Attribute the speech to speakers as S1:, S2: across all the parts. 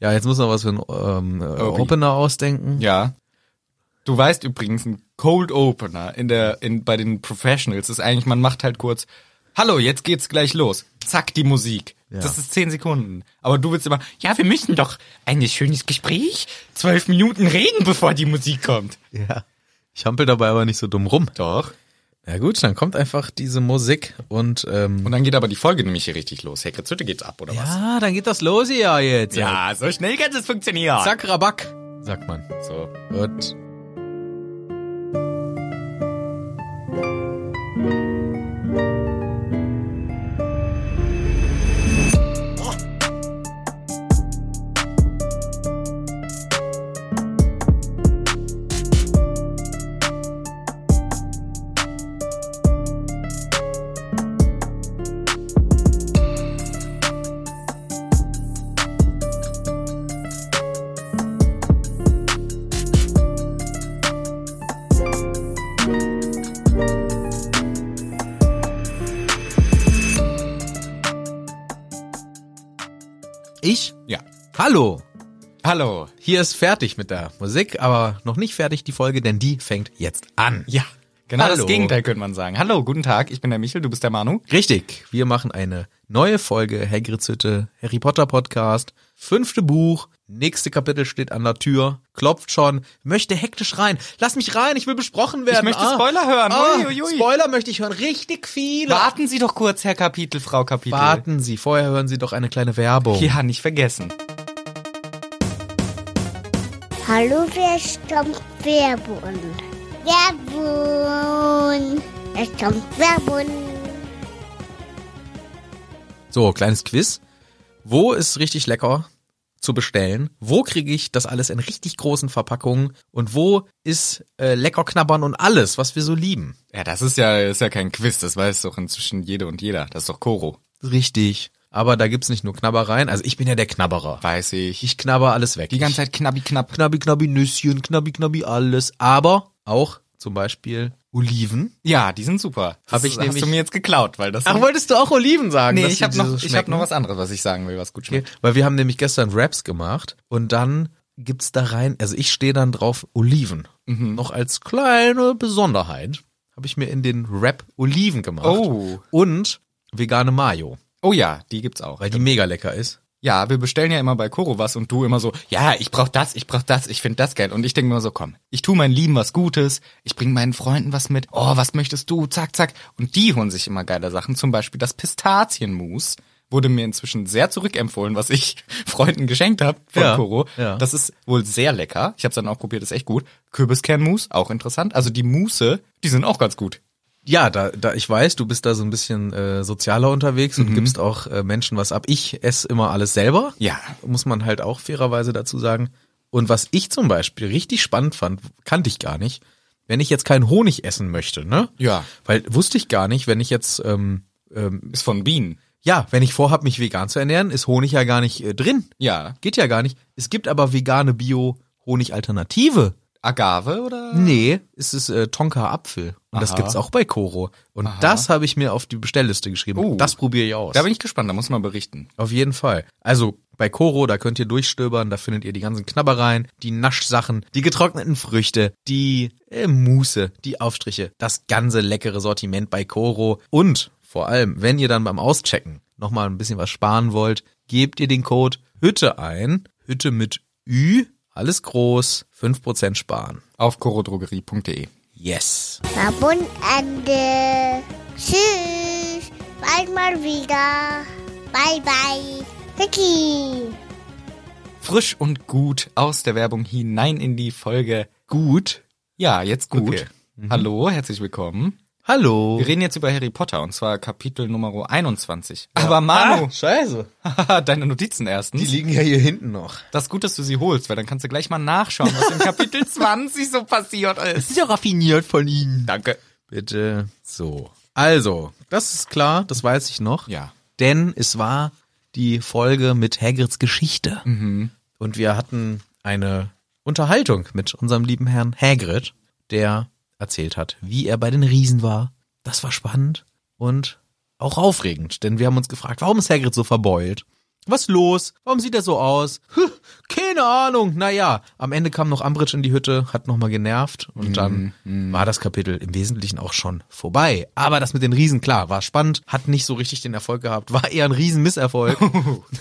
S1: Ja, jetzt muss noch was für einen ähm,
S2: Obi.
S1: Opener ausdenken.
S2: Ja. Du weißt übrigens, ein Cold Opener in der, in, bei den Professionals ist eigentlich, man macht halt kurz, hallo, jetzt geht's gleich los. Zack, die Musik. Das ist zehn Sekunden. Aber du willst immer, ja, wir müssen doch ein schönes Gespräch, zwölf Minuten reden, bevor die Musik kommt.
S1: ja. Ich hampel dabei aber nicht so dumm rum.
S2: Doch.
S1: Ja gut, dann kommt einfach diese Musik und ähm,
S2: Und dann geht aber die Folge nämlich hier richtig los. Hey, Kritzhütte geht's ab, oder was?
S1: ja, dann geht das los ja jetzt.
S2: Ja, so schnell kann es funktionieren.
S1: Zack, Raback, sagt man.
S2: So.
S1: Gut. Ich?
S2: Ja.
S1: Hallo,
S2: Hallo.
S1: hier ist fertig mit der Musik, aber noch nicht fertig die Folge, denn die fängt jetzt an.
S2: Ja. Genau
S1: Hallo.
S2: das Gegenteil könnte man sagen. Hallo, guten Tag, ich bin der Michel, du bist der Manu.
S1: Richtig, wir machen eine neue Folge Hagrid's Hütte, Harry Potter Podcast, fünfte Buch, nächste Kapitel steht an der Tür, klopft schon, möchte hektisch rein, lass mich rein, ich will besprochen werden.
S2: möchte Spoiler hören,
S1: Ah,
S2: uiuiui.
S1: Spoiler möchte ich hören, richtig viele.
S2: Warten Sie doch kurz, Herr Kapitel, Frau Kapitel.
S1: Warten Sie, vorher hören Sie doch eine kleine Werbung.
S2: Ja, nicht vergessen.
S3: Hallo, wer stammt Werbun? Werbun! Es kommt Werbun!
S1: So, kleines Quiz. Wo ist richtig lecker zu bestellen? Wo kriege ich das alles in richtig großen Verpackungen? Und wo ist äh, lecker knabbern und alles, was wir so lieben?
S2: Ja, das ist ja, ist ja kein Quiz, das weiß doch inzwischen jede und jeder. Das ist doch Koro.
S1: Richtig. Aber da gibt's nicht nur Knabbereien. Also ich bin ja der Knabberer.
S2: Weiß ich.
S1: Ich knabber alles weg.
S2: Die ganze
S1: Ich
S2: Zeit knabbi knapp.
S1: knabbi, knabbi Nüsschen, knabbi, knabbi alles. Aber auch zum Beispiel Oliven.
S2: Ja, die sind super.
S1: Hab
S2: Das
S1: ich nämlich-
S2: hast du mir jetzt geklaut, weil das.
S1: Ach, wolltest du auch Oliven sagen?
S2: nee,
S1: dass
S2: ich
S1: dir
S2: habe
S1: die
S2: noch,
S1: so
S2: ich hab
S1: schmecken?
S2: noch was anderes, was ich sagen will, was gut
S1: Okay,
S2: schmeckt.
S1: weil wir haben nämlich gestern Wraps gemacht und dann gibt's da rein, also ich stehe dann drauf Oliven. Noch als kleine Besonderheit habe ich mir in den Wrap Oliven gemacht.
S2: Oh.
S1: Und vegane Mayo,
S2: Oh ja, die gibt's auch.
S1: weil die mega lecker ist.
S2: Ja, wir bestellen ja immer bei Koro was und du immer so, ja, ich brauch das, ich brauch das, ich find das geil. Und ich denke mir so, komm, ich tu meinen Lieben was Gutes, ich bring meinen Freunden was mit, oh, was möchtest du, zack, zack. Und die holen sich immer geile Sachen, zum Beispiel das Pistazienmus wurde mir inzwischen sehr zurückempfohlen, was ich Freunden geschenkt habe von
S1: Ja,
S2: Koro.
S1: ja.
S2: Das ist wohl sehr lecker. Ich habe dann auch probiert, ist echt gut. Kürbiskernmus, auch interessant. Also die Muße, die sind auch ganz gut.
S1: Ja, da, da ich weiß, du bist da so ein bisschen äh, sozialer unterwegs
S2: Mhm.
S1: und gibst auch äh, Menschen was ab. Ich esse immer alles selber.
S2: Ja.
S1: Muss man halt auch fairerweise dazu sagen. Und was ich zum Beispiel richtig spannend fand, kannte ich gar nicht, wenn ich jetzt keinen Honig essen möchte, ne?
S2: Ja.
S1: Weil wusste ich gar nicht, wenn ich jetzt, ähm,
S2: Ist von Bienen.
S1: ja, wenn ich vorhab, mich vegan zu ernähren, ist Honig ja gar nicht äh, drin.
S2: Ja.
S1: Geht ja gar nicht. Es gibt aber vegane Bio-Honig-Alternative.
S2: Agave oder?
S1: Nee, es ist äh, Tonka Apfel. Und das
S2: Aha.
S1: gibt's auch bei Koro. Und das habe ich mir auf die Bestellliste geschrieben.
S2: Oh.
S1: Das probiere ich aus.
S2: Da bin ich gespannt, da muss man berichten.
S1: auf jeden Fall. Also bei Koro, da könnt ihr durchstöbern, da findet ihr die ganzen Knabbereien, die Naschsachen, die getrockneten Früchte, die äh, Muße, die Aufstriche, das ganze leckere Sortiment bei Koro. Und vor allem, wenn ihr dann beim Auschecken nochmal ein bisschen was sparen wollt, gebt ihr den Code Hütte ein. Hütte mit Ü, alles groß, 5% sparen.
S2: auf chorodrogerie.de.
S1: Yes.
S3: Werbun Ende! Tschüss! Bald mal wieder! Bye bye! Vicky!
S2: Frisch und gut aus der Werbung hinein in die Folge.
S1: Gut.
S2: Ja, jetzt gut.
S1: Okay. Mhm.
S2: Hallo, herzlich willkommen.
S1: Hallo.
S2: Wir reden jetzt über Harry Potter und zwar Kapitel Nummer 21. Aber Manu,
S1: Ah, scheiße.
S2: deine Notizen erstens.
S1: Die liegen ja hier hinten noch.
S2: das ist gut, dass du sie holst, weil dann kannst du gleich mal nachschauen, was in Kapitel 20 so passiert ist.
S1: ist ja raffiniert von Ihnen.
S2: Danke.
S1: Bitte. So. Also, das ist klar, das weiß ich noch.
S2: Ja.
S1: Denn es war die Folge mit Hagrids Geschichte. Und wir hatten eine Unterhaltung mit unserem lieben Herrn Hagrid, der erzählt hat, wie er bei den Riesen war. Das war spannend und auch aufregend, denn wir haben uns gefragt, warum ist Hagrid so verbeult? Was los? Warum sieht er so aus? Huh, keine Ahnung. Naja, am Ende kam noch Ambridge in die Hütte, hat nochmal genervt und dann war das Kapitel im Wesentlichen auch schon vorbei. Aber das mit den Riesen, klar, war spannend, hat nicht so richtig den Erfolg gehabt, war eher ein Riesenmisserfolg.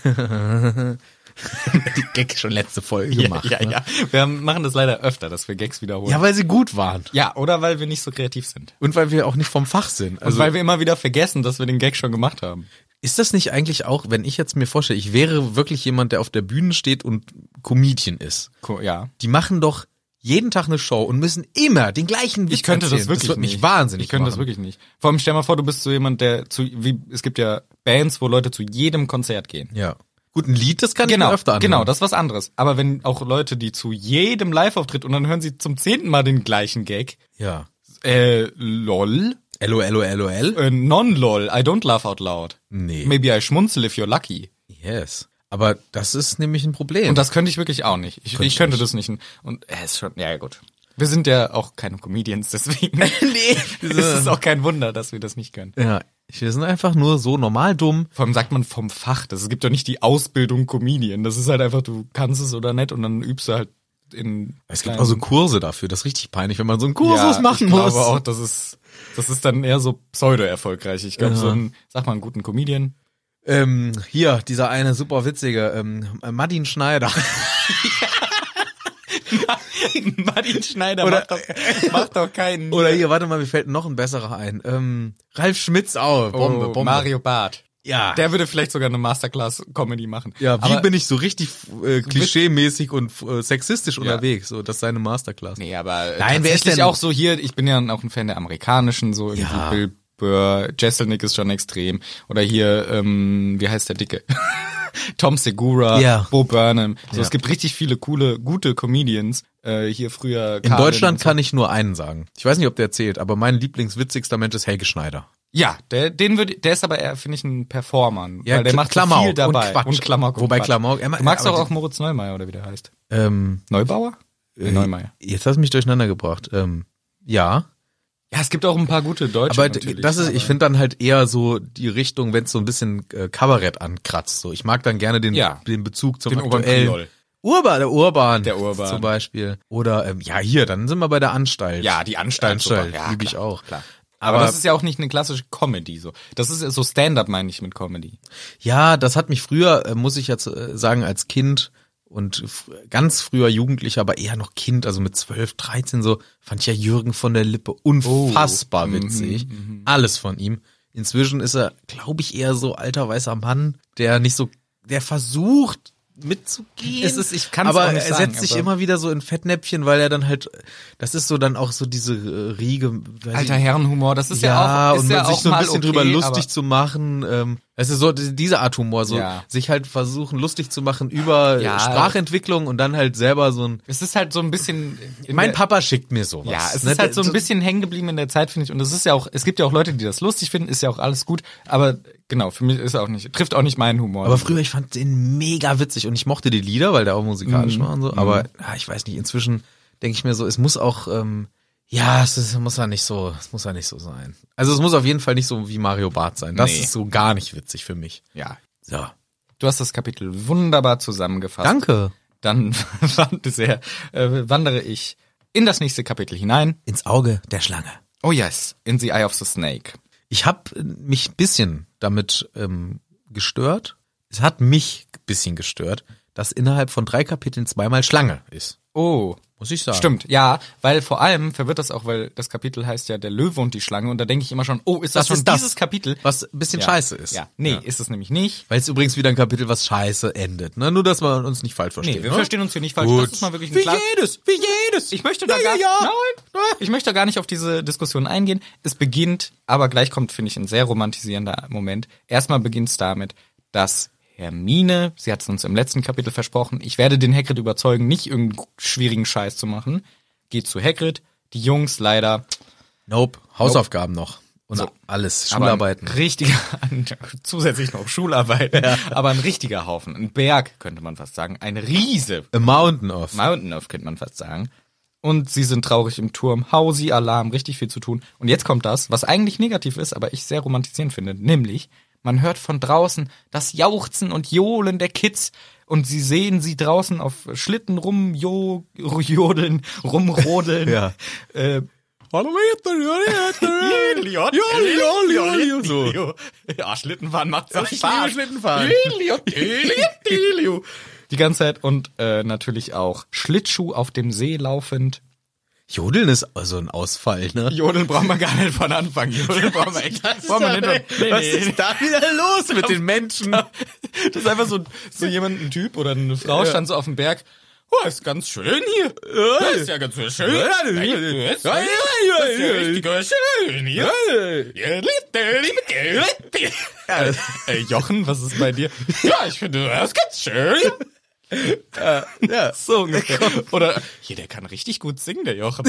S1: die Gag schon letzte Folge gemacht.
S2: ja,
S1: ne?
S2: ja. Wir haben, machen das leider öfter, dass wir Gags wiederholen.
S1: ja, weil sie gut waren.
S2: ja, oder weil wir nicht so kreativ sind.
S1: Und weil wir auch nicht vom Fach sind.
S2: Also,
S1: Also
S2: und weil wir immer wieder vergessen, dass wir den Gag schon gemacht haben.
S1: Ist das nicht eigentlich auch, wenn ich jetzt mir vorstelle, ich wäre wirklich jemand, der auf der Bühne steht und Comedian ist.
S2: Cool, ja.
S1: Die machen doch jeden Tag eine Show und müssen immer den gleichen Witz
S2: Ich könnte
S1: erzählen.
S2: das wirklich
S1: das wird mich
S2: nicht.
S1: wahnsinnig
S2: Ich könnte das
S1: machen.
S2: wirklich nicht. Vor allem stell mal vor, du bist so jemand, der zu wie es gibt ja Bands, wo Leute zu jedem Konzert gehen.
S1: Ja. Gut, ein Lied, das kann ich
S2: Genau,
S1: mir öfter anhören.
S2: genau, das ist was anderes. Aber wenn auch Leute, die zu jedem Live-Auftritt und dann hören sie zum zehnten Mal den gleichen Gag,
S1: Ja.
S2: äh, lol,
S1: LOLOLOL?
S2: äh, non-lol, I don't laugh out loud.
S1: Nee.
S2: Maybe I schmunzel if you're lucky.
S1: Yes. Aber das ist nämlich ein Problem.
S2: Äh. Und das könnte ich wirklich auch nicht. Ich, ich könnte
S1: nicht.
S2: das nicht. Und äh, ist schon, ja gut. Wir sind ja auch keine Comedians, deswegen.
S1: nee.
S2: es ist auch kein Wunder, dass wir das nicht können.
S1: ja. Wir sind einfach nur so normal dumm.
S2: Vor allem sagt man vom Fach. Das es gibt doch nicht die Ausbildung Comedian. Das ist halt einfach, du kannst es oder nicht und dann übst du halt in.
S1: Es gibt
S2: kleinen-
S1: auch so Kurse dafür. Das ist richtig peinlich, wenn man so einen
S2: also ja,
S1: Kursus machen
S2: ich
S1: muss.
S2: glaube auch, das ist, das ist dann eher so pseudo-erfolgreich. Ich glaube,
S1: Ja.
S2: so ein, sag mal, einen guten Comedian.
S1: Ähm, hier, dieser eine super witzige, ähm, Martin Schneider.
S2: Martin Schneider
S1: Oder-
S2: macht, doch, macht doch keinen.
S1: Oder hier, warte mal, mir fällt noch ein besserer ein. Ähm, Ralf Schmitz auch. Bombe,
S2: oh,
S1: Bombe.
S2: Mario Barth.
S1: Ja.
S2: Der würde vielleicht sogar eine Masterclass-Comedy machen.
S1: ja, wie
S2: aber,
S1: bin ich so richtig äh, klischeemäßig und äh, sexistisch unterwegs? So, das ist seine Masterclass.
S2: Nee, aber äh,
S1: Nein, wer ist
S2: tatsächlich
S1: denn-
S2: auch so hier, ich bin ja auch ein Fan der amerikanischen, so irgendwie
S1: Ja.
S2: Bill Burr, Jesselnick ist schon extrem. Oder hier, ähm, wie heißt der Dicke? Tom Segura,
S1: Ja.
S2: Bo Burnham. So,
S1: Ja.
S2: es gibt richtig viele coole, gute Comedians. Äh, hier früher
S1: In Deutschland kann ich nur einen sagen. Ich weiß nicht, ob der zählt, aber mein lieblingswitzigster Mensch ist Helge Schneider.
S2: Ja, der, den würd, der ist aber eher, finde ich, ein Performer.
S1: Ja,
S2: weil der
S1: Kla-
S2: macht
S1: Klamauk
S2: viel dabei.
S1: und Quatsch.
S2: Klamauk. und
S1: Wobei
S2: Quatsch.
S1: Klamauk- er ma-
S2: Du magst
S1: aber
S2: doch
S1: die-
S2: auch Moritz Neumeier, oder wie der heißt.
S1: Ähm,
S2: Neubauer? Nee, Neumeier.
S1: jetzt hast du mich durcheinander gebracht. Ähm, ja.
S2: Ja, es gibt auch ein paar gute Deutsche.
S1: Aber d-
S2: natürlich,
S1: das ist, ich
S2: aber-
S1: finde dann halt eher so die Richtung, wenn es so ein bisschen äh, Kabarett ankratzt. So, ich mag dann gerne den,
S2: Ja.
S1: den Bezug zum
S2: Den oberen
S1: aktuellen.
S2: Kriol.
S1: Urban, der Urban,
S2: Der Urban.
S1: zum Beispiel. Oder ähm, ja, hier, dann sind wir bei der Anstalt.
S2: Ja, die Anstalt.
S1: Anstalt
S2: super. ja,
S1: liebe ich
S2: klar,
S1: auch.
S2: Klar. Aber,
S1: Aber,
S2: das ist ja auch nicht eine klassische Comedy so. Das ist so Stand-up meine ich mit Comedy.
S1: ja, das hat mich früher, äh, muss ich jetzt äh, sagen, als Kind und f- ganz früher Jugendlicher, aber eher noch Kind, also mit 12, 13 so, fand ich ja Jürgen von der
S2: Oh.
S1: Lippe unfassbar
S2: Mhm,
S1: witzig. Alles von ihm. Inzwischen ist er, glaube ich, eher so alter weißer Mann, der nicht so, der versucht mitzugehen.
S2: Es ist- ich kann's
S1: aber
S2: auch nicht
S1: er
S2: sagen,
S1: setzt sich
S2: aber-
S1: immer wieder so in Fettnäpfchen, weil er dann halt, das ist so dann auch so diese äh, Riege. weiß
S2: Alter
S1: ich-
S2: Herrenhumor, das ist ja,
S1: ja,
S2: auch ist
S1: und
S2: ja
S1: man sich
S2: auch
S1: so ein
S2: mal
S1: bisschen
S2: okay,
S1: drüber lustig
S2: aber-
S1: zu machen. Ähm, es ist so die- dieser Art Humor, so
S2: Ja.
S1: sich halt versuchen lustig zu machen über äh,
S2: Ja.
S1: Sprachentwicklung und dann halt selber so ein.
S2: Es ist halt so ein bisschen in
S1: Mein
S2: der-
S1: Papa schickt mir sowas.
S2: Ja, es
S1: ne?
S2: ist halt so ein
S1: Der-
S2: bisschen hängen geblieben in der Zeit, finde ich. Und es ist ja auch, es gibt ja auch Leute, die das lustig finden, ist ja auch alles gut. Aber genau, für mich ist auch nicht, trifft auch nicht meinen Humor.
S1: Aber früher, ich fand den mega witzig und ich mochte die Lieder, weil der auch musikalisch
S2: Mhm.
S1: war und so. Aber ah, ich weiß nicht, inzwischen denke ich mir so, es muss auch, ähm, ja, es, ist, muss ja nicht so, es muss ja nicht so sein. Also es muss auf jeden Fall nicht so wie Mario Barth sein. Das
S2: Nee.
S1: ist so gar nicht witzig für mich.
S2: ja,
S1: So.
S2: du hast das Kapitel wunderbar zusammengefasst.
S1: Danke.
S2: Dann wand- sehr, äh, wandere ich in das nächste Kapitel hinein.
S1: Ins Auge der Schlange.
S2: Oh yes, in the eye of the snake.
S1: Ich habe mich ein bisschen damit ähm, gestört. Es hat mich ein bisschen gestört, dass innerhalb von drei Kapiteln zweimal Schlange ist.
S2: Oh,
S1: Muss ich sagen.
S2: Stimmt, ja, weil vor allem verwirrt das auch, weil das Kapitel heißt ja der Löwe und die Schlange und da denke ich immer schon, oh, ist
S1: Das
S2: das, schon
S1: ist das,
S2: dieses Kapitel?
S1: Was ein bisschen
S2: ja.
S1: scheiße ist.
S2: Ja, nee, ist es nämlich nicht.
S1: Weil es übrigens wieder ein Kapitel, was scheiße endet. Ne? Nur, dass wir uns nicht falsch verstehen.
S2: Nee, wir
S1: ne?
S2: verstehen uns hier nicht falsch.
S1: Gut.
S2: Das ist mal wirklich ein
S1: Wie
S2: klar-
S1: jedes, wie jedes.
S2: Ich möchte da
S1: ja,
S2: gar,
S1: ja, ja.
S2: Nein, ich möchte da gar nicht auf diese Diskussion eingehen. Es beginnt, aber gleich kommt, finde ich, ein sehr romantisierender Moment. Erstmal beginnt es damit, dass Hermine, sie hat es uns im letzten Kapitel versprochen, ich werde den Hagrid überzeugen, nicht irgendeinen schwierigen Scheiß zu machen, geht zu Hagrid. Die Jungs leider
S1: Nope. Hausaufgaben noch. Und
S2: So.
S1: alles.
S2: Aber
S1: Schularbeiten.
S2: Ein richtiger, zusätzlich noch Schularbeiten, aber ein richtiger Haufen, ein Berg könnte man fast sagen, ein Riese,
S1: A mountain of.
S2: Mountain of könnte man fast sagen. Und sie sind traurig im Turm, Hausi, Alarm, richtig viel zu tun. Und jetzt kommt das, was eigentlich negativ ist, aber ich sehr romantisierend finde, nämlich Man hört von draußen das Jauchzen und Johlen der Kids und sie sehen sie draußen auf Schlitten rumjodeln, rumrodeln.
S1: Ja.
S2: Äh, Idiot,
S1: Idiot,
S2: so. Ja, Schlittenfahren macht so
S1: Ich liebe
S2: Spaß.
S1: Schlittenfahren.
S2: Idiot, Idiot, Idiot. Die ganze Zeit und äh, natürlich auch Schlittschuh auf dem See laufend.
S1: Jodeln ist also ein Ausfall, ne?
S2: Jodeln brauchen wir gar nicht von Anfang. Jodeln brauchen wir echt. Brauchen wir nicht. von-
S1: Was ist da wieder los mit den Menschen?
S2: Das ist einfach so, so jemand, ein Typ oder eine Frau stand so auf dem Berg. Oh, ist ganz schön hier. Ja, ist ja ganz schön.
S1: Ja,
S2: Ja,
S1: ja, ja, ja.
S2: ist ja richtig schön hier. Ja, lieb, lieb, lieb, lieb. Äh, äh, Jochen, was ist bei dir? Ja, ich finde das ganz schön.
S1: Ja.
S2: So ungefähr. Oder hier, der kann richtig gut singen, der Jochen.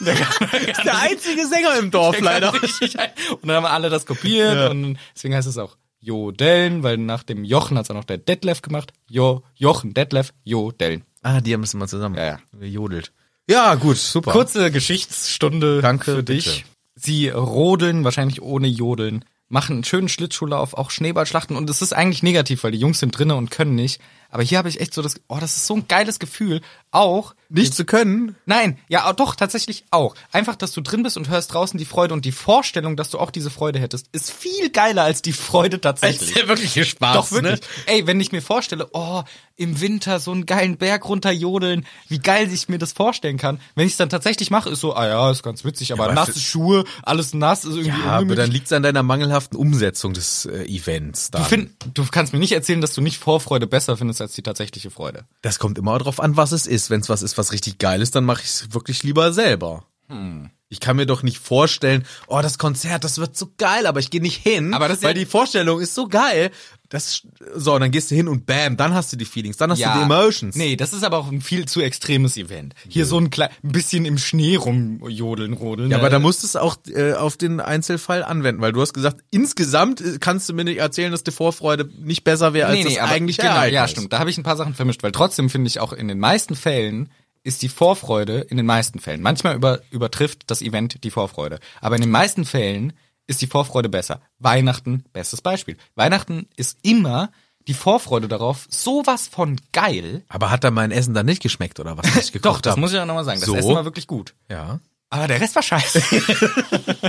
S2: Der kann, der kann
S1: Der einzige Sänger im Dorf leider.
S2: Richtig ein- Und dann haben wir alle das kopiert
S1: Ja.
S2: und deswegen heißt es auch Jodeln, weil nach dem Jochen hat es auch noch der Detlef gemacht. Jo, Jochen, Detlef, Jodeln.
S1: Ah, die haben es immer zusammen
S2: Ja, ja.
S1: gejodelt. Ja, gut, super.
S2: Kurze Geschichtsstunde
S1: Danke,
S2: für dich.
S1: bitte.
S2: Sie rodeln, wahrscheinlich ohne Jodeln, machen einen schönen Schlittschuhlauf, auch Schneeballschlachten und es ist eigentlich negativ, weil die Jungs sind drinnen und können nicht. Aber hier habe ich echt so das, oh, das ist so ein geiles Gefühl. Auch,
S1: Nicht zu können.
S2: Nein, ja, ah, doch, tatsächlich auch. Einfach, dass du drin bist und hörst draußen die Freude und die Vorstellung, dass du auch diese Freude hättest, ist viel geiler als die Freude tatsächlich.
S1: der wirkliche Spaß, ne?
S2: Doch wirklich. ne? Ey, wenn ich mir vorstelle, oh, im Winter so einen geilen Berg runterjodeln, wie geil ich mir das vorstellen kann. Wenn ich es dann tatsächlich mache, ist so, ah ja, ist ganz witzig, aber,
S1: aber
S2: nasse
S1: für-
S2: Schuhe, alles nass, ist irgendwie
S1: Ja, aber
S2: ungemütlich.
S1: dann liegt's an deiner mangelhaften Umsetzung des äh, Events. Dann.
S2: Ich find, du kannst mir nicht erzählen, dass du nicht Vorfreude besser findest als die tatsächliche Freude.
S1: das kommt immer drauf an, was es ist. Wenn's was ist, was richtig geil ist, dann mache ich's wirklich lieber selber.
S2: Hm.
S1: Ich kann mir doch nicht vorstellen, oh, das Konzert, das wird so geil, aber ich gehe nicht hin,
S2: Aber das ist ja-
S1: weil die Vorstellung ist so geil. Das so, und dann gehst du hin und bam, dann hast du die Feelings, dann hast du die Emotions.
S2: Nee, das ist aber auch ein viel zu extremes Event. Hier so ein, klein, ein bisschen im Schnee rumjodeln, rodeln.
S1: Ja, aber
S2: äh,
S1: da musst du es auch äh, auf den Einzelfall anwenden, weil du hast gesagt, insgesamt äh, kannst du mir nicht erzählen, dass die Vorfreude nicht besser wäre als das
S2: aber-
S1: eigentliche
S2: genau,
S1: Ereignis.
S2: Ja, stimmt. Da habe ich ein paar Sachen vermischt, weil trotzdem finde ich auch in den meisten Fällen ist die Vorfreude in den meisten Fällen. Manchmal über, übertrifft das Event die Vorfreude. Aber in den meisten Fällen ist die Vorfreude besser. Weihnachten, bestes Beispiel. Weihnachten ist immer die Vorfreude darauf, sowas von geil.
S1: Aber hat da mein Essen dann nicht geschmeckt oder was? was ich gekocht
S2: Doch, das
S1: hab?
S2: muss ich auch nochmal sagen. Das
S1: So?
S2: Essen war wirklich gut.
S1: ja.
S2: Aber der Rest war scheiße.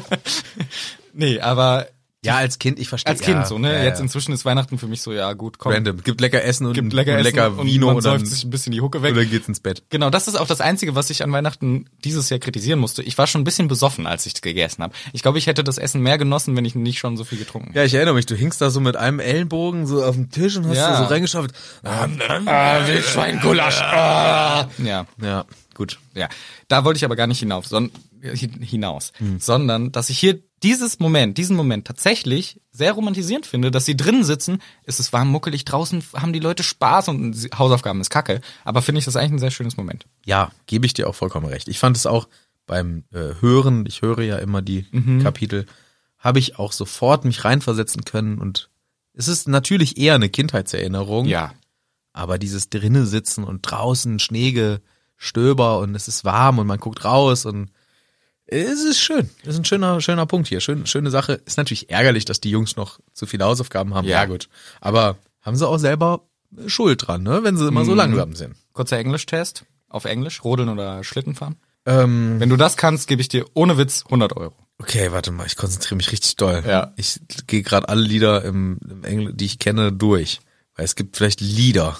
S2: nee, aber
S1: Ja, als Kind, ich verstehe.
S2: als Kind
S1: ja,
S2: so, ne?
S1: Ja,
S2: Jetzt
S1: ja.
S2: inzwischen ist Weihnachten für mich so, ja gut, komm.
S1: Random. Gibt lecker Essen und
S2: Gibt lecker,
S1: und lecker
S2: Essen
S1: Vino
S2: und man
S1: und dann,
S2: säuft sich ein bisschen die Hucke weg.
S1: oder geht's ins Bett.
S2: Genau, das ist auch das Einzige, was ich an Weihnachten dieses Jahr kritisieren musste. Ich war schon ein bisschen besoffen, als ich gegessen habe. Ich glaube, ich hätte das Essen mehr genossen, wenn ich nicht schon so viel getrunken hätte.
S1: Ja, ich erinnere mich, du hingst da so mit einem Ellenbogen so auf dem Tisch und hast
S2: Ja.
S1: da so reingeschafft.
S2: Ah, Wildschweingulasch. Ah. Ja,
S1: Ja, gut.
S2: ja. Da wollte ich aber gar nicht hinauf, son hin- hinaus, sondern dass ich hier dieses Moment, diesen Moment tatsächlich sehr romantisierend finde, dass sie drin sitzen, es ist warm, muckelig, draußen haben die Leute Spaß und sie- Hausaufgaben ist Kacke, aber finde ich das eigentlich ein sehr schönes Moment.
S1: Ja, gebe ich dir auch vollkommen recht. Ich fand es auch beim äh, Hören, ich höre ja immer die
S2: Mhm.
S1: Kapitel, habe ich auch sofort mich reinversetzen können und es ist natürlich eher eine
S2: Hm?
S1: Kindheitserinnerung. Aber dieses drinnen sitzen und draußen Schneegestöber und es ist warm und man guckt raus und es ist schön. Es ist ein schöner, schöner Punkt hier. Schön, schöne Sache. Ist natürlich ärgerlich, dass die Jungs noch zu viele Hausaufgaben haben.
S2: Ja.
S1: gut. Aber haben sie auch selber Schuld dran, ne? wenn sie immer so
S2: Mhm.
S1: langsam sind.
S2: Kurzer Englischtest auf Englisch, Rodeln oder Schlitten fahren.
S1: Ähm,
S2: Wenn du das kannst, gebe ich dir ohne Witz 100 Euro.
S1: okay, warte mal. Ich konzentriere mich richtig doll.
S2: Ja.
S1: Ich gehe gerade alle Lieder im, im Engl die ich kenne, durch. Weil es gibt vielleicht Lieder.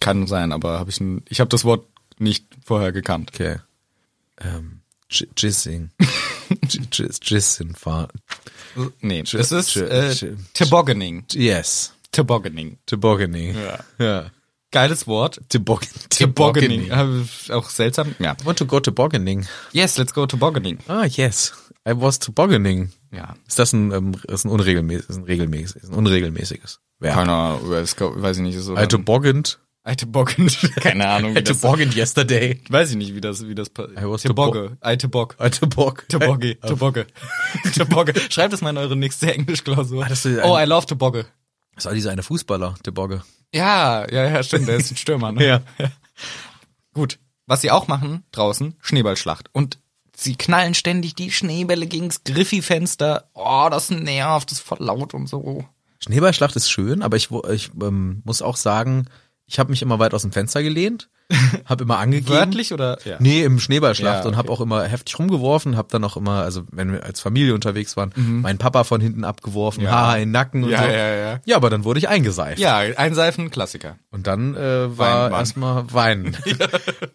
S2: Kann sein, aber habe ich n- ich habe das Wort nicht vorher gekannt.
S1: Okay. Ähm, J- Jizzing. J- Jizz- Jizzing fahren.
S2: Nee, es ist
S1: tsch-
S2: äh,
S1: tsch-
S2: Tobogganing.
S1: Yes.
S2: Tobogganing.
S1: Tobogganing.
S2: Ja.
S1: ja.
S2: Geiles Wort.
S1: Tobog
S2: Tobogganing. Äh, Auch seltsam. Ja.
S1: I want to go tobogganing.
S2: Yes, let's go tobogganing.
S1: Ah, yes. I was tobogganing.
S2: Ja.
S1: Ist das ein, ähm, ist ein, unregelmäßig, ist ein, regelmäßig, ist ein unregelmäßiges Verb?
S2: Keine Ahnung, es go- weiß ich nicht. Ist so
S1: I toboggand.
S2: I toboggan. Keine Ahnung, wie
S1: I
S2: das
S1: toboggand yesterday.
S2: Weiß ich nicht, wie das wie das
S1: I was
S2: Tobogge. I tobog.
S1: I oh. tobog.
S2: Tobogge. Tobogge. Tobogge. Schreibt das mal in eure nächste Englischklausur.
S1: Ah, das ist ein-
S2: Oh, I love Tobogge.
S1: Das war dieser eine Fußballer, Tobogge.
S2: Ja, ja, ja, stimmt, der ist ein Stürmer, ne?
S1: Ja.
S2: Gut. Was sie auch machen draußen, Schneeballschlacht. Und sie knallen ständig die Schneebälle gegens Griffi-Fenster. Oh, das nervt, das ist voll laut und so.
S1: Schneeballschlacht ist schön, aber ich, wo- ich ähm, muss auch sagen, ich habe mich immer weit aus dem Fenster gelehnt, habe immer angegeben.
S2: Wörtlich oder? Ja.
S1: Nee, im Schneeballschlacht
S2: Ja,
S1: und habe auch immer heftig rumgeworfen, habe dann auch immer, also wenn wir als Familie unterwegs waren, meinen Papa von hinten abgeworfen,
S2: Mhm. Ja.
S1: haha, in den Nacken und
S2: Ja,
S1: so.
S2: ja, ja.
S1: ja, aber dann wurde ich eingeseift.
S2: Ja, Einseifen, Klassiker.
S1: Und dann äh, war
S2: Weinbahn.
S1: erstmal Weinen.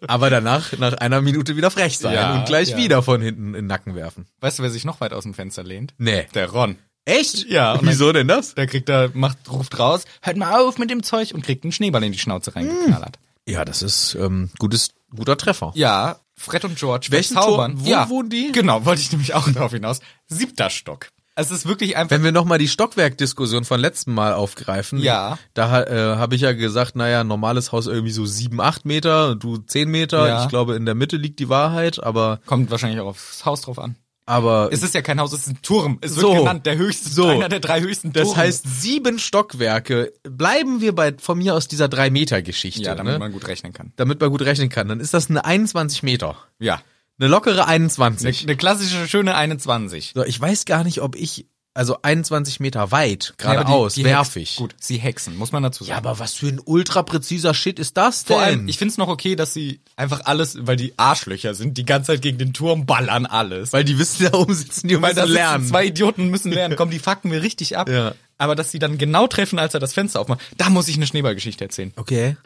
S1: Aber danach, nach einer Minute wieder frech sein
S2: Ja,
S1: und gleich
S2: ja.
S1: wieder von hinten in den Nacken werfen.
S2: Weißt du, wer sich noch weit aus dem Fenster lehnt?
S1: Nee.
S2: Der Ron.
S1: Echt?
S2: Ja, und dann-
S1: Wieso denn das?
S2: Der kriegt da, macht, ruft raus, hört mal auf mit dem Zeug und kriegt einen Schneeball in die Schnauze reingeknallert.
S1: Ja, das ist ähm, gutes, guter Treffer.
S2: Hm. Ja, Fred und George
S1: Welchen
S2: verzaubern.
S1: Turm? Wo
S2: ja,
S1: wohnen die?
S2: Genau, wollte ich nämlich auch darauf hinaus. Siebter Stock. Es ist wirklich einfach.
S1: Wenn wir nochmal die Stockwerkdiskussion von letztem Mal aufgreifen,
S2: Ja.
S1: da äh, habe ich ja gesagt, naja, normales Haus irgendwie so sieben, acht Meter, du zehn Meter.
S2: Ja.
S1: Ich glaube, in der Mitte liegt die Wahrheit, aber
S2: Kommt wahrscheinlich auch aufs Haus drauf an.
S1: aber
S2: Es ist ja kein Haus, es ist ein Turm. Es wird
S1: So.
S2: genannt, der höchste,
S1: So.
S2: einer der drei höchsten
S1: das
S2: Turme.
S1: heißt sieben Stockwerke. Bleiben wir bei von mir aus dieser drei Meter Geschichte,
S2: ja, damit
S1: ne?
S2: man gut rechnen kann.
S1: damit man gut rechnen kann. Dann ist das eine 21 Meter,
S2: Ja.
S1: eine lockere 21.
S2: Eine klassische, schöne 21.
S1: so, ich weiß gar nicht, ob ich also 21 Meter weit geradeaus
S2: Ja, aber die- die
S1: werf
S2: Hexen-
S1: ich.
S2: Gut, sie hexen, muss man dazu sagen.
S1: Ja, aber was für ein ultra präziser Shit ist das denn?
S2: Vor allem, ich find's noch okay, dass sie einfach alles, weil die Arschlöcher sind, die ganze Zeit gegen den Turm ballern alles.
S1: Weil die wissen, da oben sitzen die und
S2: Weil da
S1: müssen
S2: sitzen
S1: lernen.
S2: zwei Idioten müssen lernen. Komm, die fucken mir richtig ab.
S1: Ja.
S2: Aber dass sie dann genau treffen, als er das Fenster aufmacht, da muss ich eine Schneeballgeschichte erzählen.
S1: okay.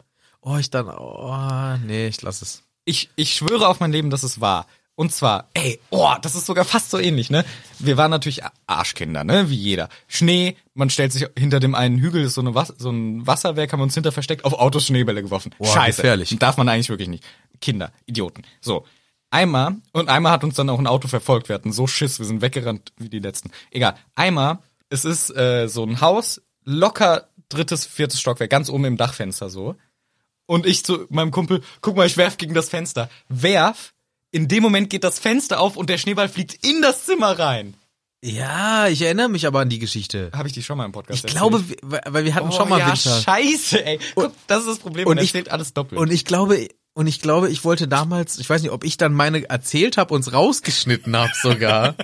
S1: Oh, ich dann, oh, nee, ich lass es.
S2: Ich, ich schwöre auf mein Leben, dass es wahr. Und zwar, ey, oh, das ist sogar fast so ähnlich, ne? Wir waren natürlich Arschkinder, ne? Wie jeder. Schnee, man stellt sich hinter dem einen Hügel, ist so, eine Was so ein Wasserwerk, haben wir uns hinter versteckt, auf Autos Schneebälle geworfen.
S1: Boah,
S2: Scheiße.
S1: gefährlich.
S2: Darf man eigentlich wirklich nicht. Kinder, Idioten. So. Einmal, und einmal hat uns dann auch ein Auto verfolgt. Wir hatten so Schiss, wir sind weggerannt wie die letzten. Egal. Einmal, es ist äh, so ein Haus, locker drittes, viertes Stockwerk, ganz oben im Dachfenster so. Und ich zu meinem Kumpel, guck mal, ich werf gegen das Fenster. Werf, in dem Moment geht das Fenster auf und der Schneeball fliegt in das Zimmer rein.
S1: Ja, ich erinnere mich aber an die Geschichte.
S2: Habe ich die schon mal im Podcast
S1: Ich glaube, wir- weil wir hatten schon mal
S2: Oh, ja,
S1: Winter.
S2: scheiße, ey. Guck, das ist das Problem,
S1: und
S2: man
S1: ich-
S2: erzählt alles doppelt.
S1: Und ich glaube, und ich glaube, ich wollte damals, ich weiß nicht, ob ich dann meine erzählt habe und rausgeschnitten habe sogar.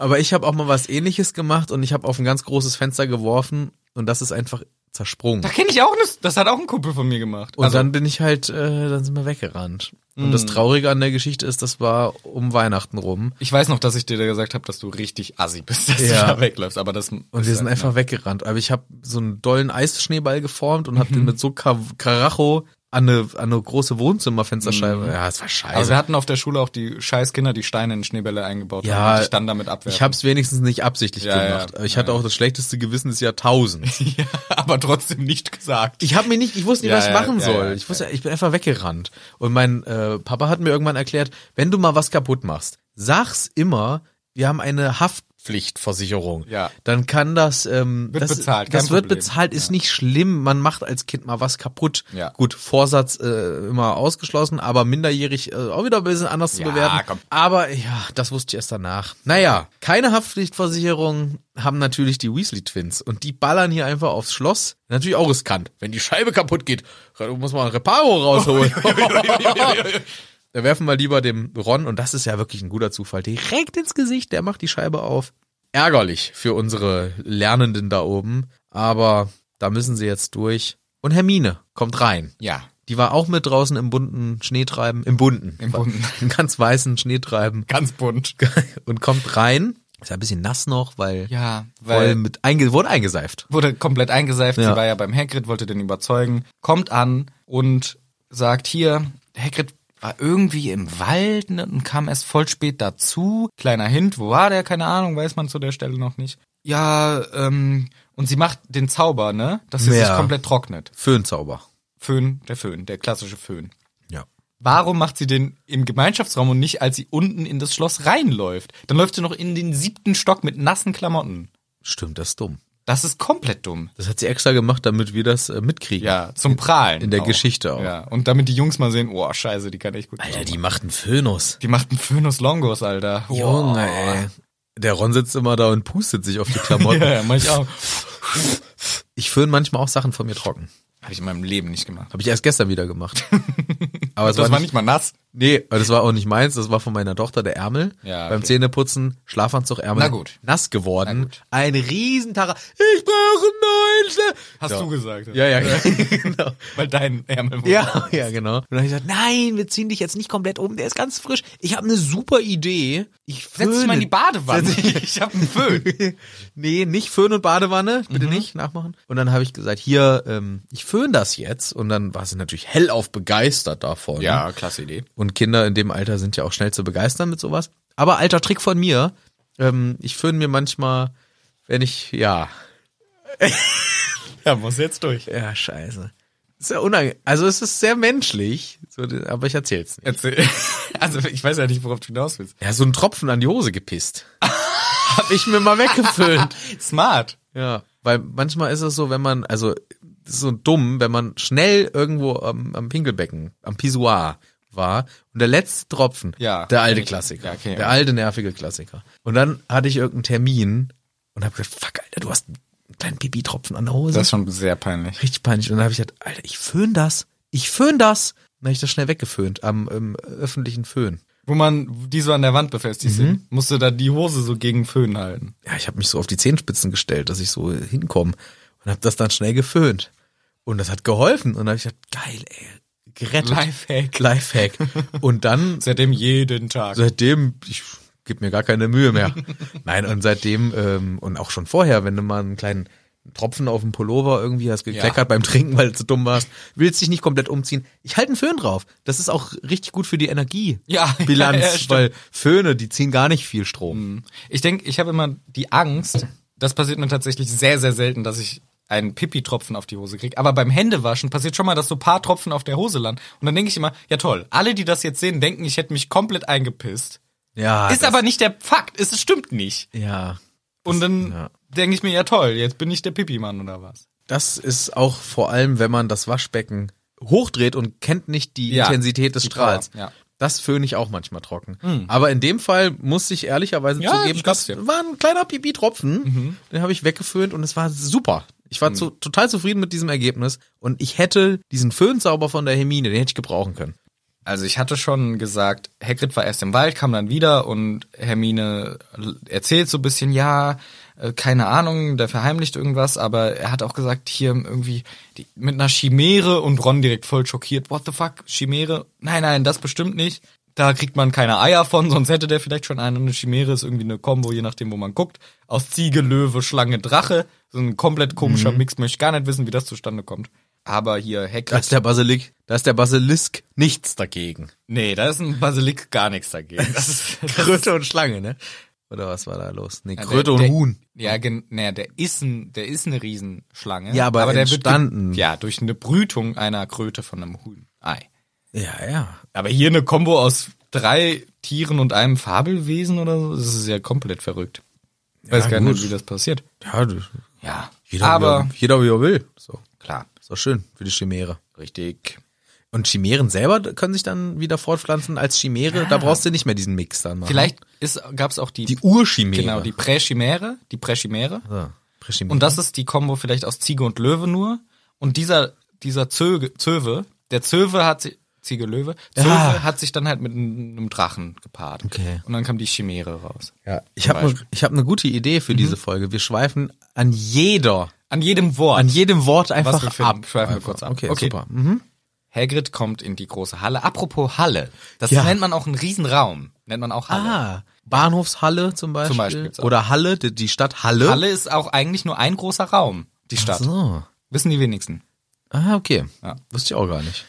S1: Aber ich habe auch mal was ähnliches gemacht und ich habe auf ein ganz großes Fenster geworfen und das ist einfach zersprungen.
S2: da kenne ich auch eine, das hat auch ein Kumpel von mir gemacht. Also,
S1: Und dann bin ich halt, äh, dann sind wir weggerannt. Und
S2: Hm.
S1: das Traurige an der Geschichte ist, das war um Weihnachten rum.
S2: ich weiß noch, dass ich dir da gesagt habe, dass du richtig assi bist, dass
S1: Ja.
S2: du da wegläufst, aber das halt
S1: Und wir sind einfach weggerannt. Aber ich habe so einen dollen Eisschneeball geformt und
S2: Mhm.
S1: habe den mit so Ka Karacho an eine, an eine große Wohnzimmerfensterscheibe.
S2: Mhm.
S1: Ja, es war scheiße.
S2: aber Also, wir hatten auf der Schule auch die scheiß Kinder, die Steine in Schneebälle eingebaut haben
S1: ja,
S2: und dich dann damit abwerfen.
S1: ich habe es wenigstens nicht absichtlich
S2: Ja, ja,
S1: gemacht. Aber ich
S2: ja,
S1: hatte auch das schlechteste Gewissen des Jahrtausends.
S2: ja, aber trotzdem nicht gesagt.
S1: Ich habe mir nicht, ich wusste nicht,
S2: Ja,
S1: was ich
S2: ja,
S1: machen
S2: ja,
S1: soll.
S2: ja,
S1: ich wusste, ich bin einfach weggerannt. Und mein äh, Papa hat mir irgendwann erklärt, wenn du mal was kaputt machst, sag's immer, wir haben eine Haftpflichtversicherung.
S2: Ja,
S1: Dann kann das, ähm,
S2: Wird
S1: das,
S2: bezahlt, kein
S1: das wird
S2: Problem.
S1: bezahlt, ist nicht schlimm. Man macht als Kind mal was kaputt.
S2: Ja.
S1: Gut, Vorsatz äh, immer ausgeschlossen, aber minderjährig äh, auch wieder ein bisschen anders zu
S2: Ja,
S1: bewerten.
S2: komm.
S1: Aber ja, das wusste ich erst danach. Naja, keine Haftpflichtversicherung haben natürlich die Weasley Twins und die ballern hier einfach aufs Schloss. Natürlich auch riskant. Wenn die Scheibe kaputt geht, muss man ein Reparo rausholen. Da werfen wir lieber dem Ron, und das ist ja wirklich ein guter Zufall, direkt ins Gesicht, der macht die Scheibe auf. Ärgerlich für unsere Lernenden da oben, aber da müssen sie jetzt durch. Und Hermine kommt rein.
S2: ja,
S1: Die war auch mit draußen im bunten Schneetreiben, im bunten,
S2: Im bunten.
S1: im ganz weißen Schneetreiben
S2: ganz bunt.
S1: und kommt rein. Ist ja ein bisschen nass noch, weil,
S2: Ja,
S1: voll
S2: weil
S1: mit einge wurde eingeseift.
S2: wurde komplett eingeseift.
S1: Ja.
S2: Sie war ja beim Hagrid, wollte den überzeugen, kommt an und sagt hier, Hagrid war irgendwie im Wald ne, und kam erst voll spät dazu. Kleiner Hint, wo war der? Keine Ahnung, weiß man zu der Stelle noch nicht. Ja, ähm, und sie macht den Zauber, ne? Dass sie sich
S1: Ja.
S2: komplett trocknet.
S1: Föhnzauber.
S2: Föhn, der Föhn, der klassische Föhn.
S1: Ja.
S2: Warum macht sie den im Gemeinschaftsraum und nicht, als sie unten in das Schloss reinläuft? Dann läuft sie noch in den siebten Stock mit nassen Klamotten.
S1: Stimmt, das ist dumm.
S2: Das ist komplett dumm.
S1: Das hat sie extra gemacht, damit wir das äh, mitkriegen.
S2: Ja, zum Prahlen.
S1: in der Geschichte auch.
S2: Ja, und damit die Jungs mal sehen, oh, scheiße, die kann echt gut.
S1: Alter,
S2: zaubern.
S1: die macht einen Phönus.
S2: die macht einen Phönus Longus, Alter. Wow.
S1: Junge, ey. Der Ron sitzt immer da und pustet sich auf die Klamotten.
S2: Ja, ja, mach ich auch.
S1: Ich föhne manchmal auch Sachen von mir trocken.
S2: Habe ich in meinem Leben nicht gemacht.
S1: Habe ich erst gestern wieder gemacht. Aber es
S2: Das war nicht mal nass.
S1: Nee, das war auch nicht meins, das war von meiner Tochter der Ärmel.
S2: Ja, okay.
S1: Beim Zähneputzen, Schlafanzug, Ärmel.
S2: Na gut.
S1: Nass geworden.
S2: Na gut.
S1: Ein Riesentara. Ich brauche einen neuen Schla
S2: Hast du gesagt.
S1: Ja, ja, genau.
S2: Weil dein Ärmel wurde-
S1: Ja, ja, genau. Und dann habe ich gesagt, nein, wir ziehen dich jetzt nicht komplett um, der ist ganz frisch. Ich habe eine super Idee. Ich
S2: Setz dich mal in die
S1: föhne-
S2: Badewanne.
S1: Setz dich-
S2: Ich hab einen Föhn. Mhm.
S1: nee, nicht Föhn und Badewanne, bitte nicht nachmachen. Und dann habe ich gesagt, hier, ähm, ich föhn das jetzt. Und dann war sie natürlich hellauf begeistert davon.
S2: klasse Idee.
S1: Und Kinder in dem Alter sind ja auch schnell zu begeistern mit sowas. Aber alter Trick von mir, ähm, ich föhn mir manchmal, wenn ich, ja,
S2: Ja, muss jetzt durch.
S1: ja, scheiße. Ist ja unange also es ist sehr menschlich, so, aber ich erzähl's nicht.
S2: Erzähl. Also ich weiß ja nicht, worauf du hinaus willst.
S1: Ja, so ein Tropfen an die Hose gepisst. Hab ich mir mal weggeföhnt.
S2: Smart.
S1: Ja, weil manchmal ist es so, wenn man, also das ist so dumm, wenn man schnell irgendwo am, am Pinkelbecken, am Pissoir war und der letzte Tropfen,
S2: Ja.
S1: der alte Klassiker,
S2: Ja, okay.
S1: der alte nervige Klassiker. Und dann hatte ich irgendeinen Termin und habe gesagt, fuck, Alter, du hast einen kleinen Pipi-Tropfen an der Hose.
S2: Das ist schon sehr peinlich.
S1: Richtig peinlich. Und dann habe ich gesagt, Alter, ich föhn das, ich föhn das. Und dann habe ich das schnell weggeföhnt am ähm, öffentlichen Föhn.
S2: Wo man die so an der Wand befestigt
S1: Mhm.
S2: sind, musst du da die Hose so gegen Föhn halten.
S1: ja, ich habe mich so auf die Zehenspitzen gestellt, dass ich so hinkomme und habe das dann schnell geföhnt. Und das hat geholfen und dann habe ich gedacht, geil, ey, gerettet.
S2: Lifehack.
S1: Lifehack. Und dann
S2: Seitdem jeden Tag.
S1: seitdem ich gebe mir gar keine Mühe mehr. Nein, und seitdem ähm, und auch schon vorher, wenn du mal einen kleinen Tropfen auf dem Pullover irgendwie hast gekleckert beim Trinken, weil du zu dumm warst, willst dich nicht komplett umziehen. Ich halte einen Föhn drauf. Das ist auch richtig gut für die Energie.
S2: Ja,
S1: Bilanz,
S2: ja, ja, stimmt.
S1: weil Föhne, die ziehen gar nicht viel Strom.
S2: Ich denke, ich habe immer die Angst, das passiert mir tatsächlich sehr, sehr selten, dass ich einen Pipi-Tropfen auf die Hose kriege. Aber beim Händewaschen passiert schon mal, dass so ein paar Tropfen auf der Hose landen. Und dann denke ich immer, ja toll, alle, die das jetzt sehen, denken, ich hätte mich komplett eingepisst.
S1: Ja, Ah,
S2: ist
S1: das-
S2: aber nicht der Fakt, es stimmt nicht.
S1: ja.
S2: Und dann
S1: ja.
S2: denke ich mir, ja toll, jetzt bin ich der Pipi-Mann oder was.
S1: Das ist auch vor allem, wenn man das Waschbecken hochdreht und kennt nicht die
S2: Ja,
S1: Intensität des
S2: die
S1: Strahls.
S2: Power, ja. Hm.
S1: Das föhne ich auch manchmal trocken. Aber in dem Fall muss ich ehrlicherweise
S2: Ja,
S1: zugeben,
S2: ich glaub's
S1: das
S2: dir. Mhm.
S1: war ein kleiner Pipi-Tropfen. Den habe ich weggeföhnt und es war super. Ich war zu, total zufrieden mit diesem Ergebnis und ich hätte diesen Föhnsauber von der Hermine, den hätte ich gebrauchen können.
S2: Also ich hatte schon gesagt, Hagrid war erst im Wald, kam dann wieder und Hermine l- erzählt so ein bisschen, ja, äh, keine Ahnung, der verheimlicht irgendwas, aber er hat auch gesagt, hier irgendwie die, mit einer Chimäre und Ron direkt voll schockiert, what the fuck, Chimäre? Nein, nein, das bestimmt nicht. Da kriegt man keine Eier von, sonst hätte der vielleicht schon eine. Eine Chimäre ist irgendwie eine Kombo, je nachdem, wo man guckt. Aus Ziege, Löwe, Schlange, Drache. So ein komplett komischer Mix, möchte ich gar nicht wissen, wie das zustande kommt. Aber hier Hagrid...
S1: Da ist der Basilik, da ist der Basilisk nichts dagegen.
S2: Nee, da ist ein Basilik gar nichts dagegen. Das ist, das
S1: Kröte und Schlange, ne? Oder was war da los? Nee,
S2: Ja,
S1: Kröte
S2: der-
S1: und
S2: der,
S1: Huhn.
S2: Ja, gen, naja, der ist ein, der ist eine Riesenschlange.
S1: Ja, aber
S2: der
S1: entstanden.
S2: Wird, ge- ja, durch eine Brütung einer Kröte von einem Huhn. Ei.
S1: Ja, ja.
S2: Aber hier eine Kombo aus drei Tieren und einem Fabelwesen oder so, das ist ja komplett verrückt. Weiß gar
S1: gut.
S2: nicht, wie das passiert.
S1: Ja, das-
S2: Ja,
S1: jeder,
S2: aber
S1: wie er, jeder wie er will. So.
S2: klar,
S1: Ist doch schön für die Chimäre.
S2: richtig.
S1: Und Chimären selber können sich dann wieder fortpflanzen als Chimäre. Da brauchst du nicht mehr diesen Mix dann machen.
S2: Vielleicht ist, gab's auch die,
S1: die Urschimäre.
S2: genau, die Prächimäre, die Prächimäre.
S1: so, Prächimäre.
S2: Und das ist die Kombo vielleicht aus Ziege und Löwe nur. Und dieser, dieser Zöge, Zöwe, der Zöwe hat sich, Ziege, Löwe, Zöwe
S1: Ah.
S2: hat sich dann halt mit einem Drachen gepaart.
S1: Okay.
S2: Und dann kam die Chimäre raus.
S1: ja, ich habe
S2: Beispiel.
S1: ich hab eine gute Idee
S2: Mhm.
S1: für diese Folge. Wir schweifen an jeder,
S2: An jedem Wort.
S1: an jedem Wort einfach
S2: wir finden,
S1: ab.
S2: schweifen wir
S1: einfach.
S2: kurz ab.
S1: Okay,
S2: Okay.
S1: super. Mhm.
S2: Hagrid kommt in die große Halle. Apropos Halle. Das
S1: Ja.
S2: nennt man auch einen Riesenraum. Nennt man auch Halle.
S1: Ah, Bahnhofshalle zum Beispiel.
S2: Beispiel gibt's auch.
S1: Oder Halle, die, die Stadt Halle.
S2: Halle ist auch eigentlich nur ein großer Raum. Die Stadt.
S1: Ah. So.
S2: Wissen die wenigsten.
S1: Ah, okay.
S2: Ja.
S1: Wusste ich auch gar nicht.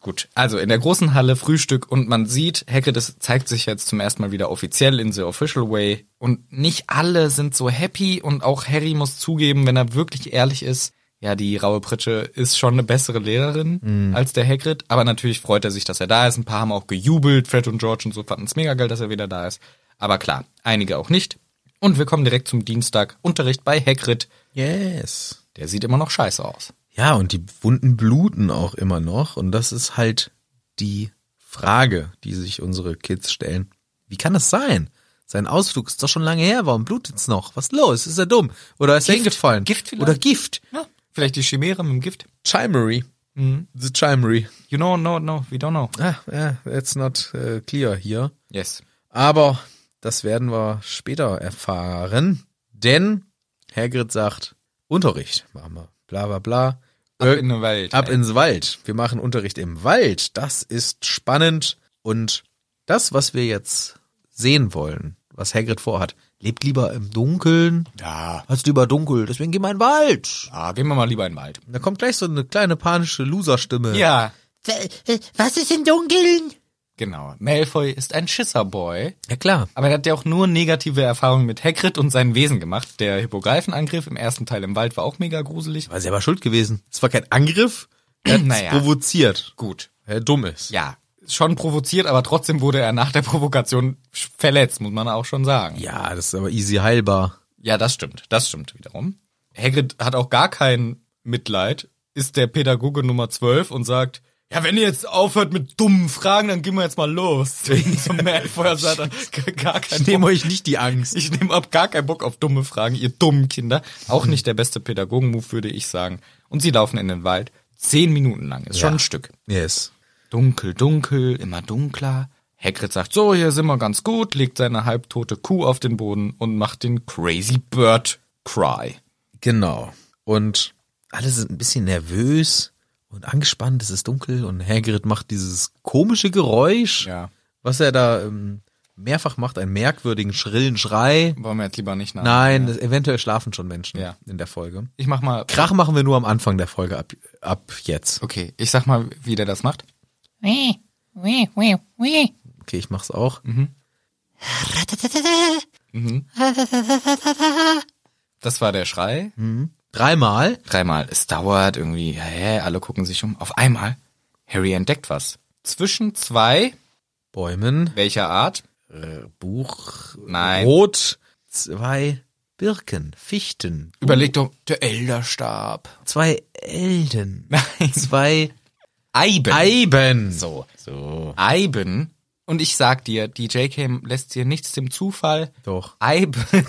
S2: Gut, also in der großen Halle Frühstück und man sieht, Hagrid es zeigt sich jetzt zum ersten Mal wieder offiziell in The Official Way und nicht alle sind so happy und auch Harry muss zugeben, wenn er wirklich ehrlich ist, ja, die raue Pritsche ist schon eine bessere Lehrerin als der Hagrid, aber natürlich freut er sich, dass er da ist. Ein paar haben auch gejubelt, Fred und George und so fanden es mega geil, dass er wieder da ist. Aber klar, einige auch nicht. Und wir kommen direkt zum Dienstag Unterricht bei Hagrid.
S1: Yes.
S2: Der sieht immer noch scheiße aus.
S1: Ja, und die Wunden bluten auch immer noch. Und das ist halt die Frage, die sich unsere Kids stellen. Wie kann das sein? Sein Ausflug ist doch schon lange her. Warum blutet's noch? Was ist los? Ist er dumm? Oder ist er hingefallen?
S2: Gift vielleicht?
S1: Oder Gift.
S2: Ja, vielleicht die Chimäre mit dem Gift.
S1: Chimery. The Chimery.
S2: You know, no, no, we don't know.
S1: Mhm. Ah, yeah, it's not äh, clear hier.
S2: Yes.
S1: Aber das werden wir später erfahren, denn Hagrid sagt, Unterricht machen wir. Bla bla bla.
S2: Ab
S1: Irg-
S2: in den Wald.
S1: Ab ins Wald. Wir machen Unterricht im Wald. Das ist spannend. Und das, was wir jetzt sehen wollen, was Hagrid vorhat, lebt lieber im Dunkeln
S2: Ja.
S1: als lieber dunkel. Deswegen geh mal in den Wald.
S2: Ah, gehen wir mal lieber in den Wald.
S1: Und Da kommt gleich so eine kleine panische Loserstimme.
S2: Ja.
S1: Äh, Was ist im Dunkeln?
S2: Genau. Malfoy ist ein Schisserboy.
S1: Ja klar.
S2: Aber er hat ja auch nur negative Erfahrungen mit Hagrid und seinem Wesen gemacht. Der Hippogreifenangriff im ersten Teil im Wald war auch mega gruselig.
S1: War selber schuld gewesen. Es war kein Angriff. Er hat's
S2: Naja.
S1: provoziert.
S2: Gut.
S1: Er dumm ist.
S2: Ja. Schon provoziert, aber trotzdem wurde er nach der Provokation sch- verletzt, muss man auch schon sagen.
S1: ja, das ist aber easy heilbar.
S2: Ja, das stimmt. Das stimmt wiederum. Hagrid hat auch gar kein Mitleid, ist der Pädagoge Nummer 12 und sagt, ja, wenn ihr jetzt aufhört mit dummen Fragen, dann gehen wir jetzt mal los. Zum Malfoy sagt er, "G- gar kein
S1: Ich nehme euch nicht die Angst.
S2: Ich nehme ab gar keinen Bock auf dumme Fragen, ihr dummen Kinder.
S1: Hm.
S2: Auch nicht der beste Pädagogen-Move, würde ich sagen. Und sie laufen in den Wald. Zehn Minuten lang. Ist schon ein Stück.
S1: Yes.
S2: Dunkel, dunkel, immer dunkler. Hagrid sagt, so, hier sind wir ganz gut, legt seine halbtote Kuh auf den Boden und macht den Crazy Bird Cry.
S1: Genau. Und alle sind ein bisschen nervös und angespannt. Es ist dunkel und Hagrid macht dieses komische Geräusch,
S2: Ja.
S1: was er da ähm, mehrfach macht, einen merkwürdigen, schrillen Schrei.
S2: Wollen wir jetzt lieber nicht nach.
S1: Nein, das, eventuell schlafen schon Menschen
S2: Ja.
S1: in der Folge.
S2: Ich mach mal.
S1: Krach machen wir nur am Anfang der Folge ab, ab jetzt.
S2: Okay, ich sag mal, wie der das macht.
S4: Wee, wee, wee, wee.
S1: Okay, ich mach's auch.
S2: Mhm. Das war der Schrei.
S1: Dreimal.
S2: Dreimal. Es dauert irgendwie, hä, alle gucken sich um. Auf einmal, Harry entdeckt was. Zwischen zwei,
S1: Bäumen.
S2: welcher Art?
S1: Äh, Buch.
S2: Nein.
S1: Rot. Zwei Birken. Fichten.
S2: Überleg doch, der Elderstab.
S1: Zwei Elden. Zwei
S2: Eiben.
S1: Eiben.
S2: so.
S1: So.
S2: Eiben. Und ich sag dir, die JK lässt dir nichts dem Zufall.
S1: Doch.
S2: Eiben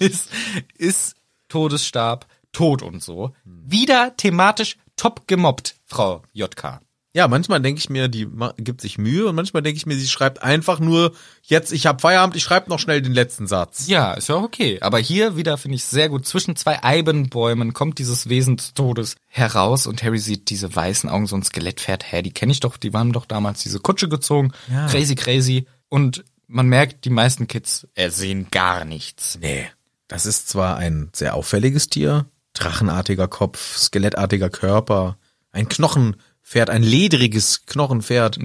S2: ist, ist Todesstab, Tod und so. Wieder thematisch top gemobbt, Frau JK.
S1: Ja, manchmal denke ich mir, die ma- gibt sich Mühe und manchmal denke ich mir, sie schreibt einfach nur, jetzt, ich hab Feierabend, ich schreibe noch schnell den letzten Satz.
S2: Ja, ist ja auch okay. Aber hier wieder finde ich sehr gut. Zwischen zwei Eibenbäumen kommt dieses Wesen des Todes heraus und Harry sieht diese weißen Augen, so ein Skelettpferd. Hä, die kenne ich doch. Die waren doch damals diese Kutsche gezogen.
S1: Ja.
S2: Crazy, crazy. Und man merkt, die meisten Kids ersehen gar nichts.
S1: Nee. Das ist zwar ein sehr auffälliges Tier, drachenartiger Kopf, skelettartiger Körper, ein Knochenpferd, ein ledriges Knochenpferd,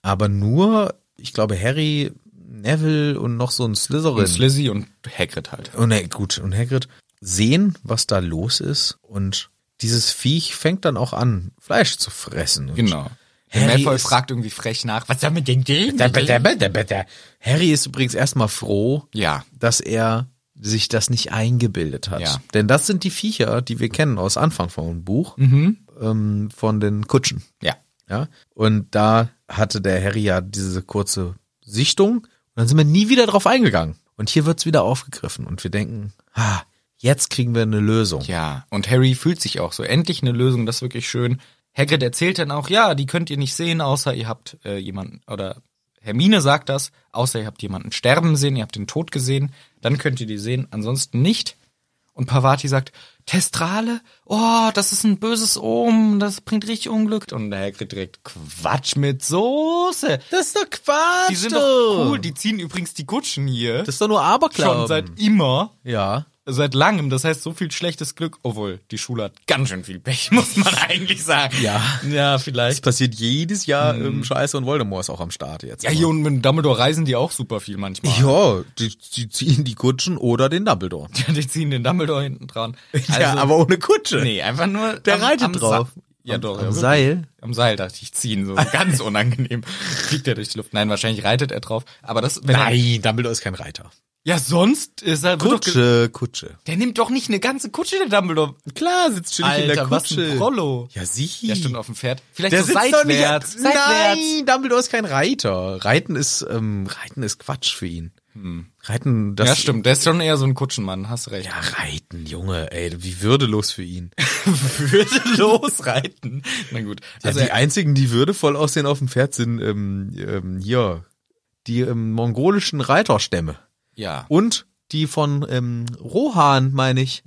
S1: aber nur, ich glaube, Harry, Neville und noch so ein Slytherin.
S2: Und Slizzy und Hagrid halt.
S1: Und Hag- Oh, ne, gut, und Hagrid sehen, was da los ist und dieses Viech fängt dann auch an, Fleisch zu fressen. Und
S2: Genau. Der
S1: Harry
S2: Malfoy
S1: ist-
S2: fragt irgendwie frech nach, was damit denn gehen?
S1: Harry ist übrigens erstmal froh,
S2: Ja.
S1: dass er sich das nicht eingebildet hat.
S2: Ja.
S1: Denn das sind die Viecher, die wir kennen aus Anfang vom Buch,
S2: Mhm.
S1: ähm, von den Kutschen.
S2: Ja.
S1: Ja? Und da hatte der Harry ja diese kurze Sichtung und dann sind wir nie wieder drauf eingegangen. Und hier wird's wieder aufgegriffen und wir denken, ah, jetzt kriegen wir eine Lösung.
S2: Ja, und Harry fühlt sich auch so. Endlich eine Lösung, das ist wirklich schön. Hagrid erzählt dann auch, ja, die könnt ihr nicht sehen, außer ihr habt äh, jemanden, oder Hermine sagt das, außer ihr habt jemanden sterben sehen, ihr habt den Tod gesehen, dann könnt ihr die sehen, ansonsten nicht. Und Pavati sagt, Testrale? Oh, das ist ein böses Omen, das bringt richtig Unglück. Und Hagrid direkt, Quatsch mit Soße.
S1: Das ist doch Quatsch.
S2: Die sind doch cool, die ziehen übrigens die Kutschen hier.
S1: das ist doch nur
S2: schon
S1: Aberglauben.
S2: seit immer
S1: ja.
S2: seit langem. Das heißt, so viel schlechtes Glück, obwohl die Schule hat ganz schön viel Pech, muss man eigentlich sagen.
S1: Ja.
S2: Ja,
S1: Es
S2: vielleicht.
S1: passiert jedes Jahr ähm, Scheiße und Voldemort ist auch am Start jetzt.
S2: Ja, hier und mit Dumbledore reisen die auch super viel manchmal.
S1: Ja, die, die ziehen die Kutschen oder den Dumbledore.
S2: Die ziehen den Dumbledore hinten dran. Also,
S1: ja, aber ohne Kutsche.
S2: Nee, einfach nur.
S1: Der reitet drauf.
S2: Sa ja,
S1: Am-
S2: doch.
S1: am
S2: ja, wirklich.
S1: Seil?
S2: Am Seil dachte ich, ziehen, so ganz unangenehm. Fliegt er durch die Luft. Nein, wahrscheinlich reitet er drauf. Aber das, wenn Er,
S1: Nein, Dumbledore ist kein Reiter.
S2: ja, sonst ist er. wird doch
S1: Kutsche,
S2: ge-
S1: Kutsche.
S2: Der nimmt doch nicht eine ganze Kutsche, der Dumbledore.
S1: Klar, sitzt schön
S2: Alter,
S1: in der
S2: was
S1: Kutsche.
S2: ein Prollo.
S1: ja, sieh.
S2: Der stimmt auf dem Pferd. Vielleicht
S1: Der
S2: so
S1: sitzt doch nicht.
S2: seitwärts. seitwärts.
S1: Nein, Dumbledore ist kein Reiter. Reiten ist, ähm, Reiten ist Quatsch für ihn. Reiten, das.
S2: Hm. ja, stimmt. Der ist schon eher so ein Kutschenmann, hast recht.
S1: Ja, reiten, Junge, ey, wie würdelos für ihn.
S2: Würdelos reiten. Na gut.
S1: Also
S2: Also,
S1: die einzigen, die würdevoll aussehen auf dem Pferd, sind ähm, ähm, hier die ähm, mongolischen Reiterstämme
S2: ja.
S1: und die von ähm, Rohan, meine ich.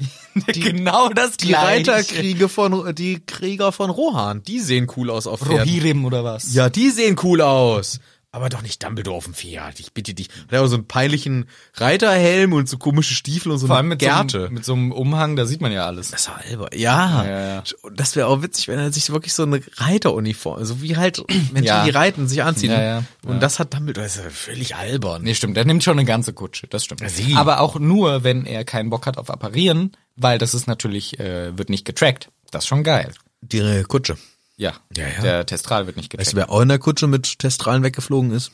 S2: genau das
S1: Die Reiterkriege von die Krieger von Rohan, die sehen cool aus auf Pferden.
S2: Rohirrim oder was?
S1: Ja, die sehen cool aus. Aber doch nicht Dumbledore auf dem Pferd, ich bitte dich. Und er hat auch so einen peinlichen Reiterhelm und so komische Stiefel und so
S2: Vor
S1: eine
S2: allem mit so,
S1: Gerte.
S2: einem, mit so einem Umhang, da sieht man ja alles.
S1: Das war albern. Ja.
S2: Ja, ja.
S1: Das wäre auch witzig, wenn er sich wirklich so eine Reiteruniform, so wie halt Menschen,
S2: Ja.
S1: die reiten, sich anziehen.
S2: Ja, ja,
S1: Und das hat damit, das ist ja völlig albern.
S2: Nee, stimmt, der nimmt schon eine ganze Kutsche, das stimmt.
S1: Sie.
S2: Aber auch nur, wenn er keinen Bock hat auf Apparieren, weil das ist natürlich, äh, wird nicht getrackt. Das ist schon geil.
S1: Die Kutsche.
S2: Ja,
S1: Ja, ja.
S2: der Testral wird nicht getrackt.
S1: Weißt du, wer auch in der Kutsche mit Testralen weggeflogen ist?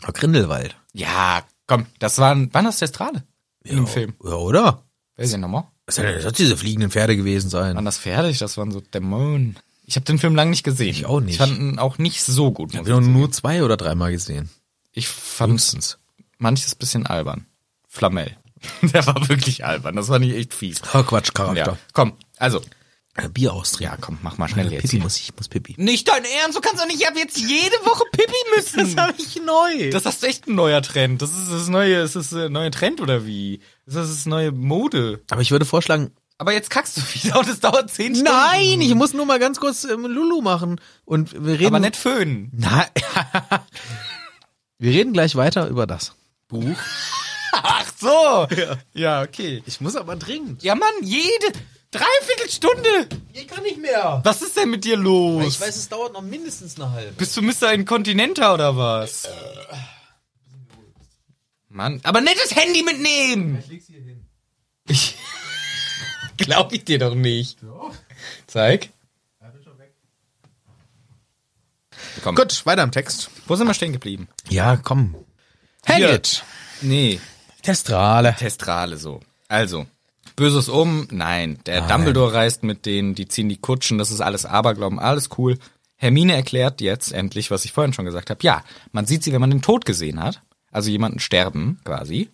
S1: War Grindelwald.
S2: ja, komm, das waren, waren das Testrale? Im Film.
S1: Ja, oder?
S2: Wer ist denn nochmal?
S1: Was soll denn sonst diese fliegenden Pferde gewesen sein?
S2: Waren das fertig? Das waren so Dämonen. Ich habe den Film lang nicht gesehen. Ich
S1: auch nicht.
S2: Ich fand ihn auch nicht so gut. muss
S1: Hab ich noch nur zwei oder dreimal gesehen.
S2: Ich fand
S1: Höchstens.
S2: manches bisschen albern. Flamel. Der war wirklich albern. Das war nicht echt fies.
S1: Oh, Quatsch,
S2: Ja.
S1: Charakter.
S2: Komm, also.
S1: Äh, Bier austrinken.
S2: Ja, komm, mach mal schnell jetzt.
S1: Pipi
S2: Hier.
S1: muss ich, ich muss Pipi.
S2: Nicht dein Ernst, du kannst doch nicht, ich hab jetzt jede Woche Pipi müssen. Das,
S1: hab ich neu. Das
S2: ist echt ein neuer Trend. Das ist das neue, ist das äh, neue Trend oder wie? Ist das das neue Mode?
S1: Aber ich würde vorschlagen, Mm.
S2: Aber jetzt kackst du wieder und es dauert zehn Stunden.
S1: Nein, ich muss nur mal ganz kurz ähm, Lulu machen und wir reden.
S2: Aber nicht föhnen.
S1: Na, wir reden gleich weiter über das.
S2: Buch. Ach so. Ja, okay.
S1: Ich muss aber dringend.
S2: Ja, Mann, jede Dreiviertelstunde.
S1: Ich kann nicht mehr.
S2: Was ist denn mit dir los?
S1: es dauert noch mindestens eine halbe.
S2: Bist du Mr. Inkontinenter oder was? Mann, aber nicht das Handy mitnehmen! Ich leg's hier hin. Ich. Glaub ich dir doch nicht. Zeig. Komm. Gut.
S1: Gut, weiter im Text.
S2: Wo sind wir stehen geblieben?
S1: Ja, komm. Hagrid.
S2: Nee.
S1: Testrale.
S2: Testrale so. Also, Böses um, nein. Der Dumbledore reist mit denen, die ziehen die Kutschen, das ist alles Aberglauben, alles cool. Hermine erklärt jetzt endlich, was ich vorhin schon gesagt habe. Ja, man sieht sie, wenn man den Tod gesehen hat. Also jemanden sterben, quasi.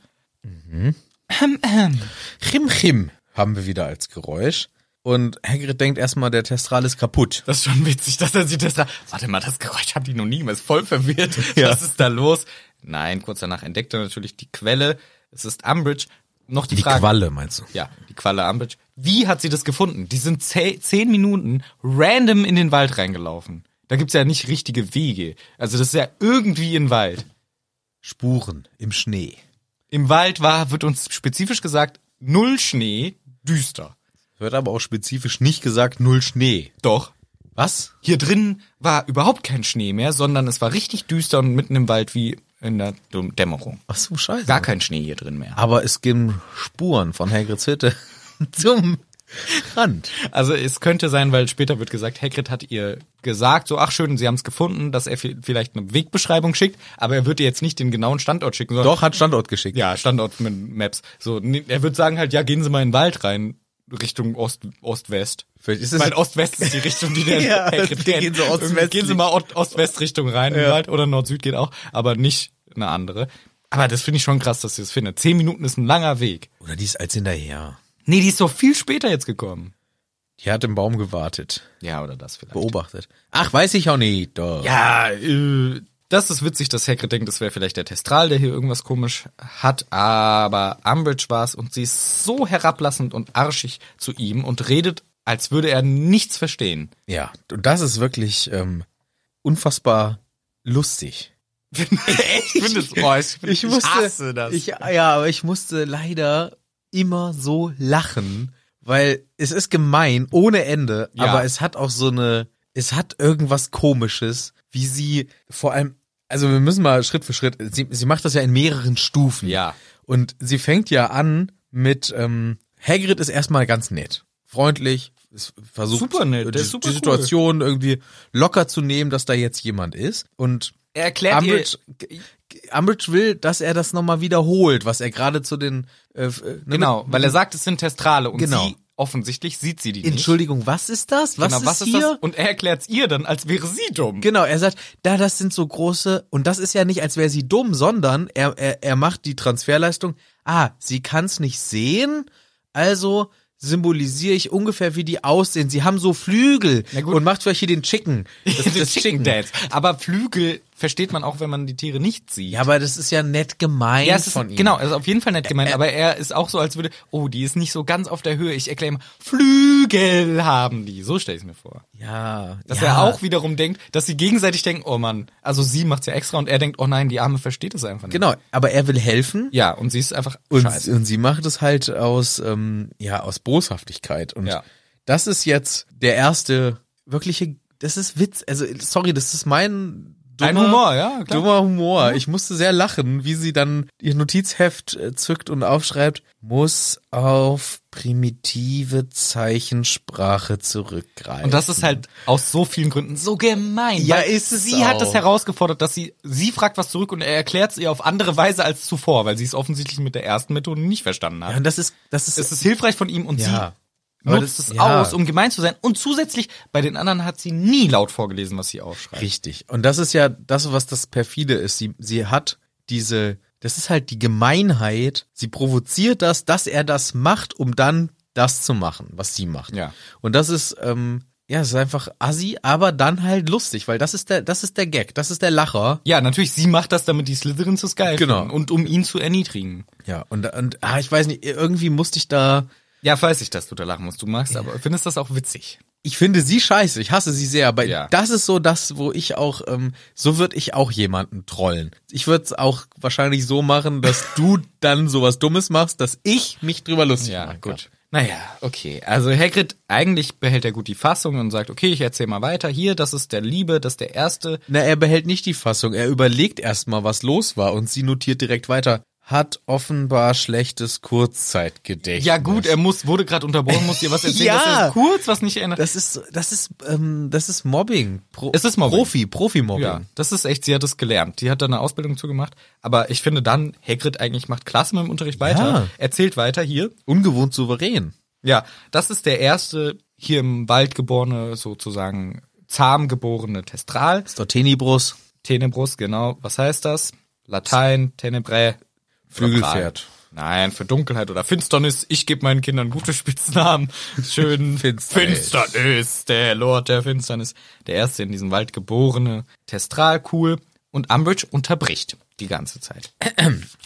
S1: Chim Chim haben wir wieder als Geräusch. Und Hagrid denkt erstmal, der Testral ist kaputt.
S2: Das ist schon witzig, dass er sieht, dass er, warte mal, das Geräusch haben die noch nie, man ist voll verwirrt. Was ist da los? Nein, kurz danach entdeckt er natürlich die Quelle. Es ist Umbridge. Noch die,
S1: Die
S2: Frage.
S1: Qualle, meinst du?
S2: Ja, die Qualle Ambridge. Wie hat sie das gefunden? Die sind zeh- zehn Minuten random in den Wald reingelaufen. Da gibt's ja nicht richtige Wege. Also das ist ja irgendwie im Wald.
S1: Spuren im Schnee.
S2: Im Wald war, wird uns spezifisch gesagt, null Schnee, düster.
S1: Wird aber auch spezifisch nicht gesagt, null Schnee.
S2: Doch.
S1: Was?
S2: Hier drin war überhaupt kein Schnee mehr, sondern es war richtig düster und mitten im Wald wie in der Dum- Dämmerung.
S1: Ach so, scheiße.
S2: Gar kein Schnee hier drin mehr.
S1: Aber es gehen Spuren von Hagrids Hütte zum Rand.
S2: Also es könnte sein, weil später wird gesagt, Hagrid hat ihr gesagt, so ach schön, sie haben es gefunden, dass er vi- vielleicht eine Wegbeschreibung schickt, aber er wird ihr jetzt nicht den genauen Standort schicken, sondern
S1: Doch, hat Standort geschickt.
S2: ja Standort mit Maps. So, ne- er wird sagen halt, ja gehen Sie mal in den Wald rein Richtung Ost Ost-West.
S1: Vielleicht ist es-
S2: Weil Ost-West ist die Richtung, also die der
S1: Ja,
S2: Hagrid
S1: die
S2: kennt.
S1: gehen so
S2: Irgendwie
S1: ostwestlich.
S2: Gehen Sie mal Ost- Ost-West-Richtung rein in den Wald oder Nord-Süd geht auch, aber nicht eine andere. Aber das finde ich schon krass, dass sie es findet. Zehn Minuten ist ein langer Weg.
S1: Oder die ist als hinterher.
S2: Nee, die ist so viel später jetzt gekommen.
S1: Die hat im Baum gewartet,
S2: Ja, oder das vielleicht.
S1: beobachtet. Ach, weiß ich auch nicht. Doch.
S2: Ja, äh, das ist witzig, dass Hagrid denkt, das wäre vielleicht der Testral, der hier irgendwas komisch hat, aber Umbridge war's und sie ist so herablassend und arschig zu ihm und redet, als würde er nichts verstehen.
S1: ja. Und das ist wirklich ähm, unfassbar lustig.
S2: ich finde es oh, ich, find- hasse das.
S1: Ich, ja, aber ich musste leider immer so lachen, weil es ist gemein ohne Ende,
S2: Ja.
S1: aber es hat auch so eine, es hat irgendwas Komisches, wie sie vor allem, also wir müssen mal Schritt für Schritt, sie, sie macht das ja in mehreren Stufen.
S2: Ja.
S1: Und sie fängt ja an mit, ähm, Hagrid ist erstmal ganz nett, freundlich, es versucht
S2: Super nett, der
S1: die,
S2: ist super
S1: die
S2: cool.
S1: Situation irgendwie locker zu nehmen, dass da jetzt jemand ist und
S2: er erklärt ihr,
S1: Umbridge, Umbridge will, dass er das nochmal wiederholt, was er gerade zu den äh, f- äh, ne,
S2: genau,
S1: mit-
S2: weil er sagt, es sind Testrale und
S1: Genau.
S2: sie Offensichtlich sieht sie die nicht.
S1: Entschuldigung, was ist das? Was,
S2: genau,
S1: ist,
S2: was ist
S1: hier?
S2: das? Und er erklärt's ihr dann, als wäre sie dumm.
S1: Genau, er sagt, da das sind so große, und das ist ja nicht, als wäre sie dumm, sondern er, er, er macht die Transferleistung. Ah, sie kann's nicht sehen, also symbolisiere ich ungefähr, wie die aussehen. Sie haben so Flügel
S2: Na gut.
S1: und macht vielleicht hier den Chicken. Das,
S2: Das,
S1: das Chicken.
S2: Dance. Aber Flügel versteht man auch, wenn man die Tiere nicht sieht.
S1: Ja, aber das ist ja nett gemeint
S2: Ja, es ist,
S1: von ihm.
S2: genau, es ist auf jeden Fall nett gemeint, aber er ist auch so, als würde, oh, die ist nicht so ganz auf der Höhe. Ich erkläre immer, Flügel haben die. So stelle ich mir vor.
S1: Ja,
S2: Dass
S1: ja.
S2: er auch wiederum denkt, dass sie gegenseitig denken, oh Mann, also sie macht's ja extra und er denkt, oh nein, die Arme versteht es einfach nicht.
S1: Genau, aber er will helfen.
S2: Ja, und sie ist einfach
S1: Und,
S2: scheiße.
S1: und sie macht es halt aus, ähm, ja, aus Boshaftigkeit. Und
S2: Ja.
S1: das ist jetzt der erste wirkliche, das ist Witz. Also, sorry, das ist mein dummer,
S2: Ein Humor, ja, klar.
S1: dummer Humor. Ich musste sehr lachen, wie sie dann ihr Notizheft äh, zückt und aufschreibt, muss auf primitive Zeichensprache zurückgreifen.
S2: Und das ist halt aus so vielen Gründen so gemein.
S1: Ja,
S2: weil
S1: ist es
S2: sie hat
S1: auch.
S2: es herausgefordert, dass sie sie fragt was zurück und er erklärt es ihr auf andere Weise als zuvor, weil sie es offensichtlich mit der ersten Methode nicht verstanden hat.
S1: ja, und das ist, das ist,
S2: es ist hilfreich von ihm und
S1: Ja.
S2: sie
S1: Aber
S2: nutzt
S1: das-
S2: es
S1: ja.
S2: aus, um gemein zu sein. Und zusätzlich bei den anderen hat sie nie laut vorgelesen, was sie aufschreibt.
S1: Richtig. Und das ist ja das, was das perfide ist. Sie, sie hat diese, das ist halt die Gemeinheit. Sie provoziert das, dass er das macht, um dann das zu machen, was sie macht.
S2: Ja.
S1: Und das ist, ähm, ja, es ist einfach assi, aber dann halt lustig, weil das ist der, das ist der Gag, das ist der Lacher.
S2: Ja, natürlich, sie macht das, damit die Slytherin zu Sky
S1: Genau.
S2: und um ihn zu erniedrigen.
S1: Ja. Und, und, ah, ich weiß nicht, irgendwie musste ich da,
S2: Ja, weiß ich, dass du da lachen musst. Du magst, aber findest das auch witzig.
S1: ich finde sie scheiße, ich hasse sie sehr, aber
S2: Ja.
S1: das ist so das, wo ich auch, ähm, so würde ich auch jemanden trollen. Ich würde es auch wahrscheinlich so machen, dass du dann sowas Dummes machst, dass ich mich drüber lustig
S2: Ja,
S1: machen
S2: gut. Naja, okay. Also Hagrid, eigentlich behält er gut die Fassung und sagt, okay, ich erzähl mal weiter. Hier, das ist der Liebe, das ist der Erste.
S1: Na, er behält nicht die Fassung, er überlegt erstmal, was los war und sie notiert direkt weiter. Hat offenbar schlechtes Kurzzeitgedächtnis.
S2: Ja gut, er muss, wurde gerade unterbrochen, muss dir was erzählen,
S1: Ja.
S2: dass er kurz was nicht erinnert.
S1: Das ist, das ist, ähm, das ist Mobbing. Pro
S2: Es ist Mobbing.
S1: Profi, Profi-Mobbing.
S2: Ja, das ist echt, sie hat es gelernt. Die hat da eine Ausbildung zugemacht. Aber ich finde dann, Hagrid eigentlich macht klasse mit dem Unterricht weiter,
S1: Ja.
S2: erzählt weiter hier.
S1: Ungewohnt souverän.
S2: Ja, das ist der erste hier im Wald geborene, sozusagen zahm geborene Testral.
S1: Stortenibrus,
S2: Tenebrus, genau. Was heißt das? Latein, Tenebrae.
S1: Flügelpferd.
S2: Nein, für Dunkelheit oder Finsternis. Ich gebe meinen Kindern gute Spitznamen. Schön
S1: Finsternis.
S2: Finsternis, der Lord der Finsternis. Der erste in diesem Wald geborene Testral, cool. Und Umbridge unterbricht die ganze Zeit.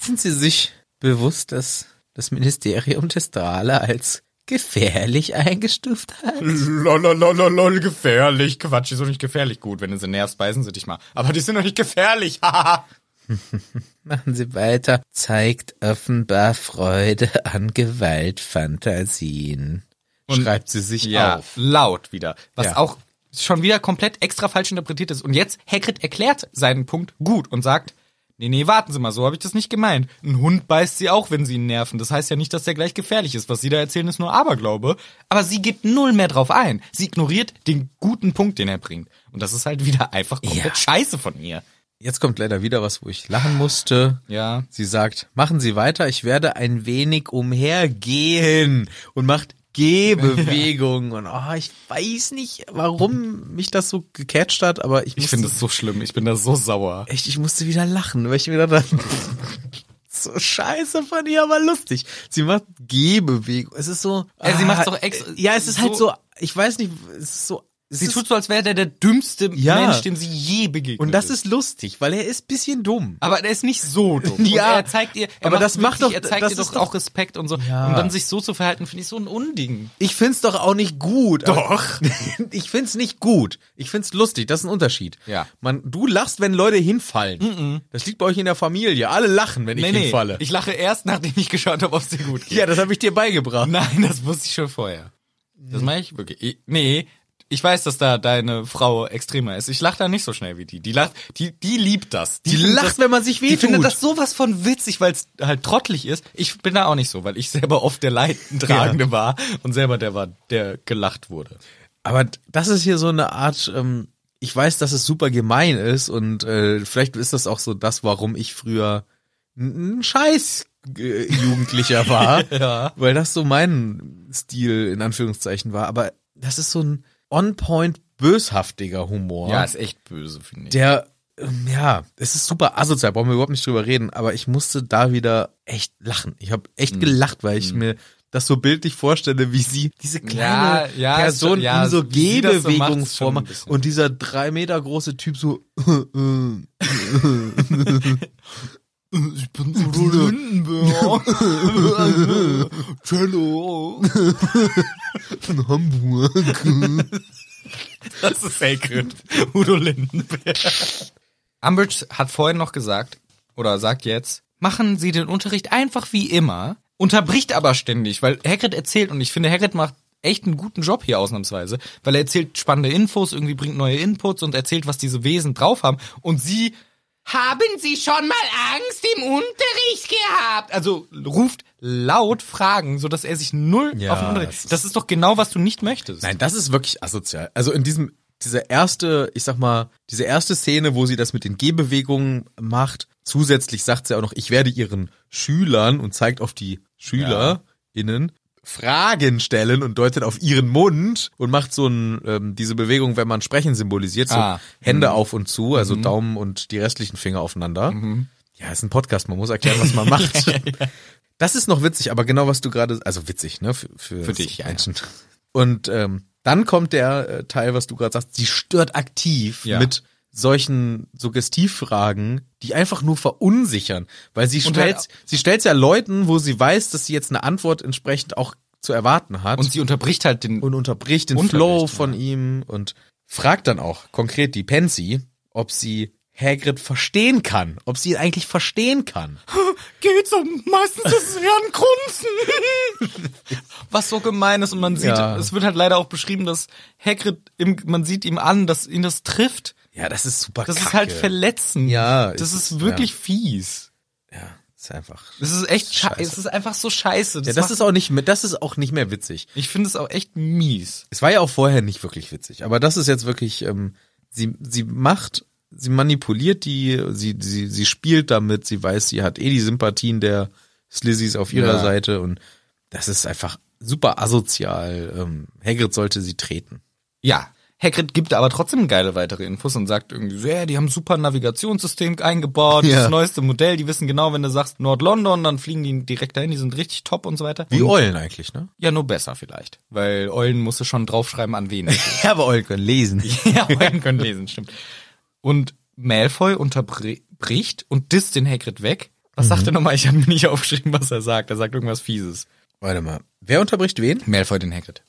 S1: Sind Sie sich bewusst, dass das Ministerium Testrale als gefährlich eingestuft hat?
S2: Lololololol, gefährlich. Quatsch, die sind doch nicht gefährlich. Gut, wenn du sie nervst, beißen sie dich mal. Aber die sind doch nicht gefährlich. haha.
S1: Machen Sie weiter. Zeigt offenbar Freude an Gewaltfantasien. Schreibt sie sich
S2: ja,
S1: auf.
S2: laut wieder. Was
S1: Ja.
S2: auch schon wieder komplett extra falsch interpretiert ist. Und jetzt, Hagrid erklärt seinen Punkt gut und sagt, nee, nee, warten Sie mal, so habe ich das nicht gemeint. Ein Hund beißt sie auch, wenn sie ihn nerven. Das heißt ja nicht, dass der gleich gefährlich ist. Was Sie da erzählen, ist nur Aberglaube. Aber sie geht null mehr drauf ein. Sie ignoriert den guten Punkt, den er bringt. Und das ist halt wieder einfach komplett
S1: Ja.
S2: scheiße von ihr.
S1: Jetzt kommt leider wieder was, wo ich lachen musste.
S2: Ja.
S1: Sie sagt, machen Sie weiter, ich werde ein wenig umhergehen und macht Gehbewegungen. Und ah, ich weiß nicht, warum mich das so gecatcht hat, aber ich,
S2: Ich
S1: musste
S2: finde es so schlimm. Ich bin da so sauer.
S1: echt, ich musste wieder lachen, weil ich mir gedacht habe, so scheiße von ihr, aber lustig. Sie macht Gehbewegung. Es ist so.
S2: Ja, sie
S1: ah,
S2: macht's doch ex-
S1: Ja, es ist halt
S2: so-
S1: so, ich weiß nicht, es ist so. Es
S2: Sie
S1: ist,
S2: tut so, als wäre der der dümmste
S1: Ja.
S2: Mensch, dem sie je begegnet
S1: und das ist lustig, weil er ist bisschen dumm.
S2: Aber er ist nicht so dumm.
S1: Ja,
S2: und er zeigt ihr, er
S1: aber
S2: macht
S1: das macht
S2: wirklich-
S1: doch-
S2: er zeigt
S1: das
S2: ihr
S1: ist
S2: doch,
S1: doch-
S2: auch Respekt und so.
S1: Ja.
S2: Und dann sich so zu verhalten, finde ich so ein Unding.
S1: Ich find's doch auch nicht gut. aber-
S2: Doch.
S1: ich find's nicht gut. Ich find's lustig. Das ist ein Unterschied.
S2: Ja.
S1: Man, du lachst, wenn Leute hinfallen. Das liegt bei euch in der Familie. Alle lachen, wenn ich hinfalle.
S2: Ich lache erst, nachdem ich geschaut habe, ob es dir gut geht.
S1: ja, das habe ich dir beigebracht.
S2: Nein, das wusste ich schon vorher. Das
S1: Mhm.
S2: mache ich wirklich. Ich, nee, ich weiß, dass da deine Frau extremer ist. Ich lache da nicht so schnell wie die. Die lacht, die, die liebt das.
S1: Die
S2: findet
S1: lacht,
S2: das,
S1: wenn man sich
S2: Die
S1: wehtut.
S2: findet das sowas von witzig, weil es halt trottelig ist. Ich bin da auch nicht so, weil ich selber oft der Leidtragende war und selber der war, der gelacht wurde.
S1: Aber das ist hier so eine Art, ähm, ich weiß, dass es super gemein ist und äh, vielleicht ist das auch so das, warum ich früher n- einen Scheiß äh, Jugendlicher war, weil das so mein Stil in Anführungszeichen war. Aber das ist so ein on-point böshaftiger Humor.
S2: Ja, ist echt böse, finde ich.
S1: der, ähm, ja, es ist super asozial, brauchen wir überhaupt nicht drüber reden, aber ich musste da wieder echt lachen. Ich habe
S2: Mhm.
S1: echt gelacht, weil ich mir das so bildlich vorstelle, wie sie diese kleine
S2: Ja, ja,
S1: Person
S2: so- ja,
S1: in so
S2: wie sie das so macht,
S1: Gehbewegungsform
S2: ist schon ein
S1: macht
S2: bisschen-
S1: und dieser drei Meter große Typ so äh,
S2: ich bin so Lindenberg. Cello.
S1: in Hamburg.
S2: Das ist Sacred. Udo Lindenberg. Umbridge hat vorhin noch gesagt, oder sagt jetzt, machen Sie den Unterricht einfach wie immer, unterbricht aber ständig, weil Hagrid erzählt, und ich finde, Hagrid macht echt einen guten Job hier ausnahmsweise, weil er erzählt spannende Infos, irgendwie bringt neue Inputs und erzählt, was diese Wesen drauf haben, und sie haben Sie schon mal Angst im Unterricht gehabt? Also ruft laut Fragen, sodass er sich null
S1: Ja,
S2: auf den Unterricht...
S1: das
S2: Das
S1: ist-
S2: ist, doch genau, was du nicht möchtest.
S1: Nein, das ist wirklich asozial. Also in diesem, diese erste, ich sag mal, diese erste Szene, wo sie das mit den Gehbewegungen macht, zusätzlich sagt sie auch noch, ich werde ihren Schülern und zeigt auf die SchülerInnen Fragen stellen und deutet auf ihren Mund und macht so ein, ähm, diese Bewegung, wenn man sprechen symbolisiert, so
S2: Ah. Mhm.
S1: Hände auf und zu, also Daumen und die restlichen Finger aufeinander. Ja, ist ein Podcast, man muss erklären, was man macht. Das ist noch witzig, aber genau was du gerade, also witzig, ne, für, für,
S2: Für dich, ja, ja.
S1: Menschen. Und ähm, dann kommt der äh, Teil, was du gerade sagst, sie stört aktiv
S2: Ja.
S1: mit solchen Suggestivfragen, die einfach nur verunsichern, weil sie
S2: Und
S1: stellt,
S2: halt-
S1: sie stellt ja Leuten, wo sie weiß, dass sie jetzt eine Antwort entsprechend auch zu erwarten hat
S2: Und sie unterbricht halt den
S1: und unterbricht den
S2: Unterricht,
S1: Flow
S2: ja.
S1: von ihm und fragt dann auch konkret die Pansy, ob sie Hagrid verstehen kann, ob sie ihn eigentlich verstehen kann.
S2: geht so um, meistens ist es eher ein Grunzen. Was so gemein ist und man sieht,
S1: Ja.
S2: es wird halt leider auch beschrieben, dass Hagrid, im, man sieht ihm an, dass ihn das trifft.
S1: Ja, das ist super
S2: Das
S1: kacke.
S2: ist halt verletzend.
S1: Ja,
S2: Das
S1: es
S2: ist,
S1: ist-
S2: wirklich fies.
S1: Ja, ist einfach.
S2: Das ist echt scheiße.
S1: Scheiße.
S2: Es ist einfach so scheiße.
S1: Ja, das
S2: macht-
S1: ist auch nicht mehr, das ist auch nicht mehr witzig.
S2: ich finde es auch echt mies.
S1: Es war ja auch vorher nicht wirklich witzig, aber das ist jetzt wirklich, ähm, sie, sie macht, sie manipuliert die, sie, sie, sie spielt damit, sie weiß, sie hat eh die Sympathien der Slizzies auf ihrer
S2: Ja.
S1: Seite und das ist einfach super asozial. Ähm, Hagrid sollte sie treten.
S2: Ja. Hagrid gibt aber trotzdem geile weitere Infos und sagt irgendwie so, ja, die haben ein super Navigationssystem eingebaut,
S1: Ja.
S2: das neueste Modell, die wissen genau, wenn du sagst Nord-London, dann fliegen die direkt dahin, die sind richtig top und so weiter.
S1: Wie Eulen eigentlich, ne?
S2: Ja, nur besser vielleicht. Weil Eulen musst du schon draufschreiben, an wen.
S1: Ja, aber Eulen können lesen.
S2: ja, Eulen können lesen, stimmt. Und Malfoy unterbricht und disst den Hagrid weg. Was
S1: Mhm.
S2: sagt er nochmal? Ich habe mir nicht aufgeschrieben, was er sagt. Er sagt irgendwas Fieses.
S1: Warte mal. Wer unterbricht wen?
S2: Malfoy den Hagrid.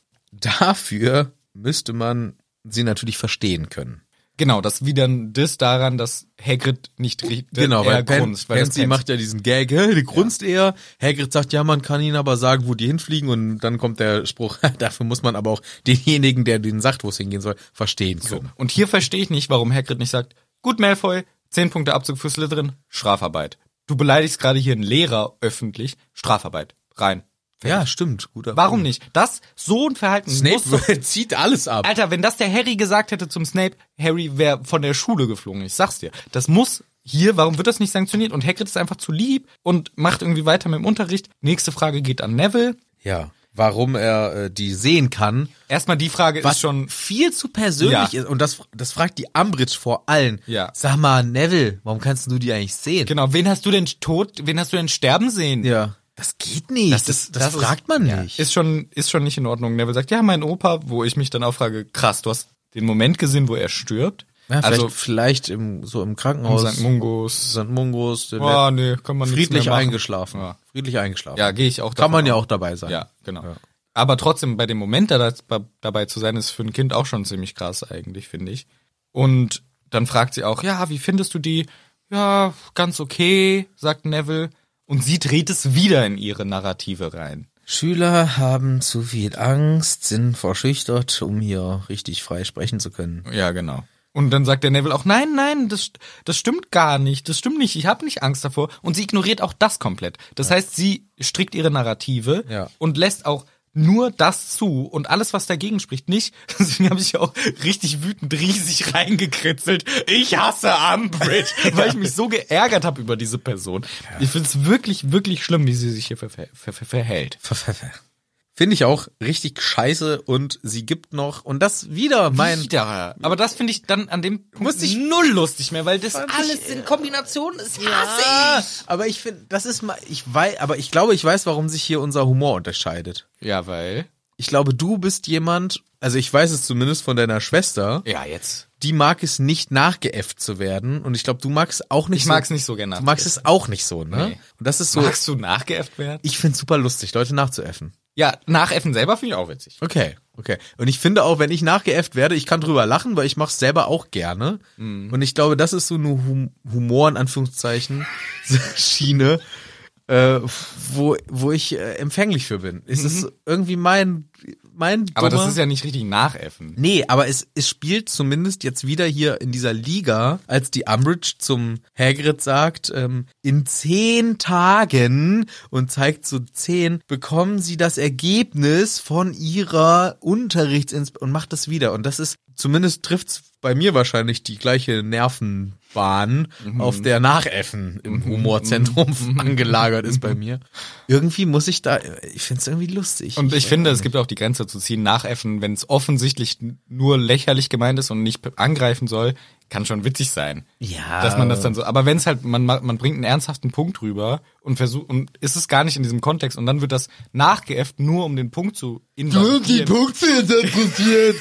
S1: Dafür müsste man sie natürlich verstehen können.
S2: Genau, das ist wieder ein Diss daran, dass Hagrid nicht richtig
S1: Genau,
S2: er
S1: weil Pen,
S2: grunzt, weil das
S1: Pansy
S2: Pens-
S1: macht ja diesen Gag, hä, die grunzt eher. Hagrid sagt, ja, man kann ihnen aber sagen, wo die hinfliegen und dann kommt der Spruch, dafür muss man aber auch denjenigen, der denen sagt, wo es hingehen soll, verstehen können.
S2: Und hier verstehe ich nicht, warum Hagrid nicht sagt, gut Malfoy, 10 Punkte Abzug für Slytherin, Strafarbeit. Du beleidigst gerade hier einen Lehrer öffentlich, Strafarbeit. Rein.
S1: Ja, stimmt. Guter
S2: Warum
S1: Punkt.
S2: nicht? Das, so ein Verhalten muss doch-
S1: Snape zieht alles ab.
S2: Alter, wenn das der Harry gesagt hätte zum Snape, Harry wäre von der Schule geflogen. Ich sag's dir. Das muss hier, warum wird das nicht sanktioniert? Und Hagrid ist einfach zu lieb und macht irgendwie weiter mit dem Unterricht. Nächste Frage geht an Neville.
S1: Ja, warum er äh, die sehen kann,
S2: Erstmal die Frage
S1: was
S2: ist schon,
S1: viel zu persönlich
S2: Ja.
S1: ist. Und das, das fragt die Umbridge vor allen.
S2: Ja.
S1: Sag mal, Neville, warum kannst du die eigentlich sehen?
S2: genau, wen hast du denn tot, wen hast du denn sterben sehen?
S1: Ja. Das geht nicht. Das, ist, das, fragt man
S2: ja,
S1: nicht.
S2: Ist schon, ist schon nicht in Ordnung. Neville sagt, ja, mein Opa, wo ich mich dann auch frage, krass, du hast den Moment gesehen, wo er stirbt.
S1: Ja, vielleicht,
S2: also,
S1: vielleicht im, so im
S2: in
S1: Krankenhaus.
S2: St. Mungos.
S1: St. Mungos, der
S2: Ah, nee, kann man
S1: wird
S2: nichts
S1: friedlich
S2: mehr machen.
S1: eingeschlafen.
S2: Ja.
S1: Friedlich eingeschlafen.
S2: Ja, gehe ich auch
S1: Kann
S2: davon
S1: man ja
S2: aus.
S1: auch dabei sein.
S2: Ja, genau. Aber trotzdem, bei dem Moment da, da, dabei zu sein, ist für ein Kind auch schon ziemlich krass eigentlich, finde ich. Und dann fragt sie auch, ja, wie findest du die? Ja, ganz okay, sagt Neville. Und sie dreht es wieder in ihre Narrative rein.
S1: Schüler haben zu viel Angst, sind verschüchtert, um hier richtig frei sprechen zu können.
S2: Ja, genau. Und dann sagt der Neville auch, nein, nein, das, st- das stimmt gar nicht, das stimmt nicht, ich habe nicht Angst davor. Und sie ignoriert auch das komplett. Das heißt, sie strickt ihre Narrative
S1: Ja.
S2: und lässt auch nur das zu und alles, was dagegen spricht, nicht. Deswegen habe ich auch richtig wütend riesig reingekritzelt. Ich hasse Umbridge, weil ich mich so geärgert habe über diese Person. Ich finde es wirklich, wirklich schlimm, wie sie sich hier verfe- ver ver verhält.
S1: Finde ich auch richtig scheiße und sie gibt noch, und das wieder mein,
S2: Wieder. Aber das finde ich dann an dem Punkt
S1: Muss ich-
S2: null lustig mehr, weil das
S1: Fand ich,
S2: alles in Kombination ist. eh
S1: Ah, aber ich finde, das ist mal, ich weiß, aber ich glaube, ich weiß, warum sich hier unser Humor unterscheidet.
S2: Ja, weil.
S1: Ich glaube, du bist jemand, also ich weiß es zumindest von deiner Schwester,
S2: Ja, jetzt.
S1: die mag es nicht nachgeäfft zu werden und ich glaube, du magst auch nicht
S2: Ich
S1: so.
S2: mag's nicht so gerne
S1: Du magst es auch nicht so, ne?
S2: Nee.
S1: Und das ist so,
S2: Magst du nachgeäfft werden?
S1: ich find's super lustig, Leute nachzuäffen.
S2: Ja, nachäffen selber finde ich auch witzig.
S1: Okay, okay. Und ich finde auch, wenn ich nachgeäfft werde, ich kann drüber lachen, weil ich mach's selber auch gerne.
S2: Mhm.
S1: Und ich glaube, das ist so eine hum Humor in Anführungszeichen Schiene, äh, wo wo ich äh, empfänglich für bin. Es ist irgendwie mein mein.
S2: Mhm. Aber das
S1: dummer-
S2: ist ja nicht richtig nachäffen.
S1: Nee, aber es, es spielt zumindest jetzt wieder hier in dieser Liga, als die Umbridge zum Hagrid sagt, ähm, in zehn Tagen und zeigt so zehn, bekommen sie das Ergebnis von ihrer Unterrichtsinspektion und macht das wieder. Und das ist, zumindest trifft's bei mir wahrscheinlich die gleiche Nervenbahn, auf der Nachäffen im Humorzentrum angelagert ist bei mir. Mhm. Irgendwie muss ich da, ich find's irgendwie lustig.
S2: Und ich finde, es gibt auch die Grenze zu ziehen. Nachäffen, wenn es offensichtlich n- nur lächerlich gemeint ist und nicht p- angreifen soll, kann schon witzig sein.
S1: Ja.
S2: Dass man das dann so, aber wenn es halt, man, ma- man bringt einen ernsthaften Punkt rüber und versucht, und ist es gar nicht in diesem Kontext und dann wird das nachgeäfft, nur um den Punkt zu invalidierend.
S1: Punkte interessiert.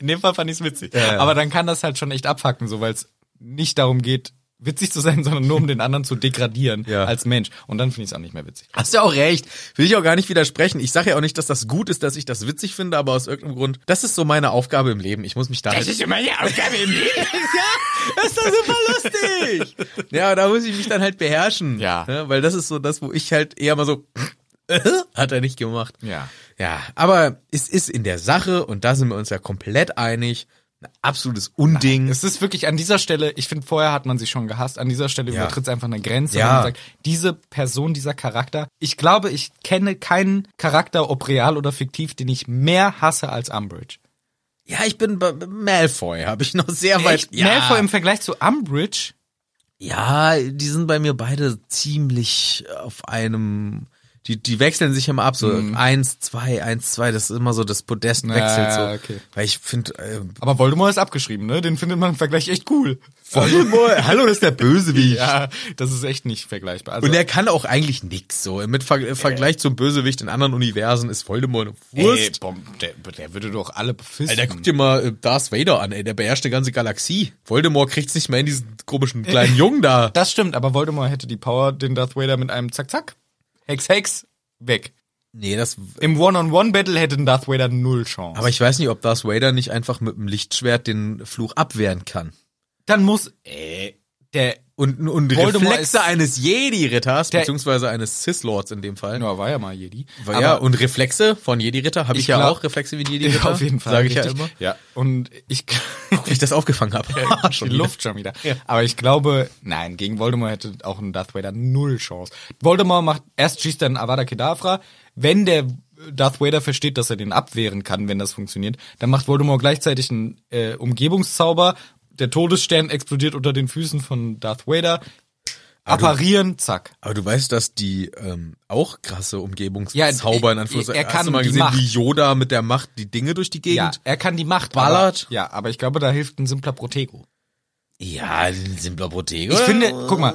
S2: In dem Fall fand ich es witzig. Aber dann kann das halt schon echt abfacken, so, weil es nicht darum geht, witzig zu sein, sondern nur um den anderen zu degradieren
S1: Ja.
S2: als Mensch. Und dann finde ich es auch nicht mehr witzig.
S1: Hast ja auch recht. Will ich auch gar nicht widersprechen. Ich sage ja auch nicht, dass das gut ist, dass ich das witzig finde, aber aus irgendeinem Grund, das ist so meine Aufgabe im Leben. Ich muss mich da. Das ist immer meine Aufgabe im Leben. ja, das ist doch super lustig. Ja, da muss ich mich dann halt beherrschen.
S2: Ja.
S1: Ne? Weil das ist so das, wo ich halt eher mal so, hat er nicht gemacht.
S2: Ja.
S1: Ja, aber es ist in der Sache, und da sind wir uns ja komplett einig, ein absolutes Unding.
S2: Es ist wirklich an dieser Stelle, ich finde, vorher hat man sie schon gehasst, an dieser Stelle
S1: Ja.
S2: übertritt es einfach eine Grenze,
S1: Ja.
S2: wenn man sagt, diese Person, dieser Charakter, ich glaube, ich kenne keinen Charakter, ob real oder fiktiv, den ich mehr hasse als Umbridge.
S1: ja, ich bin bei Malfoy, habe ich noch sehr weit.
S2: Echt? Malfoy im Vergleich zu Umbridge?
S1: Ja, die sind bei mir beide ziemlich auf einem. Die, die wechseln sich immer ab, so eins, zwei, eins, zwei, das ist immer so, das Podest
S2: Ja,
S1: wechselt so.
S2: ja, okay.
S1: Weil ich finde, äh,
S2: Aber Voldemort ist abgeschrieben, ne? Den findet man im Vergleich echt cool.
S1: Voldemort, hallo, das ist der Bösewicht.
S2: Ja, das ist echt nicht vergleichbar. Also,
S1: Und er kann auch eigentlich nix so. Mit Ver im Vergleich zum Bösewicht in anderen Universen ist Voldemort eine
S2: ey,
S1: Wurst.
S2: bom, der, der würde doch alle befisten.
S1: Alter, guck dir mal äh, Darth Vader an, ey, der beherrscht eine ganze Galaxie. Voldemort kriegt's nicht mehr in diesen komischen kleinen Jungen da.
S2: das stimmt, aber Voldemort hätte die Power, den Darth Vader mit einem Zack-Zack, Hex-Hex, weg.
S1: Nee, das.
S2: Im One-on-One-Battle hätte ein Darth Vader null Chance.
S1: Aber ich weiß nicht, ob Darth Vader nicht einfach mit dem Lichtschwert den Fluch abwehren kann.
S2: dann muss äh, der
S1: Und, und
S2: Voldemort
S1: Reflexe
S2: ist-
S1: eines Jedi-Ritters,
S2: Der-
S1: beziehungsweise eines Sith-Lords in dem Fall.
S2: ja, war ja mal Jedi.
S1: Weil Ja, und Reflexe von Jedi-Ritter habe ich,
S2: Ich
S1: ja
S2: glaub-
S1: auch, Reflexe wie ein Jedi-Ritter.
S2: ja, auf jeden Fall.
S1: Sage ich ja
S2: richtig.
S1: immer.
S2: Ja. Und ich
S1: Wie ich das aufgefangen habe.
S2: die Luft schon wieder. Aber ich glaube, nein, gegen Voldemort hätte auch ein Darth Vader null Chance. Voldemort macht erst schießt er einen Avada Kedavra, wenn der Darth Vader versteht, dass er den abwehren kann, wenn das funktioniert, dann macht Voldemort gleichzeitig einen äh, Umgebungszauber. Der Todesstern explodiert unter den Füßen von Darth Vader. Apparieren, zack.
S1: Aber du weißt, dass die ähm, auch krasse
S2: Ja,
S1: Umgebungszauber in
S2: er-
S1: Anführungszeichen.
S2: er kann
S1: Hast du mal
S2: die
S1: gesehen,
S2: Macht.
S1: wie Yoda mit der Macht die Dinge durch die
S2: Ja,
S1: Gegend?
S2: er kann die Macht.
S1: Ballert.
S2: Aber, ja, aber ich glaube, da hilft ein simpler Protego.
S1: Ja, ein simpler Protego.
S2: Ich finde, guck mal,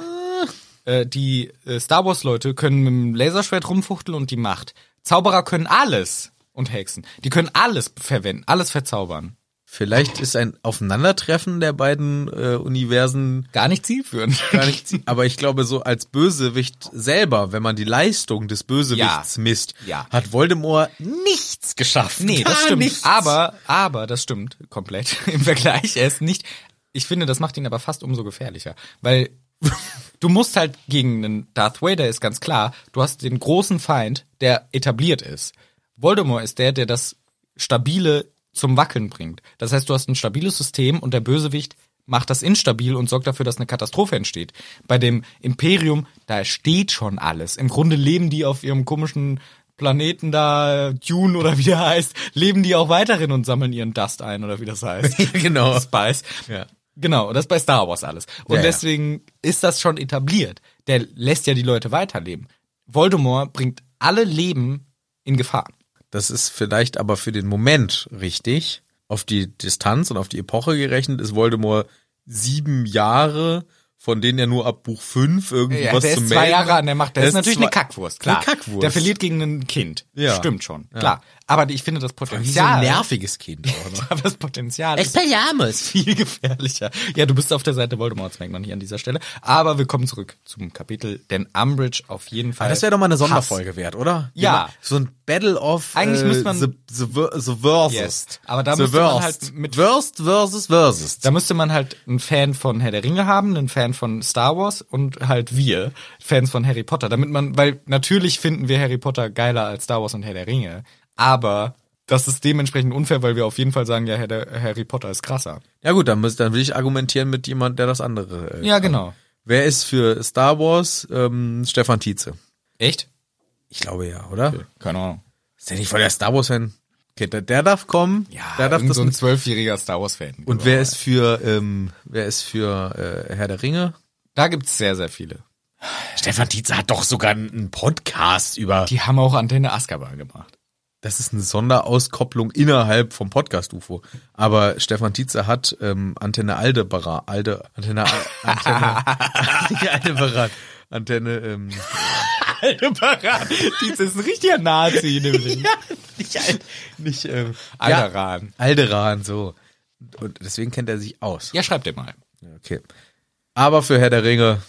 S2: äh, die äh, Star Wars-Leute können mit dem Laserschwert rumfuchteln und die Macht. Zauberer können alles und Hexen. Die können alles verwenden, alles verzaubern.
S1: Vielleicht ist ein Aufeinandertreffen der beiden äh, Universen
S2: Gar nicht zielführend.
S1: gar nicht, aber ich glaube, so als Bösewicht selber, wenn man die Leistung des Bösewichts
S2: Ja.
S1: misst,
S2: Ja.
S1: hat Voldemort nichts geschafft.
S2: Nee, das
S1: Gar
S2: stimmt.
S1: Nichts.
S2: Aber, aber, das stimmt komplett. Im Vergleich, er ist nicht. Ich finde, das macht ihn aber fast umso gefährlicher. Weil du musst halt gegen einen Darth Vader, ist ganz klar, du hast den großen Feind, der etabliert ist. Voldemort ist der, der das Stabile zum Wackeln bringt. Das heißt, du hast ein stabiles System und der Bösewicht macht das instabil und sorgt dafür, dass eine Katastrophe entsteht. Bei dem Imperium, da steht schon alles. Im Grunde leben die auf ihrem komischen Planeten da, äh, Dune oder wie der heißt, leben die auch weiterhin und sammeln ihren Dust ein oder wie das heißt.
S1: Genau.
S2: Spice.
S1: Ja.
S2: Genau, das ist bei Star Wars alles. Und
S1: Ja, ja.
S2: deswegen ist das schon etabliert. Der lässt ja die Leute weiterleben. Voldemort bringt alle Leben in Gefahr.
S1: Das ist vielleicht aber für den Moment richtig. Auf die Distanz und auf die Epoche gerechnet ist Voldemort sieben Jahre, von denen er nur ab Buch fünf irgendwie
S2: Ja,
S1: was
S2: der
S1: zu
S2: ist
S1: melden
S2: zwei Jahre an der Macht. Der
S1: Er
S2: ist natürlich
S1: zwei-
S2: eine Kackwurst, klar.
S1: Eine Kackwurst.
S2: Der verliert gegen ein Kind.
S1: Ja.
S2: Stimmt schon,
S1: Ja.
S2: klar. Aber ich finde das
S1: Wie so ein
S2: Potenzial.
S1: nerviges Kind auch noch.
S2: aber das Potenzial ist
S1: Expelliarmus.
S2: viel gefährlicher. Ja, du bist auf der Seite Voldemorts, merkt man hier an dieser Stelle. Aber wir kommen zurück zum Kapitel, denn Umbridge auf jeden Fall.
S1: Ah, Das wäre doch mal eine
S2: hasst.
S1: Sonderfolge wert, oder?
S2: Ja.
S1: So ein Battle of
S2: Eigentlich
S1: äh,
S2: müsste man-
S1: the, the, ver- the Versus.
S2: Yes. Aber da
S1: the
S2: müsste man
S1: Worst.
S2: halt mit-
S1: Worst versus Versus.
S2: Da müsste man halt einen Fan von Herr der Ringe haben, einen Fan von Star Wars und halt wir, Fans von Harry Potter, damit man, weil natürlich finden wir Harry Potter geiler als Star Wars und Herr der Ringe, aber das ist dementsprechend unfair, weil wir auf jeden Fall sagen, ja, Herr der, Harry Potter ist krasser.
S1: Ja gut, dann, müsst, dann will ich argumentieren mit jemand, der das andere. Äh,
S2: Ja, genau.
S1: Wer ist für Star Wars? Ähm, Stefan Tietze.
S2: Echt?
S1: Ich glaube ja, oder?
S2: Keine Ahnung.
S1: Ist der nicht voll der Star Wars Fan? Okay, der, der darf kommen. der darf
S2: irgend
S1: das.
S2: so ein
S1: mit-
S2: zwölfjähriger Star Wars-Fan.
S1: und wer ist für ähm, wer ist für äh, Herr der Ringe?
S2: Da gibt's sehr, sehr viele.
S1: Stefan Tietze hat doch sogar einen Podcast über.
S2: Die haben auch Antenne Azkaban gemacht.
S1: Das ist eine Sonderauskopplung innerhalb vom Podcast UFO. Aber Stefan Tietze hat ähm, Antenne Aldebaran, Alde, Antenne, Antenne, nicht Aldebaran, Antenne. Ähm,
S2: Aldebaran. Dietz ist ein richtiger Nazi, nämlich. ja.
S1: nicht Al, nicht ähm, ja,
S2: Alderan.
S1: Alderan so. Und deswegen kennt er sich aus.
S2: Ja, schreib dir mal.
S1: Okay. Aber für Herr der Ringe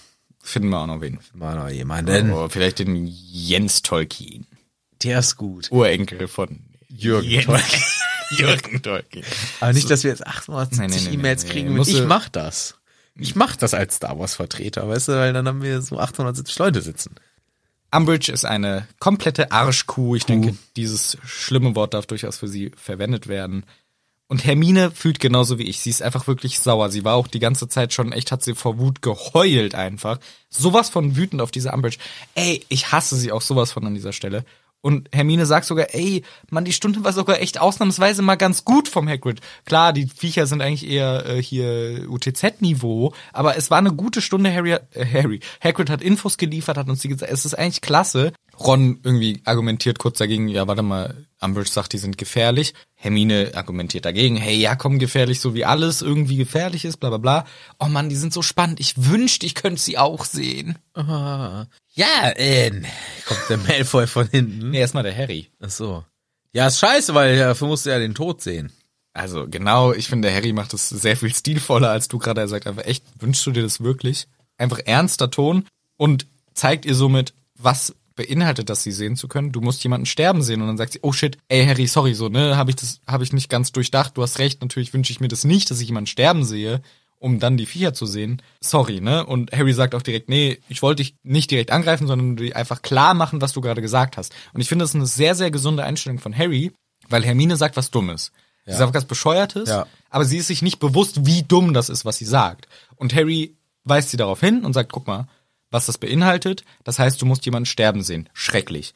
S2: Finden wir auch noch wen.
S1: war noch jemanden.
S2: Oh, vielleicht den Jens Tolkien.
S1: Der ist gut.
S2: Urenkel von
S1: Jürgen
S2: Jens-
S1: Tolkien. Also
S2: Jürgen Tolkien.
S1: Aber nicht, dass wir jetzt
S2: Nein, nein,
S1: 870
S2: nein,
S1: E-Mails
S2: nein,
S1: kriegen.
S2: nein.
S1: mit,
S2: Musst
S1: ich
S2: du-
S1: mach das. Ich mach das als Star Wars Vertreter, weißt du, weil dann haben wir so 870 Leute sitzen.
S2: Umbridge ist eine komplette Arschkuh. Ich denke, dieses schlimme Wort darf durchaus für sie verwendet werden. Und Hermine fühlt genauso wie ich. Sie ist einfach wirklich sauer. Sie war auch die ganze Zeit schon echt, hat sie vor Wut geheult einfach. Sowas von wütend auf diese Umbridge. Ey, ich hasse sie auch sowas von an dieser Stelle. Und Hermine sagt sogar, ey, Mann, die Stunde war sogar echt ausnahmsweise mal ganz gut vom Hagrid. Klar, die Viecher sind eigentlich eher äh, hier UTZ-Niveau, aber es war eine gute Stunde. Harry, hat- äh, Harry, Hagrid hat Infos geliefert, hat uns die gesagt, es ist eigentlich klasse. Ron irgendwie argumentiert kurz dagegen, ja, warte mal, Umbridge sagt, die sind gefährlich. Hermine argumentiert dagegen, hey, ja, komm, gefährlich, so wie alles irgendwie gefährlich ist, bla bla bla. Oh Mann, die sind so spannend. Ich wünschte, ich könnte sie auch sehen.
S1: Ja, äh, kommt der Malfoy von hinten.
S2: Nee, erstmal der Harry.
S1: Ach so. Ja, ist scheiße, weil dafür musst du ja den Tod sehen.
S2: Also genau, ich finde, Harry macht das sehr viel stilvoller, als du gerade. Er sagt einfach, echt, wünschst du dir das wirklich? Einfach ernster Ton und zeigt ihr somit, was beinhaltet das, sie sehen zu können. Du musst jemanden sterben sehen und dann sagt sie, oh shit, ey Harry, sorry, so, ne, habe ich das, habe ich nicht ganz durchdacht. Du hast recht, natürlich wünsche ich mir das nicht, dass ich jemanden sterben sehe, um dann die Viecher zu sehen. Sorry, ne? Und Harry sagt auch direkt, nee, ich wollte dich nicht direkt angreifen, sondern dir einfach klar machen, was du gerade gesagt hast. Und ich finde, das ist eine sehr, sehr gesunde Einstellung von Harry, weil Hermine sagt was Dummes. Sie sagt was Bescheuertes,
S1: Ja.
S2: aber sie ist sich nicht bewusst, wie dumm das ist, was sie sagt. Und Harry weist sie darauf hin und sagt, guck mal, was das beinhaltet. Das heißt, du musst jemanden sterben sehen. Schrecklich.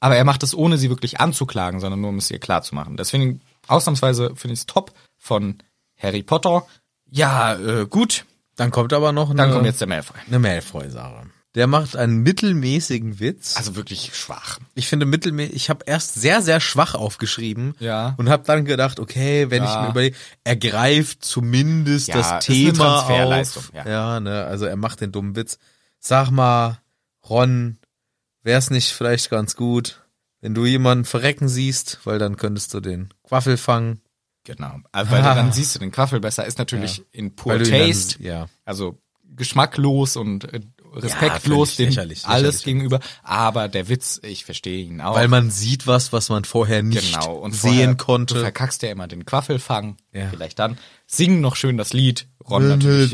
S2: Aber er macht es, ohne sie wirklich anzuklagen, sondern nur, um es ihr klarzumachen. Deswegen, ausnahmsweise finde ich es top von Harry Potter. Ja, äh, gut.
S1: Dann kommt aber noch eine,
S2: Dann kommt jetzt der Malfoy.
S1: eine Malfoy-Sache. Der macht einen mittelmäßigen Witz.
S2: Also wirklich schwach.
S1: Ich finde mittelmäßig, ich habe erst sehr, sehr schwach aufgeschrieben
S2: Ja.
S1: und habe dann gedacht, okay, wenn
S2: Ja.
S1: ich mir überlege, er greift zumindest
S2: Ja,
S1: das
S2: ist eine
S1: Thema
S2: Transferleistung,
S1: auf.
S2: ja.
S1: ne, also er macht den dummen Witz. Sag mal, Ron, wär's nicht vielleicht ganz gut, wenn du jemanden verrecken siehst, weil dann könntest du den Quaffel fangen.
S2: Genau. Also, weil dann siehst du den Quaffel besser. Ist natürlich in
S1: Ah.
S2: poor
S1: weil du ihn dann-
S2: taste.
S1: ja.
S2: Also geschmacklos und äh,
S1: Ja, völlig
S2: respektlos dem
S1: lächerlich,
S2: alles
S1: lächerlich.
S2: gegenüber. Aber der Witz, ich verstehe ihn auch.
S1: Weil man sieht was, was man vorher nicht
S2: genau und vorher,
S1: sehen
S2: Du
S1: konnte.
S2: verkackst ja immer den Quaffelfang.
S1: Ja.
S2: Vielleicht dann. Singen noch schön das Lied. Ron natürlich.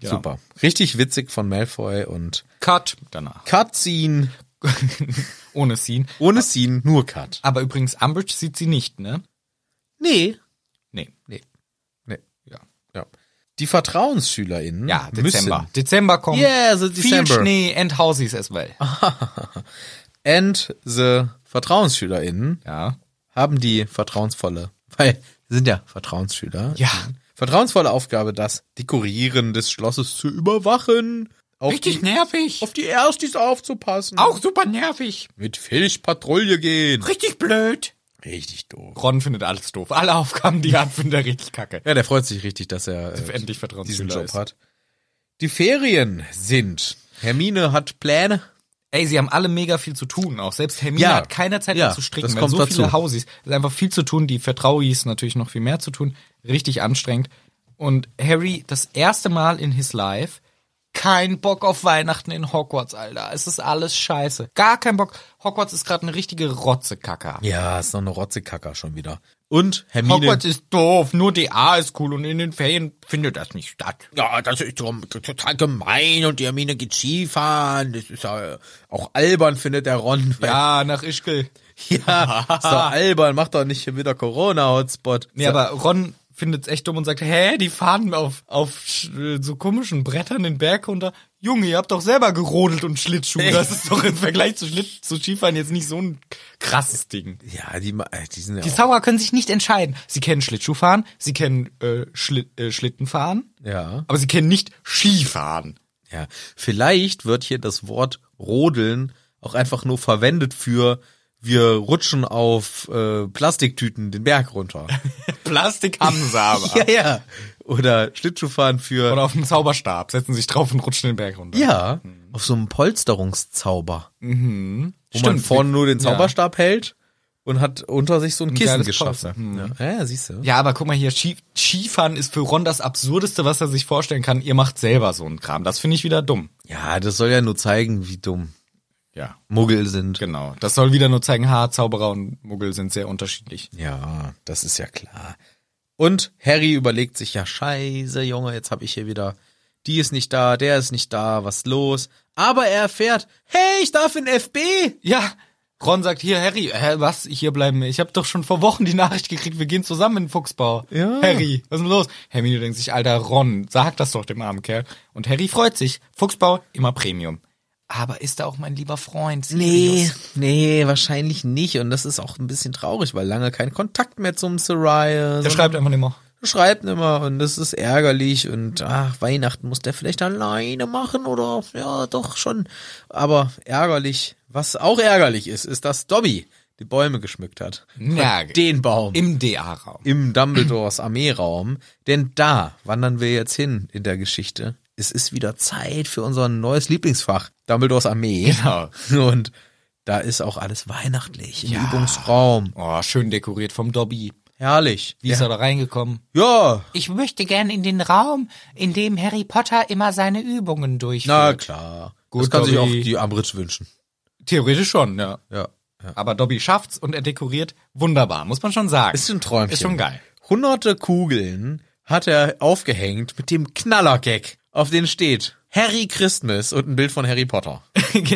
S2: Ja.
S1: Super. Richtig witzig von Malfoy und
S2: Cut danach.
S1: Cutscene.
S2: Ohne Scene.
S1: Ohne Scene, nur Cut.
S2: Aber übrigens, Umbridge sieht sie nicht, ne?
S1: Nee.
S2: Nee.
S1: Nee.
S2: Ja.
S1: Ja. Die VertrauensschülerInnen.
S2: Ja, Dezember. Dezember kommt.
S1: Yeah, so Dezember. Ah.
S2: Viel Schnee and Housies as well.
S1: müssen- and the VertrauensschülerInnen
S2: Ja.
S1: haben die vertrauensvolle, weil sie sind ja Vertrauensschüler.
S2: Ja.
S1: Vertrauensvolle Aufgabe, das Dekorieren des Schlosses zu überwachen. Auf
S2: Richtig
S1: die,
S2: nervig.
S1: Auf die Erstis aufzupassen.
S2: Auch super nervig.
S1: Mit Fisch Patrouille gehen.
S2: Richtig blöd.
S1: Richtig doof.
S2: Ron findet alles doof. Alle Aufgaben, die er hat, findet er richtig kacke.
S1: Ja, der freut sich richtig, dass er äh,
S2: Endlich
S1: diesen
S2: Vertrauensschüler
S1: Job
S2: ist.
S1: hat. Die Ferien sind. Hermine hat Pläne.
S2: Ey, sie haben alle mega viel zu tun auch. Selbst Hermine
S1: Ja.
S2: hat keine Zeit
S1: Ja,
S2: mehr zu stricken.
S1: das
S2: Wenn
S1: kommt
S2: so viele
S1: dazu.
S2: Hausis, ist einfach viel zu tun. Die Vertrauis natürlich noch viel mehr zu tun. Richtig anstrengend. Und Harry, das erste Mal in his life, kein Bock auf Weihnachten in Hogwarts, Alter. Es ist alles scheiße. Gar kein Bock. Hogwarts ist gerade eine richtige Rotzekacke.
S1: Ja, ist noch eine Rotzekacker schon wieder. Und Hermine.
S2: Hogwarts ist doof. Nur DA ist cool und in den Ferien findet das nicht statt.
S1: Ja, das ist doch total gemein und die Hermine geht Skifahren. Das ist ja äh, auch albern, findet der Ron.
S2: Ja, nach Ischgl.
S1: ja ist doch albern, macht doch nicht hier wieder Corona-Hotspot.
S2: Nee, aber Ron findet's echt dumm und sagt, hä, die fahren auf, auf sch- äh, so komischen Brettern den Berg runter. Junge, ihr habt doch selber gerodelt und Schlittschuhe. Das ist doch im Vergleich zu, Schlitt, zu Skifahren jetzt nicht so ein krasses Ding.
S1: ja, die, ma- äh, die sind ja
S2: Die
S1: auch,
S2: Zauberer können sich nicht entscheiden. Sie kennen Schlittschuhfahren, sie kennen äh, Schli äh, Schlittenfahren,
S1: ja,
S2: aber sie kennen nicht Skifahren.
S1: ja. Vielleicht wird hier das Wort Rodeln auch einfach nur verwendet für wir rutschen auf äh, Plastiktüten den Berg runter.
S2: Plastik haben sie aber.
S1: ja. Oder Schlittschuhfahren für
S2: Oder auf dem Zauberstab, setzen sich drauf und rutschen den Berg runter.
S1: ja,
S2: Hm.
S1: auf so einem Polsterungszauber. wo man
S2: Stimmt.
S1: vorne nur den
S2: Ja.
S1: Zauberstab hält und hat unter sich so ein Kissen
S2: geiles Hm.
S1: geschaffen.
S2: Polster.
S1: Ja, ja, siehst du.
S2: Ja, aber guck mal hier, Ski- Skifahren ist für Ron das Absurdeste, was er sich vorstellen kann. Ihr macht selber so einen Kram. Das finde ich wieder dumm.
S1: Ja, das soll ja nur zeigen, wie dumm
S2: Ja.
S1: Muggel sind.
S2: Genau. Das soll wieder nur zeigen, ha, Zauberer und Muggel sind sehr unterschiedlich.
S1: Ja, das ist ja klar. Und Harry überlegt sich, ja, scheiße, Junge, jetzt hab ich hier wieder, die ist nicht da, der ist nicht da, was los? Aber er erfährt, hey, ich darf in FB.
S2: Ja, Ron sagt hier, Harry, hä, was? Hier bleiben wir. Ich habe doch schon vor Wochen die Nachricht gekriegt, wir gehen zusammen in den Fuchsbau.
S1: Ja.
S2: Harry, was ist denn los? Hermine denkt sich, alter Ron, sag das doch dem armen Kerl. Und Harry freut sich. Fuchsbau, immer Premium. Aber ist da auch mein lieber Freund? Sirius?
S1: nee, wahrscheinlich nicht. Und das ist auch ein bisschen traurig, weil lange kein Kontakt mehr zum Sirius.
S2: Der schreibt einfach nicht mehr.
S1: schreibt nimmer und das ist ärgerlich und ach, Weihnachten muss der vielleicht alleine machen oder ja, doch schon. Aber ärgerlich, was auch ärgerlich ist, ist, dass Dobby die Bäume geschmückt hat.
S2: Ja,
S1: Den Baum im,
S2: im DA-Raum.
S1: Dumbledores Armeeraum, denn da wandern wir jetzt hin in der Geschichte. Es ist wieder Zeit für unser neues Lieblingsfach, Dumbledores Armee.
S2: Genau.
S1: Und da ist auch alles weihnachtlich im Übungsraum.
S2: Oh, schön dekoriert vom Dobby.
S1: Herrlich.
S2: Wie ist er da reingekommen?
S1: Ja,
S4: Ich möchte gern in den Raum, in dem Harry Potter immer seine Übungen durchführt.
S1: na klar.
S2: Gut,
S1: das kann sich auch
S2: Dobby.
S1: die Ambridge wünschen.
S2: Theoretisch schon, ja.
S1: Ja.
S2: Aber Dobby schafft's und er dekoriert wunderbar, muss man schon sagen.
S1: Ist ein Träumchen.
S2: Ist schon geil.
S1: Hunderte Kugeln hat er aufgehängt mit dem Knallergag, auf den steht Harry Christmas und ein Bild von Harry Potter.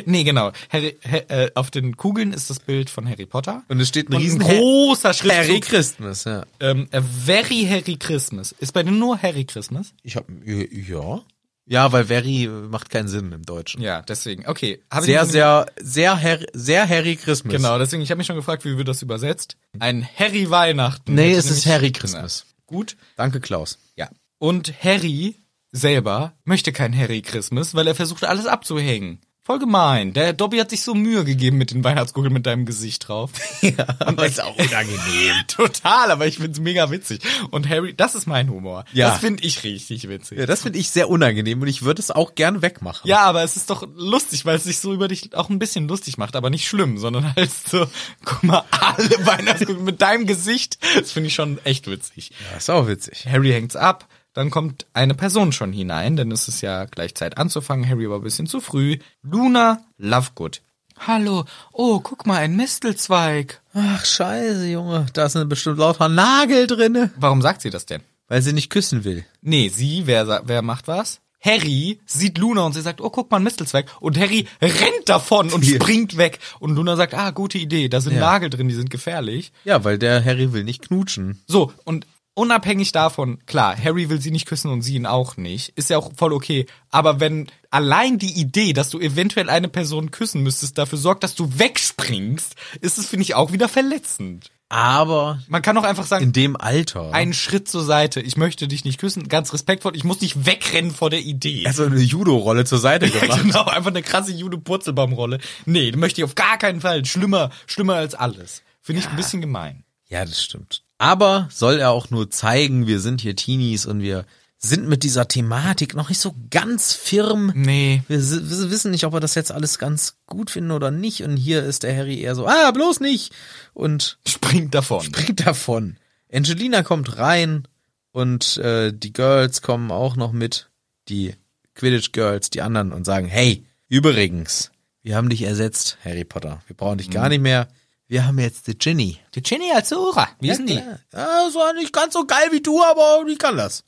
S2: nee, genau. Harry, Har- äh, auf den Kugeln ist das Bild von Harry Potter.
S1: Und es steht ein
S2: Und
S1: riesen
S2: großer
S1: Ha- Harry
S2: Schriftzug.
S1: Christmas, ja.
S2: Ähm, a very Harry Christmas. Ist bei dir nur Harry Christmas?
S1: Ich hab, ja. Ja, weil Very macht keinen Sinn im Deutschen.
S2: Ja, deswegen. Okay. Hab
S1: Sehr,
S2: ich mir-
S1: sehr, sehr, Harry, sehr Harry Christmas.
S2: Genau, deswegen, ich habe mich schon gefragt, wie wird das übersetzt? Ein Harry Weihnachten.
S1: Nee,
S2: Hätte
S1: es ist
S2: nämlich-
S1: Harry Christmas.
S2: Na, Gut.
S1: Danke, Klaus.
S2: Ja. Und Harry selber möchte kein Harry Christmas, weil er versucht, alles abzuhängen. Voll gemein. Der Dobby hat sich so Mühe gegeben mit den Weihnachtskugeln mit deinem Gesicht drauf. Ja, aber ist auch unangenehm. Total, aber ich find's mega witzig. Und Harry, das ist mein Humor.
S1: Ja.
S2: Das finde ich richtig witzig.
S1: Ja,
S2: Ja.
S1: das finde ich sehr unangenehm und ich würde es auch gern wegmachen.
S2: aber es ist doch lustig, weil es sich so über dich auch ein bisschen lustig macht, aber nicht schlimm, sondern halt so, guck mal, alle Weihnachtskugeln mit deinem Gesicht. Das finde ich schon echt witzig.
S1: Ja, ist auch witzig.
S2: Harry hängt's ab, dann kommt eine Person schon hinein, denn es ist ja gleich Zeit anzufangen. Harry war ein bisschen zu früh. Luna Lovegood. Hallo, oh, guck mal, ein Mistelzweig.
S1: Ach, scheiße, Junge. Da sind bestimmt lauter Nagel drinne.
S2: Warum sagt sie das denn?
S1: Weil sie nicht küssen will.
S2: Nee, sie, wer, sa- wer macht was? Harry sieht Luna und sie sagt, oh, guck mal, ein Mistelzweig. Und Harry rennt davon und
S1: Ja.
S2: springt weg. Und Luna sagt, ah, gute Idee, da sind
S1: Ja.
S2: Nagel drin, die sind gefährlich.
S1: Ja, weil der Harry will nicht knutschen.
S2: So, und unabhängig davon, klar, Harry will sie nicht küssen und sie ihn auch nicht, ist ja auch voll okay. Aber wenn allein die Idee, dass du eventuell eine Person küssen müsstest, dafür sorgt, dass du wegspringst, ist es, finde ich, auch wieder verletzend.
S1: Aber
S2: Man kann auch einfach sagen,
S1: in dem Alter.
S2: einen Schritt zur Seite, ich möchte dich nicht küssen, ganz respektvoll, ich muss nicht wegrennen vor der Idee.
S1: also eine Judo-Rolle zur Seite
S2: Ja,
S1: gemacht.
S2: genau, einfach eine krasse Jude Purzelbaumrolle. Nee, die möchte ich auf gar keinen Fall. Schlimmer, schlimmer als alles. Finde ich ein bisschen gemein.
S1: Ja, das stimmt. Aber soll er auch nur zeigen, wir sind hier Teenies und wir sind mit dieser Thematik noch nicht so ganz firm.
S2: Nee.
S1: Wir, s- wir wissen nicht, ob wir das jetzt alles ganz gut finden oder nicht. Und hier ist der Harry eher so, ah, bloß nicht. Und
S2: Springt davon.
S1: springt davon. Angelina kommt rein und äh, die Girls kommen auch noch mit, die Quidditch Girls, die anderen und sagen, hey, übrigens, wir haben dich ersetzt, Harry Potter. Wir brauchen dich gar nicht mehr. Wir haben jetzt die Ginny.
S4: Die Ginny als Zora. Wie ist denn die?
S1: Ja, so nicht ganz so geil wie du, aber die kann das.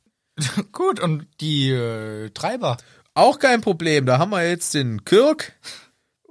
S2: Gut, und die äh, Treiber.
S1: Auch kein Problem. Da haben wir jetzt den Kirk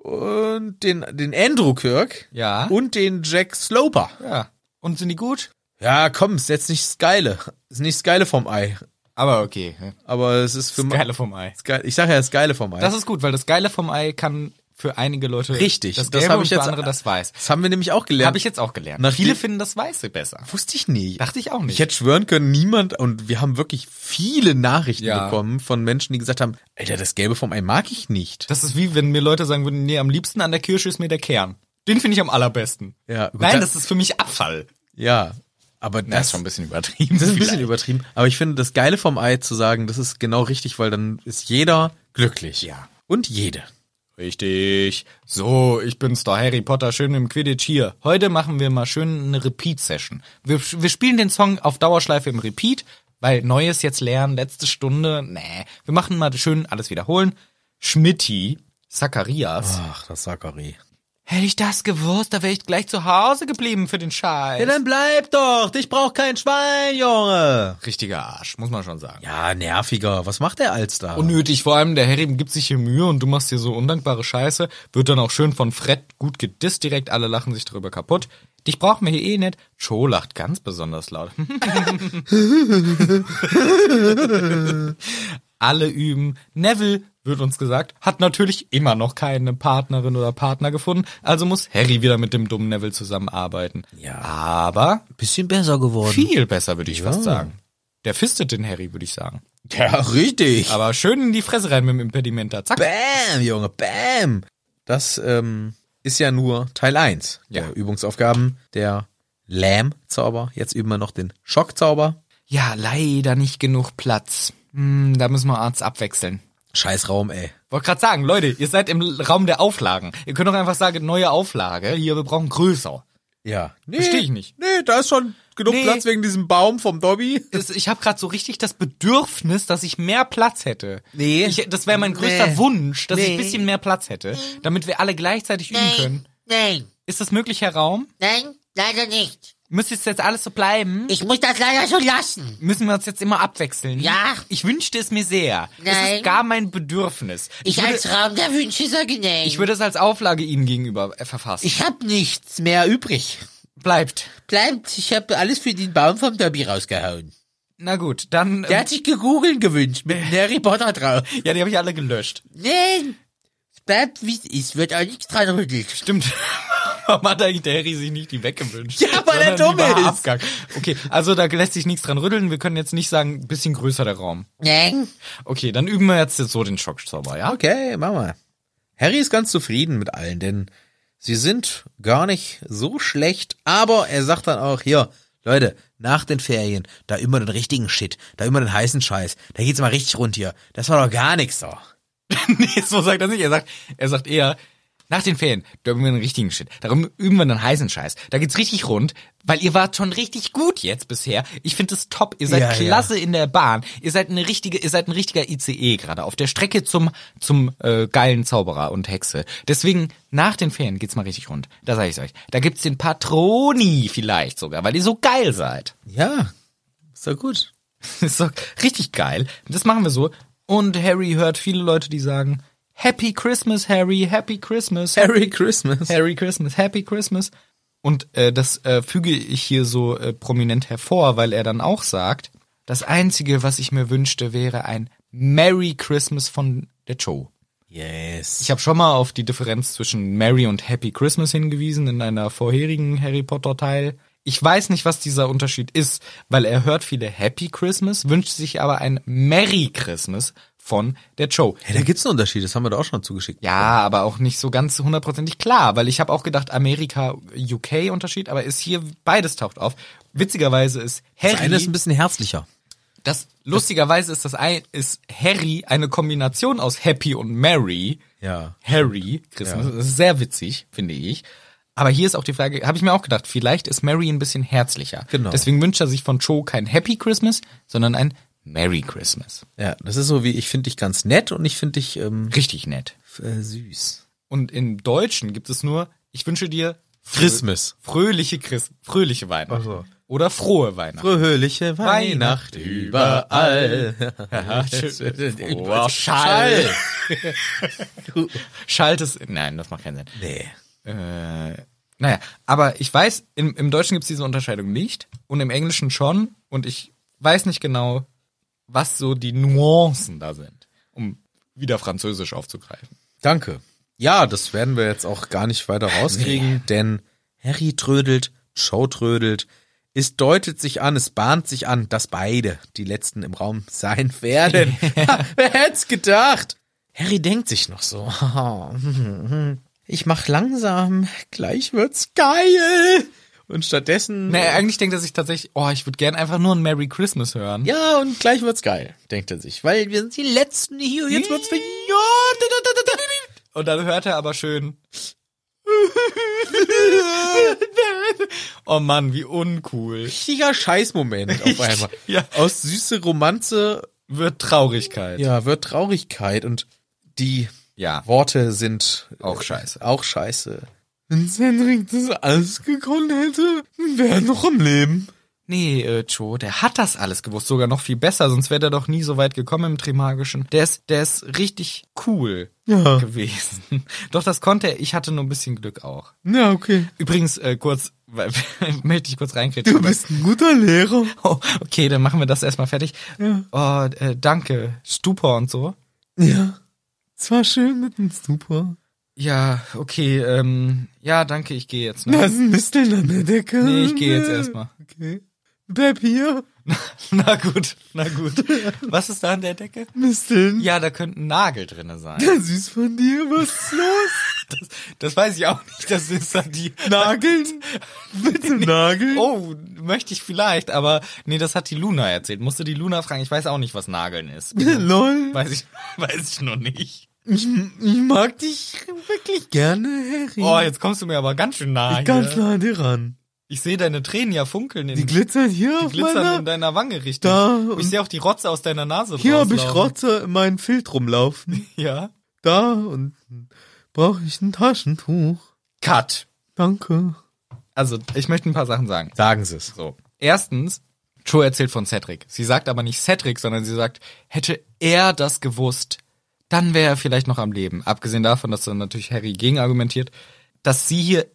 S1: und den, den Andrew Kirk
S2: Ja.
S1: und den Jack Sloper.
S2: Ja. Und sind die gut?
S1: Ja, komm, ist jetzt nicht das Geile. Ist nicht das Geile vom Ei.
S2: Aber okay. ne?
S1: Aber es ist für
S2: Das
S1: ma-
S2: Geile vom Ei.
S1: Das Geil- Ich sage ja, das Geile vom Ei.
S2: Das ist gut, weil das Geile vom Ei kann für einige Leute
S1: Richtig,
S2: das,
S1: das
S2: Gelbe
S1: hab
S2: und
S1: ich
S2: für
S1: jetzt-
S2: andere das Weiß.
S1: das haben wir nämlich auch gelernt.
S2: Habe ich jetzt auch gelernt.
S1: Nachdem-
S2: Viele finden das Weiße besser.
S1: wusste ich nie.
S2: Dachte ich auch nicht.
S1: Ich hätte schwören können, niemand, und wir haben wirklich viele Nachrichten
S2: Ja.
S1: bekommen von Menschen, die gesagt haben, Alter, das Gelbe vom Ei mag ich nicht.
S2: Das ist wie, wenn mir Leute sagen würden, nee, am liebsten an der Kirsche ist mir der Kern. Den finde ich am allerbesten.
S1: Ja, gut,
S2: Nein,
S1: da-
S2: das ist für mich Abfall.
S1: Ja, aber
S2: Na,
S1: das,
S2: bisschen übertrieben.
S1: das ist ein bisschen übertrieben. Aber ich finde, das Geile vom Ei zu sagen, das ist genau richtig, weil dann ist jeder glücklich.
S2: Ja.
S1: Und jede.
S2: Richtig. So, ich bin's da, Harry Potter, schön im Quidditch hier. Heute machen wir mal schön eine Repeat-Session. Wir, wir spielen den Song auf Dauerschleife im Repeat, weil Neues jetzt lernen, letzte Stunde, nee. Wir machen mal schön alles wiederholen. Schmitty, Zacharias.
S1: Ach, das Zachary.
S2: Hätte ich das gewusst, da wäre ich gleich zu Hause geblieben für den Scheiß.
S1: Ja, dann bleib doch, dich braucht kein Schwein, Junge.
S2: Richtiger Arsch, muss man schon sagen.
S1: Ja, nerviger. Was macht der Alster?
S2: Unnötig, vor allem der Harry gibt sich hier Mühe und du machst hier so undankbare Scheiße. Wird dann auch schön von Fred gut gedisst direkt, alle lachen sich darüber kaputt. Dich brauchen wir hier eh nicht. Cho lacht ganz besonders laut. alle üben. Neville, wird uns gesagt, hat natürlich immer noch keine Partnerin oder Partner gefunden, also muss Harry wieder mit dem dummen Neville zusammenarbeiten.
S1: Ja.
S2: Aber
S1: bisschen besser geworden.
S2: viel besser, würde ich fast sagen. Der fistet den Harry, würde ich sagen.
S1: Ja, richtig.
S2: Aber schön in die Fresse rein mit dem Impedimenta. Zack.
S1: Bam, Junge, bam. Das ähm, ist ja nur Teil 1
S2: Ja.
S1: der Übungsaufgaben. Der Lamb-Zauber. Jetzt üben wir noch den Schockzauber.
S2: Ja, leider nicht genug Platz. Hm, da müssen wir Arzt abwechseln.
S1: Scheiß Raum, ey.
S2: Wollte gerade sagen, Leute, ihr seid im Raum der Auflagen. Ihr könnt doch einfach sagen, neue Auflage. Hier, wir brauchen größer.
S1: Ja. Nee,
S2: Versteh ich nicht.
S1: Nee, da ist schon genug
S2: Nee.
S1: Platz wegen diesem Baum vom Dobby.
S2: Es- Ich habe gerade so richtig das Bedürfnis, dass ich mehr Platz hätte.
S1: Nee.
S2: Ich, das wäre mein größter
S1: Nee.
S2: Wunsch, dass ich ein
S1: Nee.
S2: bisschen mehr Platz hätte, damit wir alle gleichzeitig üben können.
S5: Nein,
S2: Ist das möglich, Herr Raum?
S5: nein, leider nicht.
S2: Müsste es jetzt alles so bleiben?
S5: Ich muss das leider so lassen.
S2: Müssen wir uns jetzt immer abwechseln?
S5: Ja.
S2: Ich wünschte es mir sehr. Es
S5: Nein.
S2: ist gar mein Bedürfnis.
S5: Ich,
S2: würde-
S5: als Raum der Wünsche sage nein.
S2: Ich würde es als Auflage Ihnen gegenüber äh, verfassen.
S5: ich hab nichts mehr übrig.
S2: Bleibt.
S5: Bleibt, ich habe alles für den Baum vom Derby rausgehauen.
S2: Na gut, dann.
S5: Der
S2: Ähm,
S5: hat sich gegoogelt gewünscht mit einem Harry Potter drauf.
S2: ja, die habe ich alle gelöscht.
S5: Nein, es bleibt wie es ist, wird auch nichts dran rüttelt.
S2: Stimmt. Warum hat eigentlich der Harry sich nicht die weggewünscht?
S5: Ja, weil
S2: Sondern die
S5: er dumm
S2: war
S5: ist.
S2: Abgang. Okay, also da lässt sich nichts dran rütteln. Wir können jetzt nicht sagen, ein bisschen größer der Raum.
S5: Nein,
S2: Okay, dann üben wir jetzt, jetzt so den Schockzauber, ja?
S1: Okay, machen wir. Harry ist ganz zufrieden mit allen, denn sie sind gar nicht so schlecht, aber er sagt dann auch, hier, Leute, nach den Ferien, da immer den richtigen Shit, da immer den heißen Scheiß, da geht's mal richtig rund hier. Das war doch gar nichts so.
S2: nee, so sagt er nicht. Er sagt, er sagt eher, nach den Ferien, da üben wir den richtigen Shit. Darum üben wir den heißen Scheiß. Da geht's richtig rund, weil ihr wart schon richtig gut jetzt bisher. Ich finde es top. Ihr seid
S1: Ja, ja.
S2: klasse in der Bahn. Ihr seid eine richtige, ihr seid ein richtiger ICE gerade auf der Strecke zum zum äh, geilen Zauberer und Hexe. Deswegen nach den Ferien geht's mal richtig rund. Da sage ich euch. Da gibt's den Patroni vielleicht sogar, weil ihr so geil seid.
S1: Ja, ist doch gut.
S2: ist doch richtig geil. Das machen wir so. Und Harry hört viele Leute, die sagen, Happy Christmas, Harry, Happy Christmas,
S1: Merry Christmas.
S2: Harry Christmas, Happy Christmas. Und äh, das äh, füge ich hier so äh, prominent hervor, weil er dann auch sagt, das Einzige, was ich mir wünschte, wäre ein Merry Christmas von der Joe.
S1: Yes.
S2: Ich habe schon mal auf die Differenz zwischen Merry und Happy Christmas hingewiesen in einer vorherigen Harry Potter Teil. Ich weiß nicht, was dieser Unterschied ist, weil er hört viele Happy Christmas, wünscht sich aber ein Merry Christmas von der Joe.
S1: Hey, da gibt's einen Unterschied, das haben wir da auch schon zugeschickt.
S2: Ja, aber auch nicht so ganz hundertprozentig klar, weil ich habe auch gedacht, Amerika, UK Unterschied, aber ist hier beides taucht auf. Witzigerweise ist Harry
S1: Das eine ist ein bisschen herzlicher.
S2: das lustigerweise ist das ein, ist Harry eine Kombination aus Happy und Merry.
S1: Ja.
S2: Harry Christmas. Das ist sehr witzig, finde ich. Aber hier ist auch die Frage, habe ich mir auch gedacht, vielleicht ist Merry ein bisschen herzlicher.
S1: Genau.
S2: Deswegen wünscht er sich von Joe kein Happy Christmas, sondern ein Merry Christmas.
S1: Ja, das ist so wie, ich finde dich ganz nett und ich finde dich ähm,
S2: Richtig nett.
S1: äh, süß.
S2: Und im Deutschen gibt es nur, ich wünsche dir frö-
S1: Christmas.
S2: Fröhliche Christ, fröhliche Weihnachten.
S1: Ach so.
S2: Oder frohe Weihnachten.
S1: Fröhliche
S2: Weihnacht
S1: überall.
S2: Froher Schall. Schalt es. Nein, das macht keinen Sinn.
S1: Nee.
S2: Äh, naja, aber ich weiß, im, im Deutschen gibt's diese Unterscheidung nicht und im Englischen schon und ich weiß nicht genau, was so die Nuancen da sind, um wieder Französisch aufzugreifen.
S1: Danke. Ja, das werden wir jetzt auch gar nicht weiter rauskriegen, denn Harry trödelt, Joe trödelt. Es deutet sich an, es bahnt sich an, dass beide die Letzten im Raum sein werden. Ha, Wer hätt's gedacht? Harry denkt sich noch so. Ich mach langsam, gleich wird's geil. Und stattdessen.
S2: Naja, eigentlich denkt er sich tatsächlich, oh, ich würde gern einfach nur ein Merry Christmas hören.
S1: Ja, und gleich wird's geil, denkt er sich. Weil wir sind die Letzten hier, jetzt wird's richtig.
S2: Und dann hört er aber schön. oh Mann, wie uncool.
S1: richtiger Scheißmoment auf einmal.
S2: Ja.
S1: Aus süße Romanze
S2: Wird Traurigkeit.
S1: ja, wird Traurigkeit und die
S2: Ja.
S1: Worte sind äh,
S2: Auch scheiße.
S1: Auch scheiße. Wenn Cedric das alles gekonnt hätte, wäre er noch am Leben.
S2: Nee, äh, Joe, der hat das alles gewusst, sogar noch viel besser, sonst wäre der doch nie so weit gekommen im Trimagischen. Der ist, der ist richtig cool
S1: Ja.
S2: gewesen. Doch das konnte er, ich hatte nur ein bisschen Glück auch.
S1: Ja, okay.
S2: Übrigens, äh, kurz, weil- möchte ich kurz reinkriegen.
S1: Du bist ein guter Lehrer.
S2: Oh, okay, dann machen wir das erstmal fertig. Oh, äh, danke, Stupor und so.
S1: Ja. Es war schön mit dem Super.
S2: Ja, okay, ähm, ja, danke, ich gehe jetzt. Ne?
S1: Da ist ein Misteln an der Decke.
S2: Nee, ich gehe jetzt erstmal.
S1: Okay. Bleib hier.
S2: Na gut, na gut. Was ist da an der Decke?
S1: Misteln.
S2: Ja, da könnte ein Nagel drinne sein.
S1: Süß von dir. Was ist los?
S2: Das, das weiß ich auch nicht. Das ist dann die.
S1: Nageln? Bitte Nageln?
S2: Oh, möchte ich vielleicht, aber nee, das hat die Luna erzählt. Musste die Luna fragen. Ich weiß auch nicht, was Nageln ist. Genau.
S1: Lol.
S2: weiß ich, weiß ich noch nicht.
S1: Ich, ich mag dich wirklich gerne, Harry.
S2: Oh, jetzt kommst du mir aber ganz schön nah.
S1: ich ganz
S2: hier.
S1: nah an dir ran.
S2: ich sehe deine Tränen ja funkeln. In,
S1: Die glitzern hier auf
S2: glitzern in
S1: meiner...
S2: deiner Wange richtig.
S1: Da und-
S2: ich sehe auch die Rotze aus deiner Nase
S1: Hier habe ich
S2: rauslaufen.
S1: Rotze in meinen Filt rumlaufen.
S2: Ja.
S1: Da und brauche ich ein Taschentuch.
S2: Cut.
S1: Danke.
S2: Also, ich möchte ein paar Sachen sagen.
S1: Sagen Sie es.
S2: So. Erstens, Joe erzählt von Cedric. Sie sagt aber nicht Cedric, sondern sie sagt, hätte er das gewusst, dann wäre er vielleicht noch am Leben. Abgesehen davon, dass dann natürlich Harry gegen argumentiert, dass sie hier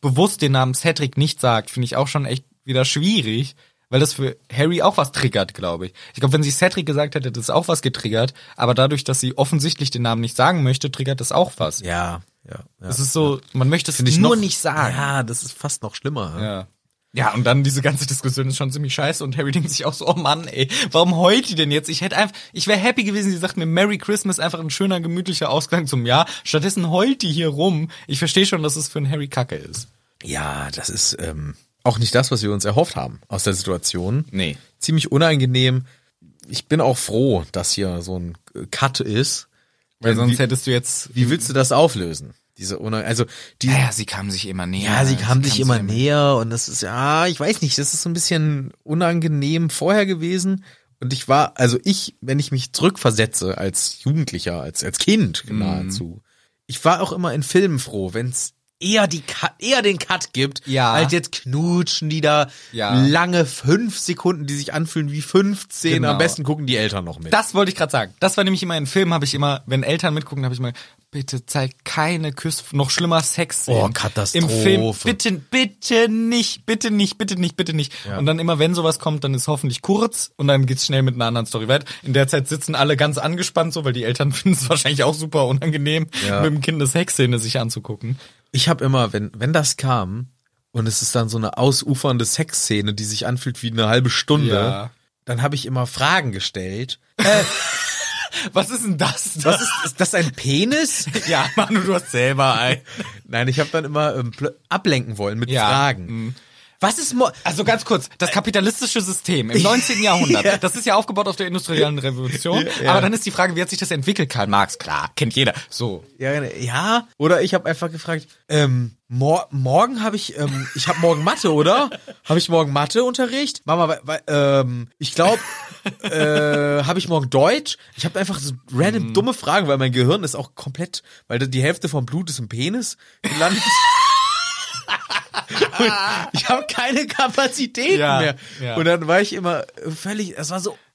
S2: bewusst den Namen Cedric nicht sagt, finde ich auch schon echt wieder schwierig, weil das für Harry auch was triggert, glaube ich. Ich glaube, wenn sie Cedric gesagt hätte, hätte das auch was getriggert, aber dadurch, dass sie offensichtlich den Namen nicht sagen möchte, triggert das auch was.
S1: Ja, ja. ja.
S2: Das ist so, man möchte es
S1: Finde ich
S2: nur
S1: noch-
S2: nicht sagen.
S1: Ja, das ist fast noch schlimmer. Ja.
S2: Ja. Ja, und dann diese ganze Diskussion ist schon ziemlich scheiße und Harry denkt sich auch so, oh Mann, ey, warum heult die denn jetzt? Ich hätte einfach, ich wäre happy gewesen, sie sagt mir Merry Christmas, einfach ein schöner, gemütlicher Ausgang zum Jahr. Stattdessen heult die hier rum. Ich verstehe schon, dass es für einen Harry Kacke ist.
S1: ja, das ist ähm, auch nicht das, was wir uns erhofft haben aus der Situation.
S2: Nee.
S1: Ziemlich unangenehm. Ich bin auch froh, dass hier so ein äh, Cut ist.
S2: Weil
S1: Wie-
S2: sonst hättest du jetzt,
S1: Wie willst du das auflösen? Diese Unang also die
S2: naja, sie kamen sich immer näher.
S1: ja, sie kamen sich immer
S2: näher.
S1: näher und das ist ja, ich weiß nicht, das ist so ein bisschen unangenehm vorher gewesen und ich war also ich, wenn ich mich zurückversetze
S2: Mhm.
S1: als Jugendlicher, als als Kind nahezu. Ich war auch immer in Filmen froh, wenn's eher, die Cut, eher den Cut gibt,
S2: Ja.
S1: als jetzt knutschen die da
S2: Ja.
S1: lange fünf Sekunden, die sich anfühlen wie 15.
S2: Genau.
S1: Am besten gucken die Eltern noch mit.
S2: Das wollte ich gerade sagen. Das war nämlich immer in Filmen, habe ich immer, wenn Eltern mitgucken, habe ich immer, bitte zeigt keine Küsse, noch schlimmer Sex.
S1: Oh, Katastrophe.
S2: Im Film, bitte, bitte nicht, bitte nicht, bitte nicht, bitte nicht. Und dann immer, wenn sowas kommt, dann ist hoffentlich kurz und dann geht's schnell mit einer anderen Story weiter. In der Zeit sitzen alle ganz angespannt so, weil die Eltern finden es wahrscheinlich auch super unangenehm,
S1: Ja.
S2: mit dem Kind eine Sexszene sich anzugucken.
S1: ich habe immer, wenn, wenn das kam und es ist dann so eine ausufernde Sexszene, die sich anfühlt wie eine halbe Stunde,
S2: Ja.
S1: dann habe ich immer Fragen gestellt.
S2: Was ist denn das?
S1: Was ist, ist das ein Penis?
S2: Ja, Manu, du hast selber ein.
S1: Nein, ich habe dann immer ähm, pl- ablenken wollen mit
S2: Ja.
S1: Fragen. Was ist Mo
S2: Also ganz kurz, das kapitalistische System im 19. Jahrhundert, das ist ja aufgebaut auf der industriellen Revolution, aber dann ist die Frage, wie hat sich das entwickelt, Karl Marx? Klar, kennt jeder. So.
S1: Ja, genau. ja. Oder ich habe einfach gefragt, ähm, mor morgen habe ich, ähm, ich habe morgen Mathe, oder? Habe ich morgen Matheunterricht? Mama, weil, weil, ähm, ich glaube, äh, habe ich morgen Deutsch? Ich habe einfach so random
S2: Mhm.
S1: dumme Fragen, weil mein Gehirn ist auch komplett, weil die Hälfte vom Blut ist im Penis gelandet. Und ich habe keine Kapazitäten
S2: Ja,
S1: mehr.
S2: ja.
S1: Und dann war ich immer völlig, es war so
S2: Es ist-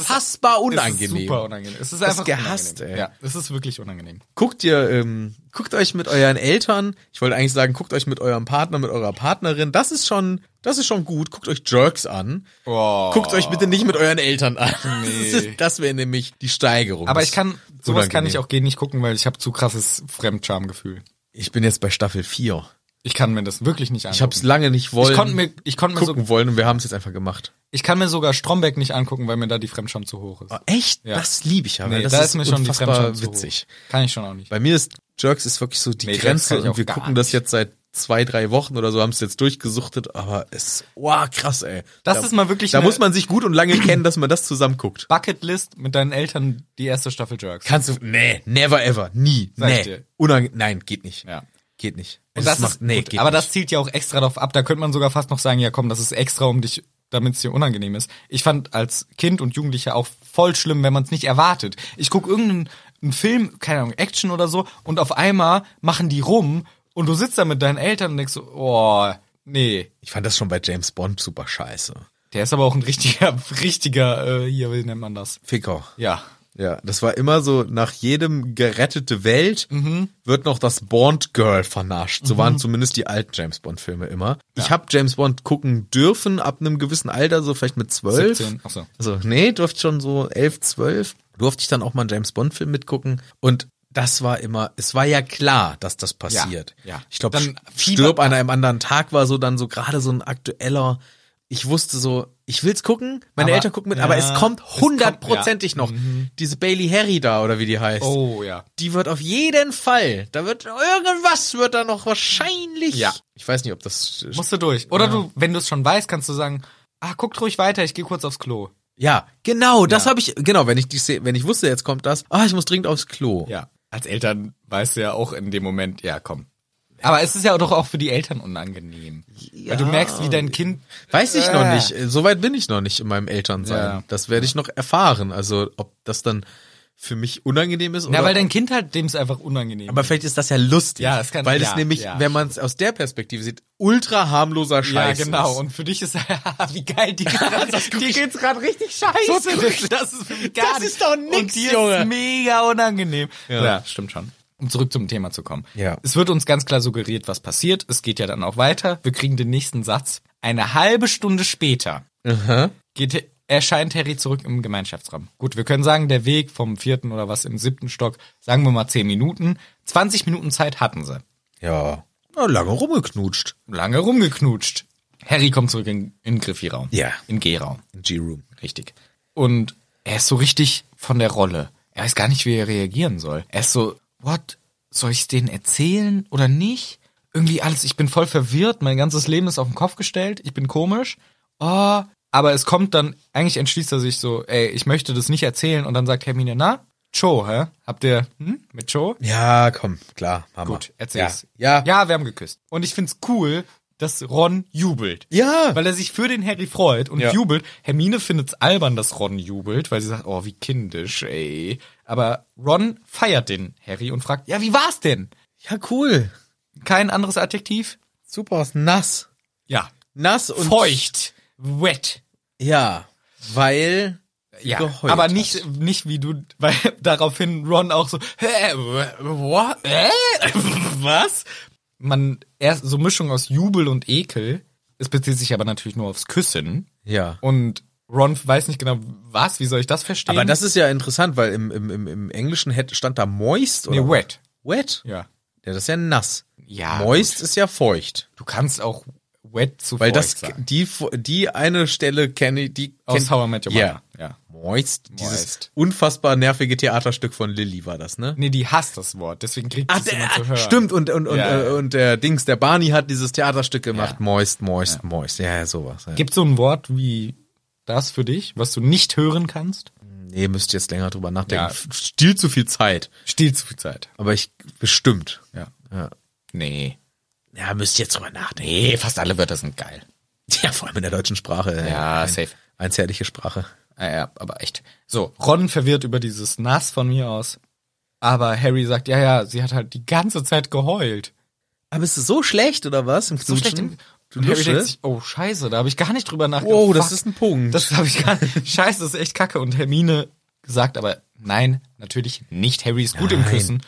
S1: unfassbar
S2: Es ist
S1: unangenehm.
S2: super unangenehm. Es ist
S1: Das
S2: einfach
S1: gehasst,
S2: unangenehm.
S1: ey.
S2: Ja, es ist wirklich unangenehm.
S1: guckt ihr, ähm, guckt euch mit euren Eltern, ich wollte eigentlich sagen, guckt euch mit eurem Partner, mit eurer Partnerin, das ist schon, das ist schon gut, guckt euch Jerks an.
S2: Oh.
S1: Guckt euch bitte nicht mit euren Eltn an.
S2: Nee.
S1: Das ist- Das wäre nämlich die Steigerung.
S2: Aber
S1: Das
S2: ich kann,
S1: ist
S2: sowas kann
S1: unangenehm.
S2: ich auch gehen nicht gucken, weil ich habe zu krasses Fremdschamgefühl.
S1: Ich bin jetzt bei Staffel 4.
S2: Ich kann mir das wirklich nicht angucken.
S1: Ich habe es lange nicht wollen.
S2: Ich konnte mir, ich konnte mir, so,
S1: gucken wollen und wir haben es jetzt einfach gemacht.
S2: ich kann mir sogar Stromberg nicht angucken, weil mir da die Fremdscham zu hoch ist.
S1: echt?
S2: Ja.
S1: Das liebe ich ja. weil
S2: Nee,
S1: Ah, das
S2: da
S1: ist,
S2: ist, mir schon die
S1: unfassbar
S2: Fremdscham zu
S1: witzig.
S2: hoch. Kann ich schon auch nicht.
S1: Bei mir ist Jerks ist wirklich so die
S2: Nee, Jerks kann
S1: Grenze
S2: ich
S1: und
S2: auch
S1: wir
S2: gar
S1: gucken das
S2: nicht.
S1: jetzt seit zwei, drei Wochen oder so, haben es jetzt durchgesuchtet, aber es, wow, krass, ey.
S2: Das
S1: da,
S2: ist mal wirklich
S1: Da
S2: eine-
S1: muss man sich gut und lange kennen, dass man das zusammen guckt.
S2: Bucketlist mit deinen Eltern die erste Staffel Jerks.
S1: Kannst du, nee, never ever, nie,
S2: Sag ich
S1: nee.
S2: dir.
S1: Unang Nein, geht nicht.
S2: Ja.
S1: Geht nicht.
S2: Und das, ist,
S1: nee,
S2: gut,
S1: geht
S2: aber
S1: nicht.
S2: das zielt ja auch extra darauf ab. Da könnte man sogar fast noch sagen, ja komm, das ist extra, um dich, damit es dir unangenehm ist. Ich fand als Kind und Jugendlicher auch voll schlimm, wenn man es nicht erwartet. Ich guck irgendeinen einen Film, keine Ahnung, Action oder so, und auf einmal machen die rum und du sitzt da mit deinen Eltern und denkst so, oh, nee.
S1: ich fand das schon bei James Bond super scheiße.
S2: Der ist aber auch ein richtiger, richtiger, äh, hier, wie nennt man das?
S1: Ficker.
S2: Ja.
S1: Ja, das war immer so, nach jedem gerettete Welt
S2: Mhm.
S1: wird noch das Bond Girl vernascht. So waren zumindest die alten James Bond Filme immer. Ich habe James Bond gucken dürfen ab einem gewissen Alter, so vielleicht mit zwölf.
S2: 17, ach so.
S1: Also, nee, durfte schon so elf, zwölf. Durfte ich dann auch mal einen James Bond Film mitgucken und das war immer, es war ja klar, dass das passiert.
S2: ja.
S1: Ich glaube,
S2: Dann fiebert
S1: stirb an einem anderen Tag war so dann so gerade so ein aktueller. Ich wusste so, ich will's gucken, meine
S2: Aber-
S1: Eltern gucken mit, aber
S2: ja,
S1: es kommt
S2: es kommt,
S1: hundertprozentig noch. Diese Bailey Harry da oder wie die heißt.
S2: Mhm. Oh, ja.
S1: Die wird auf jeden Fall, da wird irgendwas wird da noch wahrscheinlich.
S2: Ja.
S1: Ich weiß nicht, ob das
S2: Musst du durch. Oder du, wenn du es schon weißt, kannst du sagen, ah, guckt ruhig weiter, ich gehe kurz aufs Klo.
S1: Ja, genau, das
S2: Ja.
S1: habe ich genau, wenn ich die Se- wenn ich wusste, jetzt kommt das. Ah, ich muss dringend aufs Klo.
S2: Ja. Als Eltern weißt du ja auch in dem Moment, ja, komm. Aber es ist ja doch auch für die Eltern unangenehm. Weil du merkst, wie dein Kind.
S1: Weiß ich noch
S2: Äh.
S1: nicht. Soweit bin ich noch nicht in meinem Elternsein.
S2: Ja.
S1: Das werde ich noch erfahren. Also, ob das dann für mich unangenehm ist oder
S2: Na, weil dein Kind halt dem ist einfach unangenehm.
S1: aber vielleicht ist das ja lustig,
S2: Ja, es kann-
S1: weil
S2: ja,
S1: es nämlich,
S2: ja.
S1: wenn man es aus der Perspektive sieht, ultra harmloser
S2: ja,
S1: Scheiß
S2: genau.
S1: ist.
S2: Und für dich ist wie geil, die dir geht's gerade richtig scheiße.
S1: So guck-
S2: das ist für mich
S1: Das
S2: gar nicht.
S1: ist doch
S2: Und
S1: nix,
S2: dir
S1: Junge.
S2: ist mega unangenehm.
S1: Ja.
S2: stimmt schon. Um zurück zum Thema zu kommen.
S1: Ja.
S2: Es wird uns ganz klar suggeriert, was passiert. Es geht ja dann auch weiter. Wir kriegen den nächsten Satz. Eine halbe Stunde später geht, erscheint Harry zurück im Gemeinschaftsraum. Gut, wir können sagen, der Weg vom vierten oder was im siebten Stock, sagen wir mal zehn Minuten. 20 Minuten Zeit hatten sie.
S1: Ja. Na, lange rumgeknutscht.
S2: Lange rumgeknutscht. Harry kommt zurück in, in Griffiraum.
S1: Ja.
S2: In G-Raum.
S1: G-Room.
S2: Richtig. Und er ist so richtig von der Rolle. Er weiß gar nicht, wie er reagieren soll. Er ist so, what? Soll ich denen erzählen oder nicht? Irgendwie alles, ich bin voll verwirrt, mein ganzes Leben ist auf den Kopf gestellt, ich bin komisch. Oh, aber es kommt dann, eigentlich entschließt er sich so, ey, ich möchte das nicht erzählen und dann sagt Hermine, na, Joe, hä? Habt ihr, hm, mit Joe?
S1: Ja, komm, klar, Mama.
S2: Gut, erzähl's.
S1: Ja. Ja.
S2: Ja, wir haben geküsst. Und ich find's cool, dass Ron jubelt.
S1: Ja.
S2: Weil er sich für den Harry freut und
S1: Ja.
S2: jubelt. Hermine findet's albern, dass Ron jubelt, weil sie sagt, oh, wie kindisch, ey. Aber Ron feiert den Harry und fragt, ja, wie war's denn?
S1: Ja, cool.
S2: Kein anderes Adjektiv?
S1: Super ist nass.
S2: Ja.
S1: Nass und
S2: Feucht. Wet.
S1: Ja, weil
S2: Ja,
S1: geheult
S2: aber
S1: hat.
S2: nicht, nicht wie du, weil daraufhin Ron auch so, hä, wh- what, hä, was? Man, erst so Mischung aus Jubel und Ekel, es bezieht sich aber natürlich nur aufs Küssen
S1: ja.
S2: und Ron weiß nicht genau, was, wie soll ich das verstehen?
S1: Aber das ist ja interessant, weil im, im, im, im Englischen hätte- stand da moist
S2: nee,
S1: oder
S2: wet.
S1: wet. Ja.
S2: Ja.
S1: das ist ja nass.
S2: Ja,
S1: moist ist ja feucht,
S2: Du kannst auch wet zu
S1: weil
S2: feucht
S1: das
S2: sagen.
S1: die die eine Stelle kenne ich, die
S2: Aus
S1: kenn-
S2: How I Met Your
S1: Ja.
S2: Mother. Ja.
S1: Moist, dieses
S2: Moist.
S1: unfassbar nervige Theaterstück von Lilly war das, ne?
S2: Nee, die hasst das Wort, deswegen kriegt sie es immer zu hören.
S1: stimmt und und und,
S2: Ja,
S1: äh,
S2: ja.
S1: und der Dings, der Barney hat dieses Theaterstück gemacht, moist, moist, moist, ja, ja sowas. Ja.
S2: Gibt so ein Wort wie das für dich, was du nicht hören kannst?
S1: Nee, müsst ihr jetzt länger drüber nachdenken.
S2: Ja.
S1: F- Stiehlt zu viel Zeit,
S2: Still zu viel Zeit.
S1: aber ich bestimmt.
S2: Ja.
S1: Ja.
S2: Nee.
S1: Ja, müsst ihr jetzt drüber nachdenken.
S2: Nee, fast alle Wörter sind geil.
S1: Ja, vor allem in der deutschen Sprache. ey.
S2: Ja,
S1: ein,
S2: safe.
S1: Eins herrliche Sprache.
S2: Ah, ja, aber echt. So, Ron verwirrt über dieses Nass von mir aus. Aber Harry sagt, ja, ja, sie hat halt die ganze Zeit geheult.
S1: Aber ist es so schlecht oder was? Im
S2: So schlecht. im-
S1: Du
S2: Und Harry
S1: Lusche?
S2: denkt sich, oh scheiße, da habe ich gar nicht drüber nachgedacht.
S1: Wow, das
S2: Fuck.
S1: ist ein Punkt.
S2: Oh, Das habe ich gar nicht. Scheiße, das ist echt kacke. Und Hermine sagt aber, nein, natürlich nicht. Harry ist gut im
S1: Nein.
S2: Küssen.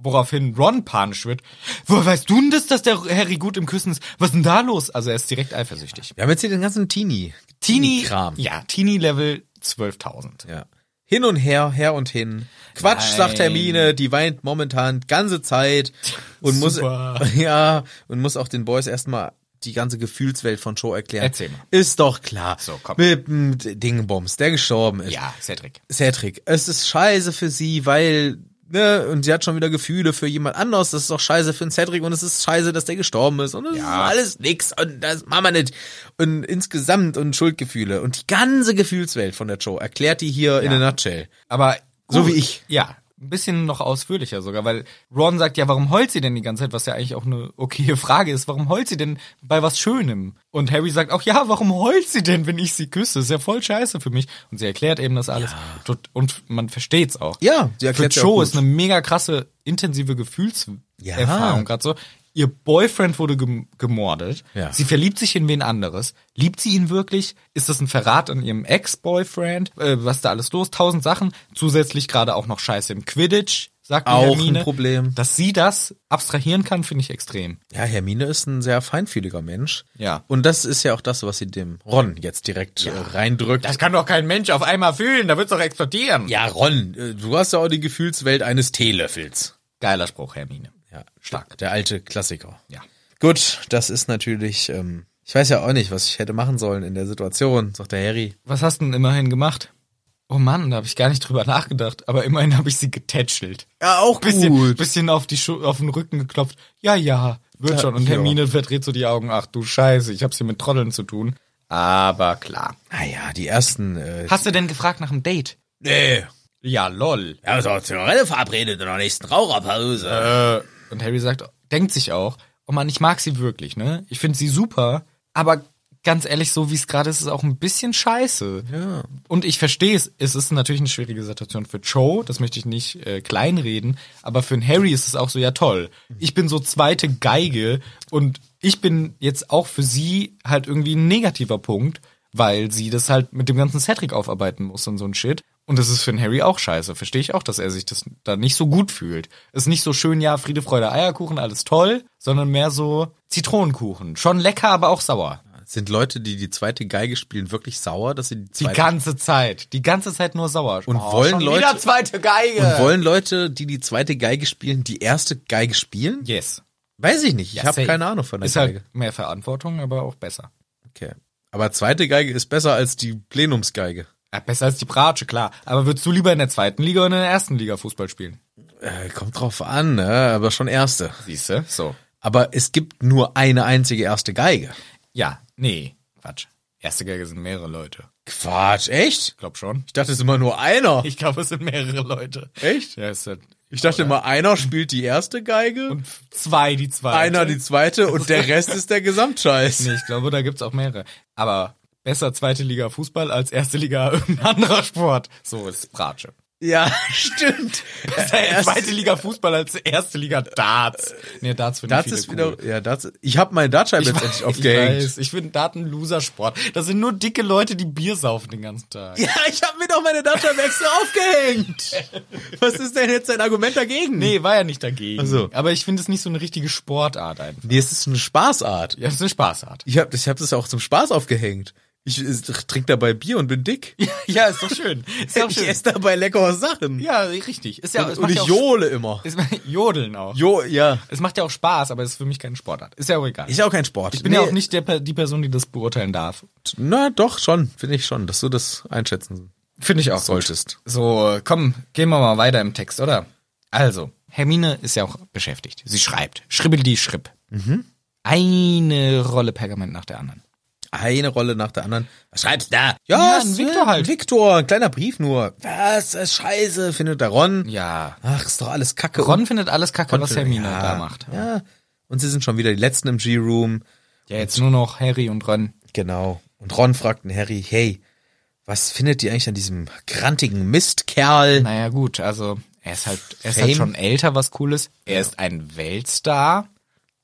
S2: Woraufhin Ron panisch wird. Woher weißt du denn das, dass der Harry gut im Küssen ist? Was ist denn da los? Also er ist direkt eifersüchtig.
S1: Wir haben jetzt hier den ganzen Teenie.
S2: Teenie,
S1: Kram.
S2: ja, Teenie-Level 12.000.
S1: Ja. Hin und her, her und hin. Quatsch,
S2: Nein.
S1: sagt Hermine, die weint momentan ganze Zeit und muss
S2: Super.
S1: ja und muss auch den Boys erstmal die ganze Gefühlswelt von Joe erklären.
S2: Erzähl mal.
S1: Ist doch klar.
S2: So, komm.
S1: Mit dem Dingenbombs, der gestorben ist.
S2: Ja, Cedric.
S1: Cedric, es ist scheiße für sie, weil, ne, und sie hat schon wieder Gefühle für jemand anderes, das ist doch scheiße für den Cedric und es ist scheiße, dass der gestorben ist und es
S2: Ja.
S1: ist alles nix und das machen wir nicht. Und insgesamt und Schuldgefühle und die ganze Gefühlswelt von der Joe erklärt die hier in a nutshell.
S2: Aber
S1: So
S2: gut,
S1: wie ich.
S2: Ja, ein bisschen noch ausführlicher sogar, weil Ron sagt, ja, warum heult sie denn die ganze Zeit, was ja eigentlich auch eine okaye Frage ist. Warum heult sie denn bei was Schönem? Und Harry sagt auch, ja, warum heult sie denn, wenn ich sie küsse? Ist ja voll scheiße für mich. Und sie erklärt eben das alles. Tut- Und man versteht's auch.
S1: Ja, sie
S2: Für
S1: erklärt ja auch
S2: Joe
S1: gut.
S2: ist eine mega krasse, intensive
S1: Ja.
S2: Gefühlserfahrung gerade so. Ihr Boyfriend wurde gem gemordet.
S1: Ja.
S2: Sie verliebt sich in wen anderes. Liebt sie ihn wirklich? Ist das ein Verrat an ihrem Ex-Boyfriend? Äh, was da alles los? Tausend Sachen. Zusätzlich gerade auch noch Scheiße im Quidditch, sagt die
S1: Auch ein
S2: Hermine.
S1: Problem.
S2: Dass sie das abstrahieren kann, finde ich extrem.
S1: Ja, Hermine ist ein sehr feinfühliger Mensch.
S2: Ja.
S1: Und das ist ja auch das, was sie dem Ron jetzt direkt äh, reindrückt.
S2: kann doch kein Mensch auf einmal fühlen. Da wird's doch explodieren. Ja.
S1: ja, Ron, äh, du hast ja auch die Gefühlswelt eines Teelöffels.
S2: Geiler Spruch, Hermine.
S1: Ja,
S2: Stark.
S1: Der alte Klassiker.
S2: Ja.
S1: Gut, das ist natürlich, ähm, ich weiß ja auch nicht, was ich hätte machen sollen in der Situation, sagt der Harry.
S2: Was hast du denn immerhin gemacht? Oh Mann, da habe ich gar nicht drüber nachgedacht. Aber immerhin habe ich sie getätschelt.
S1: Ja, auch
S2: bisschen, bisschen auf, die Schu auf den Rücken geklopft. Ja, ja, wird schon. Und
S1: ja.
S2: Hermine verdreht so die Augen. Ach du Scheiße, ich hab's hier mit Trotteln zu tun. Aber klar.
S1: Naja, Ah die ersten, äh,
S2: Hast du denn gefragt nach einem Date?
S1: nee.
S2: Ja, lol.
S1: Ja, so Zigarette verabredet in der nächsten Raucherpause.
S2: Äh, und Harry sagt, denkt sich auch, oh Mann, ich mag sie wirklich, ne? Ich finde sie super, aber ganz ehrlich, so wie es gerade ist, ist es auch ein bisschen scheiße. Ja. Und ich verstehe es, es ist natürlich eine schwierige Situation für Joe, das möchte ich nicht äh, kleinreden, aber für einen Harry ist es auch so, ja toll, ich bin so zweite Geige und ich bin jetzt auch für sie halt irgendwie ein negativer Punkt, weil sie das halt mit dem ganzen Cedric aufarbeiten muss und so ein Shit. Und das ist für den Harry auch scheiße. Verstehe ich auch, dass er sich das da nicht so gut fühlt. Ist nicht so schön, ja, Friede, Freude, Eierkuchen, alles toll, sondern mehr so Zitronenkuchen. Schon lecker, aber auch sauer.
S1: Sind Leute, die die zweite Geige spielen, wirklich sauer, dass sie die
S2: Die
S1: zweite
S2: ganze Zeit. Die ganze Zeit nur sauer. Oh,
S1: Und wollen
S2: schon
S1: Leute-
S2: Wieder zweite Geige.
S1: und wollen Leute, die die zweite Geige spielen, die erste Geige spielen?
S2: yes.
S1: Weiß ich nicht. Ich
S2: Ja,
S1: hab habe
S2: safe.
S1: keine Ahnung von der
S2: Ist
S1: Geige.
S2: halt mehr Verantwortung, aber auch besser.
S1: Okay. Aber zweite Geige ist besser als die Plenumsgeige.
S2: Ja, besser als die Bratsche, klar. Aber würdest du lieber in der zweiten Liga oder in der ersten Liga Fußball spielen?
S1: Äh, kommt drauf an, ne? aber schon erste.
S2: Siehste? So.
S1: Aber es gibt nur eine einzige erste Geige.
S2: Ja, nee. Quatsch. Erste Geige sind mehrere Leute.
S1: Quatsch, echt?
S2: Glaub schon.
S1: Ich dachte, es ist immer nur einer.
S2: Ich glaube, es sind mehrere Leute.
S1: Echt?
S2: Ja, ist halt
S1: Ich dachte immer, einer spielt die erste Geige,
S2: Und zwei, die zwei.
S1: einer die zweite und der Rest ist der Gesamtscheiß.
S2: Nee, ich glaube, da gibt's auch mehrere. Aber besser zweite Liga Fußball als erste Liga irgendein anderer Sport. So ist Bratsche.
S5: Ja, stimmt.
S2: Äh, Zweite Liga Fußball als erste Liga Darts. Nee, Darts finde ich
S1: Darts
S2: viele
S1: ist
S2: cool.
S1: wieder, ja, Darts, ich habe meine Dartscheibe
S2: Ich
S1: letztendlich
S2: weiß, ich weiß,
S1: aufgehängt.
S2: ich finde Daten Losersport. Das sind nur dicke Leute, die Bier saufen den ganzen Tag.
S1: Ja, ich habe mir doch meine Dartscheibe extra aufgehängt. Was ist denn jetzt dein Argument dagegen?
S2: Nee, war ja nicht dagegen.
S1: Ach so.
S2: Aber ich finde es nicht so eine richtige Sportart einfach.
S1: Nee, es ist eine Spaßart.
S2: Ja, das ist eine Spaßart.
S1: Ich habe ich hab das auch zum Spaß aufgehängt. Ich, ich trinke dabei Bier und bin dick.
S2: Ja, ist doch schön. Ist ja auch
S1: Ich
S2: schön.
S1: esse dabei leckere Sachen.
S2: Ja, richtig. Ist ja, es
S1: und
S2: macht
S1: und ich
S2: ja auch
S1: johle immer.
S2: Es macht- Jodeln auch.
S1: Jo, ja.
S2: Es macht ja auch Spaß, aber es ist für mich keine Sportart. Ist ja auch egal.
S1: Ist ja auch kein Sport.
S2: ich bin ja auch nicht der, Per- die Person, die das beurteilen darf.
S1: Na doch, schon. Finde ich schon, dass du das einschätzen
S2: Finde ich auch
S1: solltest.
S2: So, komm, gehen wir mal weiter im Text, oder? Also, Hermine ist ja auch beschäftigt. Sie schreibt. Schribbel die Schripp. Eine Rolle Pergament nach der anderen.
S1: Eine Rolle nach der anderen. Was schreibst du da?
S2: Ja, ein
S1: es-
S2: Viktor halt.
S1: Viktor, ein kleiner Brief nur. Was? Das ist scheiße, findet der Ron.
S2: Ja.
S1: Ach, ist doch alles Kacke.
S2: Ron findet alles kacke,
S1: Ron
S2: was
S1: findet-
S2: Hermine
S1: ja,
S2: da macht.
S1: Ja. Und sie sind schon wieder die Letzten im G-Room.
S2: Ja, jetzt nur noch Harry und Ron.
S1: Genau. Und Ron fragt den Harry, hey, was findet ihr eigentlich an diesem grantigen Mistkerl?
S2: Naja, gut, also er ist halt, er ist
S1: Fame.
S2: halt schon älter, was cool ist. Er ist ein Weltstar.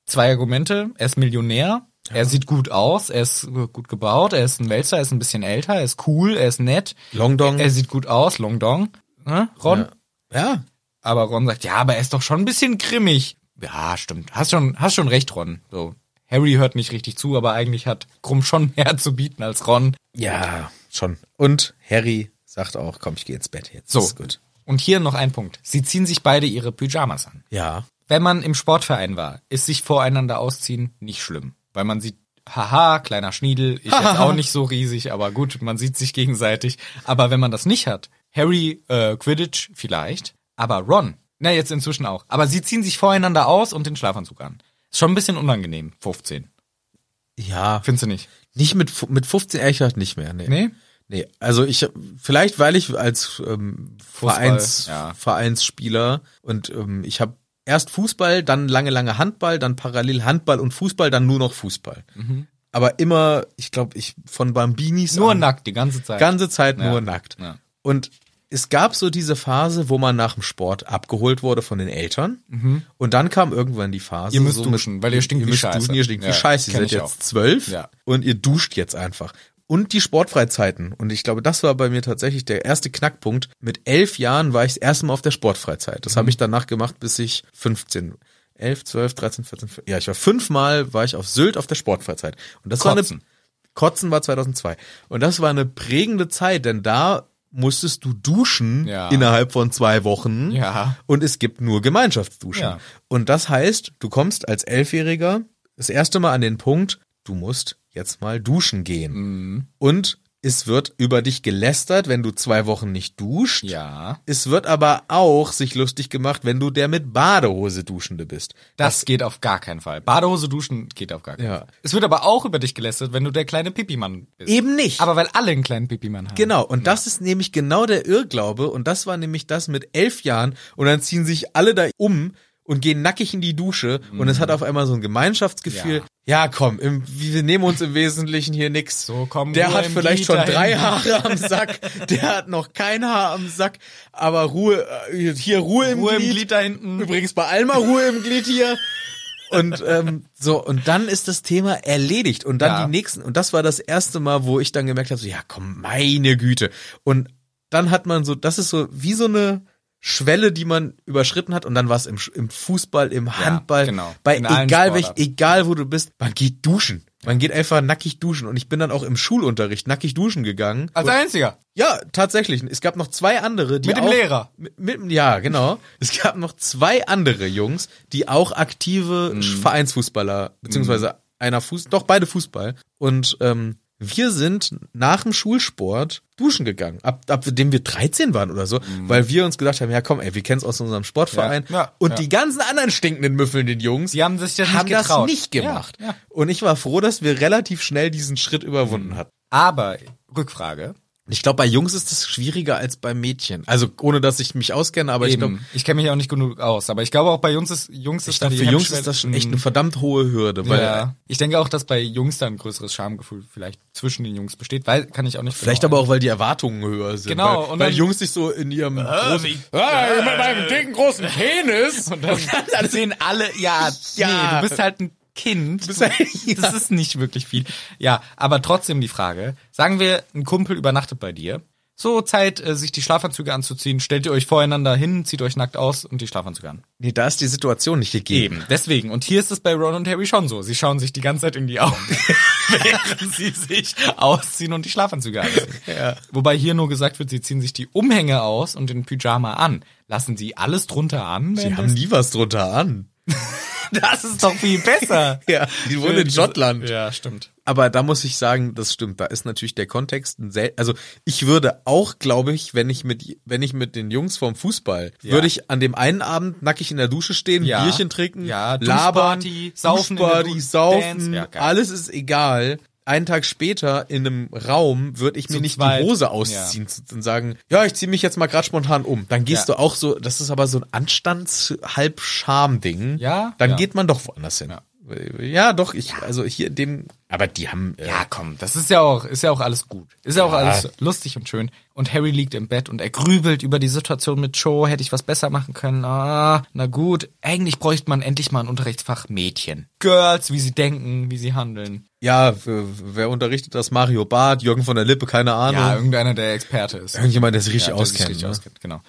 S2: Zwei Argumente. Er ist Millionär. Er sieht gut aus. Er ist äh, gut gebaut. Er ist ein Weltstar. Er ist ein bisschen älter. Er ist cool. Er ist nett.
S1: Longdong.
S2: Er sieht gut aus. Long Dong. Ne, Äh, Ron?
S1: Mhm. Ja.
S2: Aber Ron sagt, ja, aber er ist doch schon ein bisschen grimmig. Ja, stimmt. Hast schon, hast schon recht, Ron. So. Harry hört nicht richtig zu, aber eigentlich hat Krumm schon mehr zu bieten als Ron.
S1: Ja, schon. Und Harry sagt auch, komm, ich gehe ins Bett jetzt.
S2: So.
S1: Ist gut.
S2: Und hier noch ein Punkt. Sie ziehen sich beide ihre Pyjamas an.
S1: Ja.
S2: Wenn man im Sportverein war, ist sich voreinander ausziehen nicht schlimm, weil man sieht, haha, kleiner Schniedel, ich jetzt auch nicht so riesig, aber gut, man sieht sich gegenseitig. Aber wenn man das nicht hat, Harry äh, Quidditch vielleicht, aber Ron, na jetzt inzwischen auch. Aber sie ziehen sich voreinander aus und den Schlafanzug an. Ist schon ein bisschen unangenehm, 15.
S1: Ja.
S2: Findest du nicht?
S1: Nicht mit, fu- mit 15 ehrlich gesagt nicht mehr. Nee.
S2: Nee?
S1: Nee, also ich vielleicht weil ich als ähm,
S2: Fußball,
S1: Vereins,
S2: ja.
S1: Vereinsspieler und ähm, ich habe erst Fußball, dann lange lange Handball, dann parallel Handball und Fußball, dann nur noch Fußball. Aber immer, ich glaube, ich von Bambinis
S2: Mhm. Nur
S1: an,
S2: nackt die ganze Zeit.
S1: ganze Zeit
S2: Ja.
S1: nur nackt.
S2: Ja.
S1: Und es gab so diese Phase, wo man nach dem Sport abgeholt wurde von den Eltern. Und dann kam irgendwann die Phase.
S2: Mhm. Ihr müsst
S1: so mit-
S2: duschen, weil ihr stinkt
S1: ihr
S2: wie
S1: müsst
S2: Scheiße.
S1: Duschen, ihr stinkt
S2: Ja,
S1: wie Scheiße. Ihr
S2: kenn
S1: seid
S2: ich
S1: jetzt
S2: auch.
S1: zwölf
S2: Ja.
S1: und ihr duscht jetzt einfach. Und die Sportfreizeiten. Und ich glaube, das war bei mir tatsächlich der erste Knackpunkt. Mit elf Jahren war ich das erste Mal auf der Sportfreizeit.
S2: Mhm.
S1: Das habe ich danach gemacht, bis ich 15. 11, 12, 13, 14, 15. Ja, ich war fünfmal, war ich auf Sylt auf der Sportfreizeit. Und das war
S2: Kotzen.
S1: eine Kotzen war 2002. Und das war eine prägende Zeit, denn da musstest du duschen
S2: Ja.
S1: innerhalb von zwei Wochen.
S2: Ja.
S1: Und es gibt nur Gemeinschaftsduschen.
S2: Ja.
S1: Und das heißt, du kommst als Elfjähriger das erste Mal an den Punkt, du musst jetzt mal duschen gehen.
S2: Mhm.
S1: Und es wird über dich gelästert, wenn du zwei Wochen nicht duscht.
S2: Ja.
S1: Es wird aber auch sich lustig gemacht, wenn du der mit Badehose duschende bist.
S2: Das geht auf gar keinen Fall. Badehose duschen geht auf gar keinen
S1: Ja.
S2: Fall. Es wird aber auch über dich gelästert, wenn du der kleine Pipi-Mann bist.
S1: Eben nicht.
S2: Aber weil alle einen kleinen Pipi-Mann haben.
S1: Genau, und das ist nämlich genau der Irrglaube und das war nämlich das mit elf Jahren und dann ziehen sich alle da um und gehen nackig in die Dusche und es hat
S2: Mhm.
S1: auf einmal so ein Gemeinschaftsgefühl. Ja, komm, im, wir nehmen uns im Wesentlichen hier nix.
S2: So, komm,
S1: der
S2: Ruhe
S1: hat
S2: im
S1: vielleicht
S2: Glied
S1: schon
S2: dahin.
S1: drei Haare am Sack, der hat noch kein Haar am Sack, aber Ruhe, äh, hier Ruhe im
S2: Ruhe im
S1: Glied.
S2: Glied da hinten.
S1: Übrigens bei Alma Ruhe im Glied hier. Und ähm, so, und dann ist das Thema erledigt. Und dann
S2: Ja.
S1: die nächsten, und das war das erste Mal, wo ich dann gemerkt habe: so, ja, komm, meine Güte. Und dann hat man so, das ist so wie so eine Schwelle, die man überschritten hat. Und dann war es im, Sch- im Fußball, im Handball,
S2: genau.
S1: bei
S2: In allen
S1: egal welch,
S2: Sportarten.
S1: egal wo du bist, man geht duschen. Man geht einfach nackig duschen. Und ich bin dann auch im Schulunterricht nackig duschen gegangen.
S2: Als einziger.
S1: Ja, tatsächlich. Es gab noch zwei andere, die
S2: Mit dem
S1: auch,
S2: Lehrer.
S1: Mit, mit, dem- ja, genau. Es gab noch zwei andere Jungs, die auch aktive
S2: Mhm.
S1: Sch- Vereinsfußballer, beziehungsweise einer Fuß, doch beide Fußball. Und ähm, wir sind nach dem Schulsport duschen gegangen, ab, ab dem wir 13 waren oder so, weil wir uns gedacht haben, ja komm, ey, wir kennen's aus unserem Sportverein.
S2: Mhm. Ja, ja,
S1: und
S2: ja.
S1: die ganzen anderen stinkenden Müffeln, den Jungs,
S2: Die haben sich das nicht
S1: haben
S2: getraut.
S1: das nicht gemacht.
S2: Ja, ja. Mhm.
S1: Und ich war froh, dass wir relativ schnell diesen Schritt überwunden hatten.
S2: Aber, Rückfrage.
S1: Ich glaube, bei Jungs ist das schwieriger als bei Mädchen. Also ohne, dass ich mich auskenne, aber ich glaube,
S2: Eben. Ich kenne mich auch nicht genug aus, aber ich glaube auch bei Jungs ist Jungs
S1: ich
S2: ist
S1: glaub,
S2: da die
S1: für Jungs
S2: Hemmschwelle-
S1: ist das schon echt eine verdammt hohe Hürde, weil äh,
S2: ja. Ich denke auch, dass bei Jungs da ein größeres Schamgefühl vielleicht zwischen den Jungs besteht, weil kann ich auch nicht.
S1: Vielleicht
S2: genau-
S1: aber auch, weil die Erwartungen höher sind.
S2: Genau,
S1: Weil,
S2: und
S1: weil
S2: dann- Äh,
S1: Jungs sich so in ihrem großen, Ah, mit meinem dicken großen Penis.
S2: Und dann, dann sehen alle, ja,
S1: Ja.
S2: nee, du bist halt ein Kind.
S1: bist halt-
S2: Das ist nicht wirklich viel. Ja, aber trotzdem die Frage, sagen wir, ein Kumpel übernachtet bei dir. So Zeit, äh, sich die Schlafanzüge anzuziehen. Stellt ihr euch voreinander hin, zieht euch nackt aus und die Schlafanzüge an.
S1: Nee, da ist die Situation nicht gegeben.
S2: Deswegen. Und hier ist es bei Ron und Harry schon so. Sie schauen sich die ganze Zeit in die Augen, während sie sich ausziehen und die Schlafanzüge anziehen. Wobei hier nur gesagt wird, sie ziehen sich die Umhänge aus und den Pyjama an. Lassen sie alles drunter an?
S1: Die haben nie was drunter an.
S2: Das ist doch viel besser.
S1: Ja, die wohnen in Schottland.
S2: Ja, stimmt.
S1: Aber da muss ich sagen, das stimmt. Da ist natürlich der Kontext ein sel Also ich würde auch, glaube ich, wenn ich mit wenn ich mit den Jungs vom Fußball, würde ich an dem einen Abend nackig in der Dusche stehen,
S2: Ja.
S1: Bierchen trinken,
S2: Ja,
S1: labern,
S2: Duschparty, saufen in der
S1: Duschparty,
S2: Dusche,
S1: saufen,
S2: Dance. Ja, geil.
S1: alles ist egal. Einen Tag später in einem Raum würde ich mir
S2: Zu
S1: nicht
S2: zweit.
S1: die Hose ausziehen und sagen, ja, ich ziehe mich jetzt mal gerade spontan um. Dann gehst
S2: Ja.
S1: du auch so, das ist aber so ein Anstands-Halb-Scham-Ding.
S2: Ja,
S1: Dann
S2: ja.
S1: geht man doch woanders hin. Ja, doch, ich, also hier in dem, aber die haben, äh,
S2: Ja, komm, das ist ja auch, ist ja auch alles gut. Ist ja, auch alles lustig und schön. Und Harry liegt im Bett und er grübelt über die Situation mit Joe. Hätte ich was besser machen können? Ah, na gut. Eigentlich bräuchte man endlich mal ein Unterrichtsfach Mädchen. Girls, wie sie denken, wie sie handeln.
S1: ja, w- wer unterrichtet das? Mario Barth, Jürgen von der Lippe, keine Ahnung.
S2: Ja, irgendeiner, der Experte ist.
S1: Irgendjemand, der sich richtig
S2: Ja, der sich
S1: auskennt.
S2: richtig
S1: ne?
S2: auskennt, genau.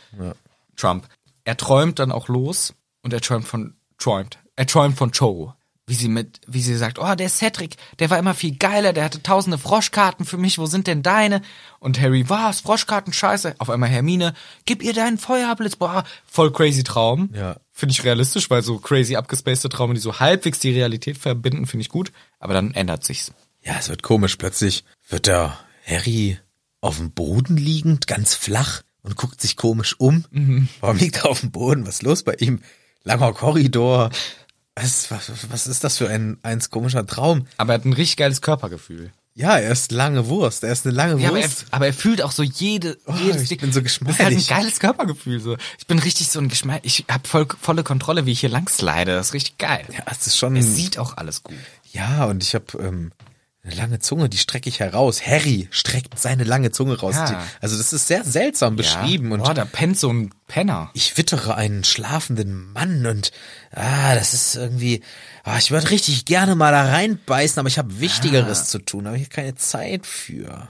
S2: Trump. Er träumt dann auch los und er träumt von träumt. Er träumt von Cho. Wie sie mit, wie sie sagt, oh, der Cedric, der war immer viel geiler, der hatte tausende Froschkarten für mich, wo sind denn deine? Und Harry, was, Froschkarten, scheiße. Auf einmal Hermine, gib ihr deinen Feuerblitz, boah, voll crazy Traum.
S1: Ja.
S2: Finde ich realistisch, weil so crazy abgespacede Traume, die so halbwegs die Realität verbinden, finde ich gut. Aber dann ändert sich's.
S1: Ja, es wird komisch. Plötzlich wird der Harry auf dem Boden liegend, ganz flach und guckt sich komisch um.
S2: Mhm.
S1: Warum liegt er auf dem Boden? Was ist los bei ihm? Langer Korridor. Was, was, was ist das für ein, eins komischer Traum?
S2: Aber er hat ein richtig geiles Körpergefühl.
S1: Ja, er ist lange Wurst. Er ist eine lange
S2: Ja, aber er,
S1: Wurst.
S2: aber er fühlt auch so jede, jedes
S1: Oh, ich
S2: Ding.
S1: bin so
S2: Das ist halt ein
S1: geschmeidig.
S2: geiles Körpergefühl. So. Ich bin richtig so ein Geschmeidig. Ich habe voll, volle Kontrolle, wie ich hier lang slide. Das ist richtig geil.
S1: Ja, es ist schon.
S2: Es sieht auch alles gut.
S1: Ja, und ich habe ähm, eine lange Zunge, die strecke ich heraus. Harry streckt seine lange Zunge raus.
S2: Ja.
S1: Die, also das ist sehr seltsam beschrieben
S2: Ja.
S1: und
S2: Boah, da pennt so ein Penner.
S1: ich wittere einen schlafenden Mann und ah, das ist irgendwie, ah, ich würde richtig gerne mal da reinbeißen, aber ich habe Wichtigeres
S2: Ah.
S1: zu tun, habe ich keine Zeit für.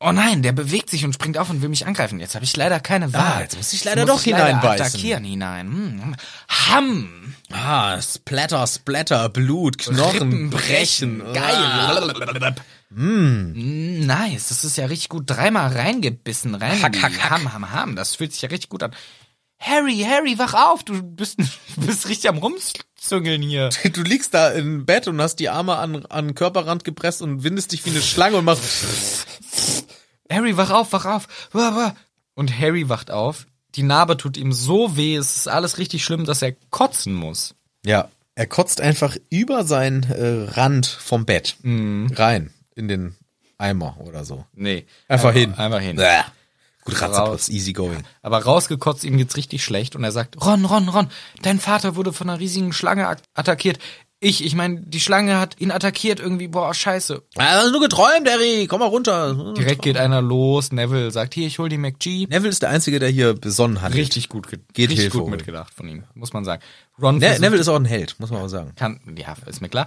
S2: Oh nein, der bewegt sich und springt auf und will mich angreifen. Jetzt habe ich leider keine Wahl.
S1: Ah, jetzt muss ich leider doch hineinbeißen.
S2: Attackieren hinein. Hm. Ham.
S1: Ah, Splatter, Splatter, Blut, Knochen,
S2: Rippen
S1: Brechen. Ah.
S2: brechen. Geil. Mm. Nice. Das ist ja richtig gut. Dreimal reingebissen. Rein. Hack, hack, hack. Ham, ham, ham. Das fühlt sich ja richtig gut an. Harry, Harry, wach auf. Du bist, du bist richtig am Rumzüngeln hier.
S1: Du liegst da im Bett und hast die Arme an, an den Körperrand gepresst und windest dich wie eine Schlange und machst.
S2: Harry, wach auf, wach auf. Wah, wah. Und Harry wacht auf. Die Narbe tut ihm so weh. Es ist alles richtig schlimm, dass er kotzen muss.
S1: Ja, er kotzt einfach über seinen äh, Rand vom Bett rein in den Eimer oder so.
S2: Nee.
S1: Einfach hin.
S2: Einfach hin.
S1: Bäh. Gut,
S2: Raus.
S1: Ratzeputz, easy going.
S2: Aber rausgekotzt, ihm geht's richtig schlecht und er sagt, Ron, Ron, Ron, dein Vater wurde von einer riesigen Schlange at- attackiert. Ich, ich meine, die Schlange hat ihn attackiert irgendwie, boah, scheiße.
S1: Ah, hast nur geträumt, Harry, komm mal runter.
S2: Direkt geht einer los, Neville sagt, hier, ich hol die McGee.
S1: Hm. Neville ist der Einzige, der hier besonnen hat.
S2: Richtig gut, ge
S1: Geht
S2: richtig
S1: Hilfe
S2: gut
S1: holen.
S2: mitgedacht von ihm, muss man sagen. Ron
S1: Ne
S2: versucht-
S1: Neville ist auch ein Held, muss man auch sagen.
S2: kann, ja, ist mir klar.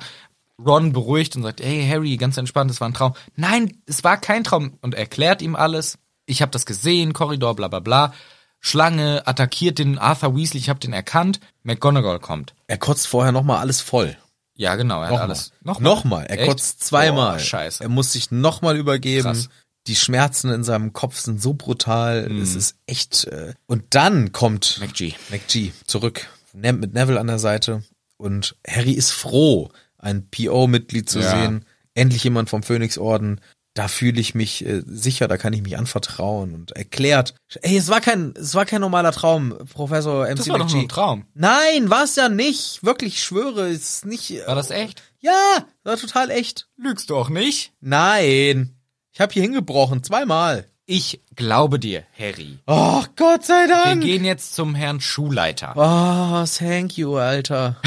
S2: Ron beruhigt und sagt, hey Harry, ganz entspannt, es war ein Traum. Nein, es war kein Traum und erklärt ihm alles. Ich habe das gesehen, Korridor, bla bla bla. Schlange attackiert den Arthur Weasley, ich habe den erkannt. McGonagall kommt.
S1: Er kotzt vorher nochmal alles voll.
S2: Ja, genau, er hat
S1: Nochmal.
S2: alles.
S1: Nochmal. Er
S2: Echt?
S1: kotzt zweimal.
S2: Boah, scheiße.
S1: Er muss sich nochmal übergeben.
S2: Krass. Mhm.
S1: Die Schmerzen in seinem Kopf sind so brutal. Es ist echt. Äh und dann kommt
S2: McGee.
S1: McGee zurück. Ne mit Neville an der Seite. Und Harry ist froh, ein PO-Mitglied zu
S2: Ja.
S1: sehen. Endlich jemand vom Phönixorden. Da fühle ich mich äh, sicher, da kann ich mich anvertrauen und erklärt. Ey, es war kein, es war kein normaler Traum, Professor MC
S2: Das war doch
S1: McGee.
S2: nur ein Traum.
S1: Nein, war es ja nicht. Wirklich, ich schwöre, es ist nicht. äh,
S2: War das echt?
S1: Ja, war total echt.
S2: Lügst du auch nicht?
S1: Nein. Ich habe hier hingebrochen, zweimal.
S2: Ich glaube dir, Harry.
S1: Oh, Gott sei
S2: Wir
S1: Dank.
S2: gehen jetzt zum Herrn Schulleiter.
S1: Oh, thank you, Alter.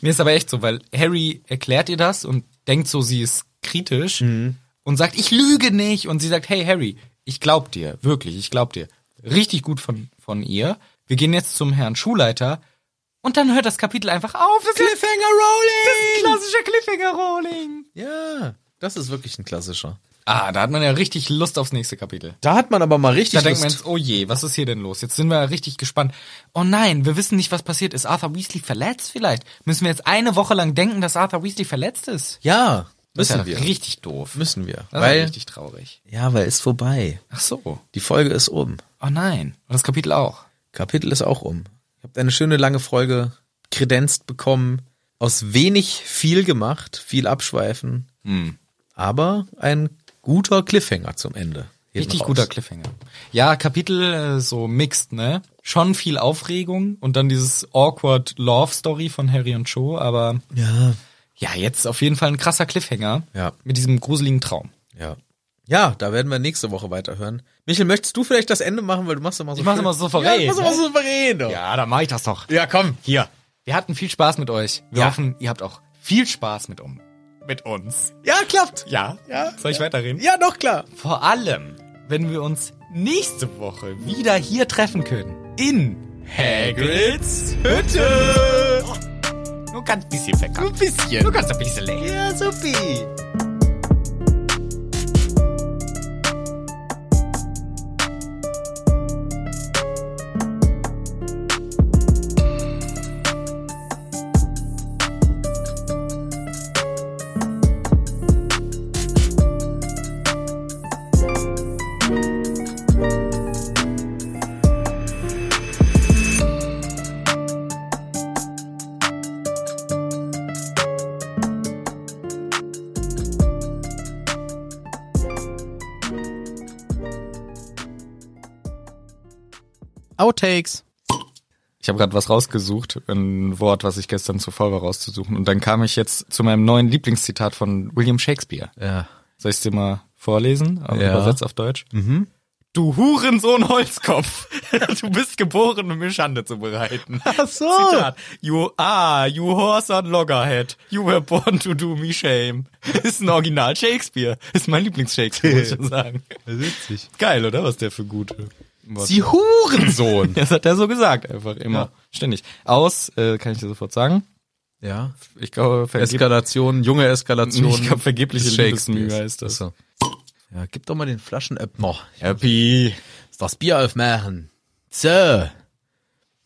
S2: Mir ist aber echt so, weil Harry erklärt ihr das und denkt so, sie ist kritisch und sagt, ich lüge nicht. Und sie sagt, hey Harry, ich glaub dir, wirklich, ich glaub dir. Richtig gut von, von ihr. Wir gehen jetzt zum Herrn Schulleiter und dann hört das Kapitel einfach auf. Das ist
S1: Cliffhanger Rolling.
S2: klassischer Cliffhanger-Rolling.
S1: Ja, das ist wirklich ein klassischer.
S2: Ah, da hat man ja richtig Lust aufs nächste Kapitel.
S1: Da hat man aber mal richtig
S2: Da denkt man
S1: Lust.
S2: jetzt, oh je, was ist hier denn los? Jetzt sind wir ja richtig gespannt. Oh nein, wir wissen nicht, was passiert. Ist Arthur Weasley verletzt vielleicht? Müssen wir jetzt eine Woche lang denken, dass Arthur Weasley verletzt ist?
S1: ja,
S2: Das ist
S1: müssen
S2: ja
S1: wir.
S2: Richtig doof.
S1: Müssen wir.
S2: Das ist ja
S1: weil,
S2: richtig traurig.
S1: ja, weil ist vorbei.
S2: Ach so.
S1: Die Folge ist um.
S2: Oh nein. Und das Kapitel auch.
S1: Kapitel ist auch um. Ihr habt eine schöne lange Folge kredenzt bekommen. Aus wenig viel gemacht, viel abschweifen. Aber ein guter Cliffhanger zum Ende. Hinten
S2: Richtig
S1: raus.
S2: guter Cliffhanger. Ja, Kapitel äh, so mixed, ne? Schon viel Aufregung und dann dieses awkward Love Story von Harry und Cho, aber
S1: Ja.
S2: ja, jetzt auf jeden Fall ein krasser Cliffhanger
S1: Ja.
S2: mit diesem gruseligen Traum.
S1: Ja. Ja, da werden wir nächste Woche weiterhören. Michel, möchtest du vielleicht das Ende machen, weil du machst immer so
S2: Ich mach's
S1: schön-
S2: immer so souverän,
S1: Ja, du machst immer
S2: ne?
S1: so souverän. doch.
S2: Ja, dann mache ich das doch.
S1: ja, komm.
S2: Hier. Wir hatten viel Spaß mit euch. Wir
S1: Ja.
S2: hoffen, ihr habt auch viel Spaß mit um mit uns.
S1: Ja, klappt.
S2: Ja.
S1: Ja.
S2: Soll ich weiterreden?
S1: Ja, doch klar.
S2: Vor allem, wenn wir uns nächste Woche wieder hier treffen können. In Hagrids Hütte. Oh. Nur ganz bisschen verkackt. Nur ein bisschen. Nur ganz ein bisschen leer.
S1: Ja, supi. Outtakes.
S2: Ich habe gerade was rausgesucht, ein Wort, was ich gestern zu voll war rauszusuchen. Und dann kam ich jetzt zu meinem neuen Lieblingszitat von William Shakespeare.
S1: Ja.
S2: Soll ich es dir mal vorlesen? Auf-
S1: Ja. Mhm.
S2: Übersetzt auf Deutsch. Du Hurensohn Holzkopf. du bist geboren, um mir Schande zu bereiten.
S1: Ach so.
S2: Zitat. You are, you horse on loggerhead. You were born to do me shame. Ist ein Original Shakespeare. Ist mein Lieblings-Shakespeare, muss ich schon sagen.
S1: Witzig.
S2: Geil, oder? Was der für gute.
S1: Sie Hurensohn.
S2: Das hat er so gesagt, einfach immer.
S1: Ja.
S2: Ständig. Aus, äh, kann ich dir sofort sagen.
S1: ja.
S2: Ich glaube, vergib
S1: Eskalation, junge Eskalation.
S2: Ich glaub, vergebliche
S1: des Shakespeares.
S2: Liebesmühe heißt das.
S1: Ach so. Ja, gib doch mal den Flaschenöppner.
S2: Happy.
S1: Ist das Bier aufmachen. So.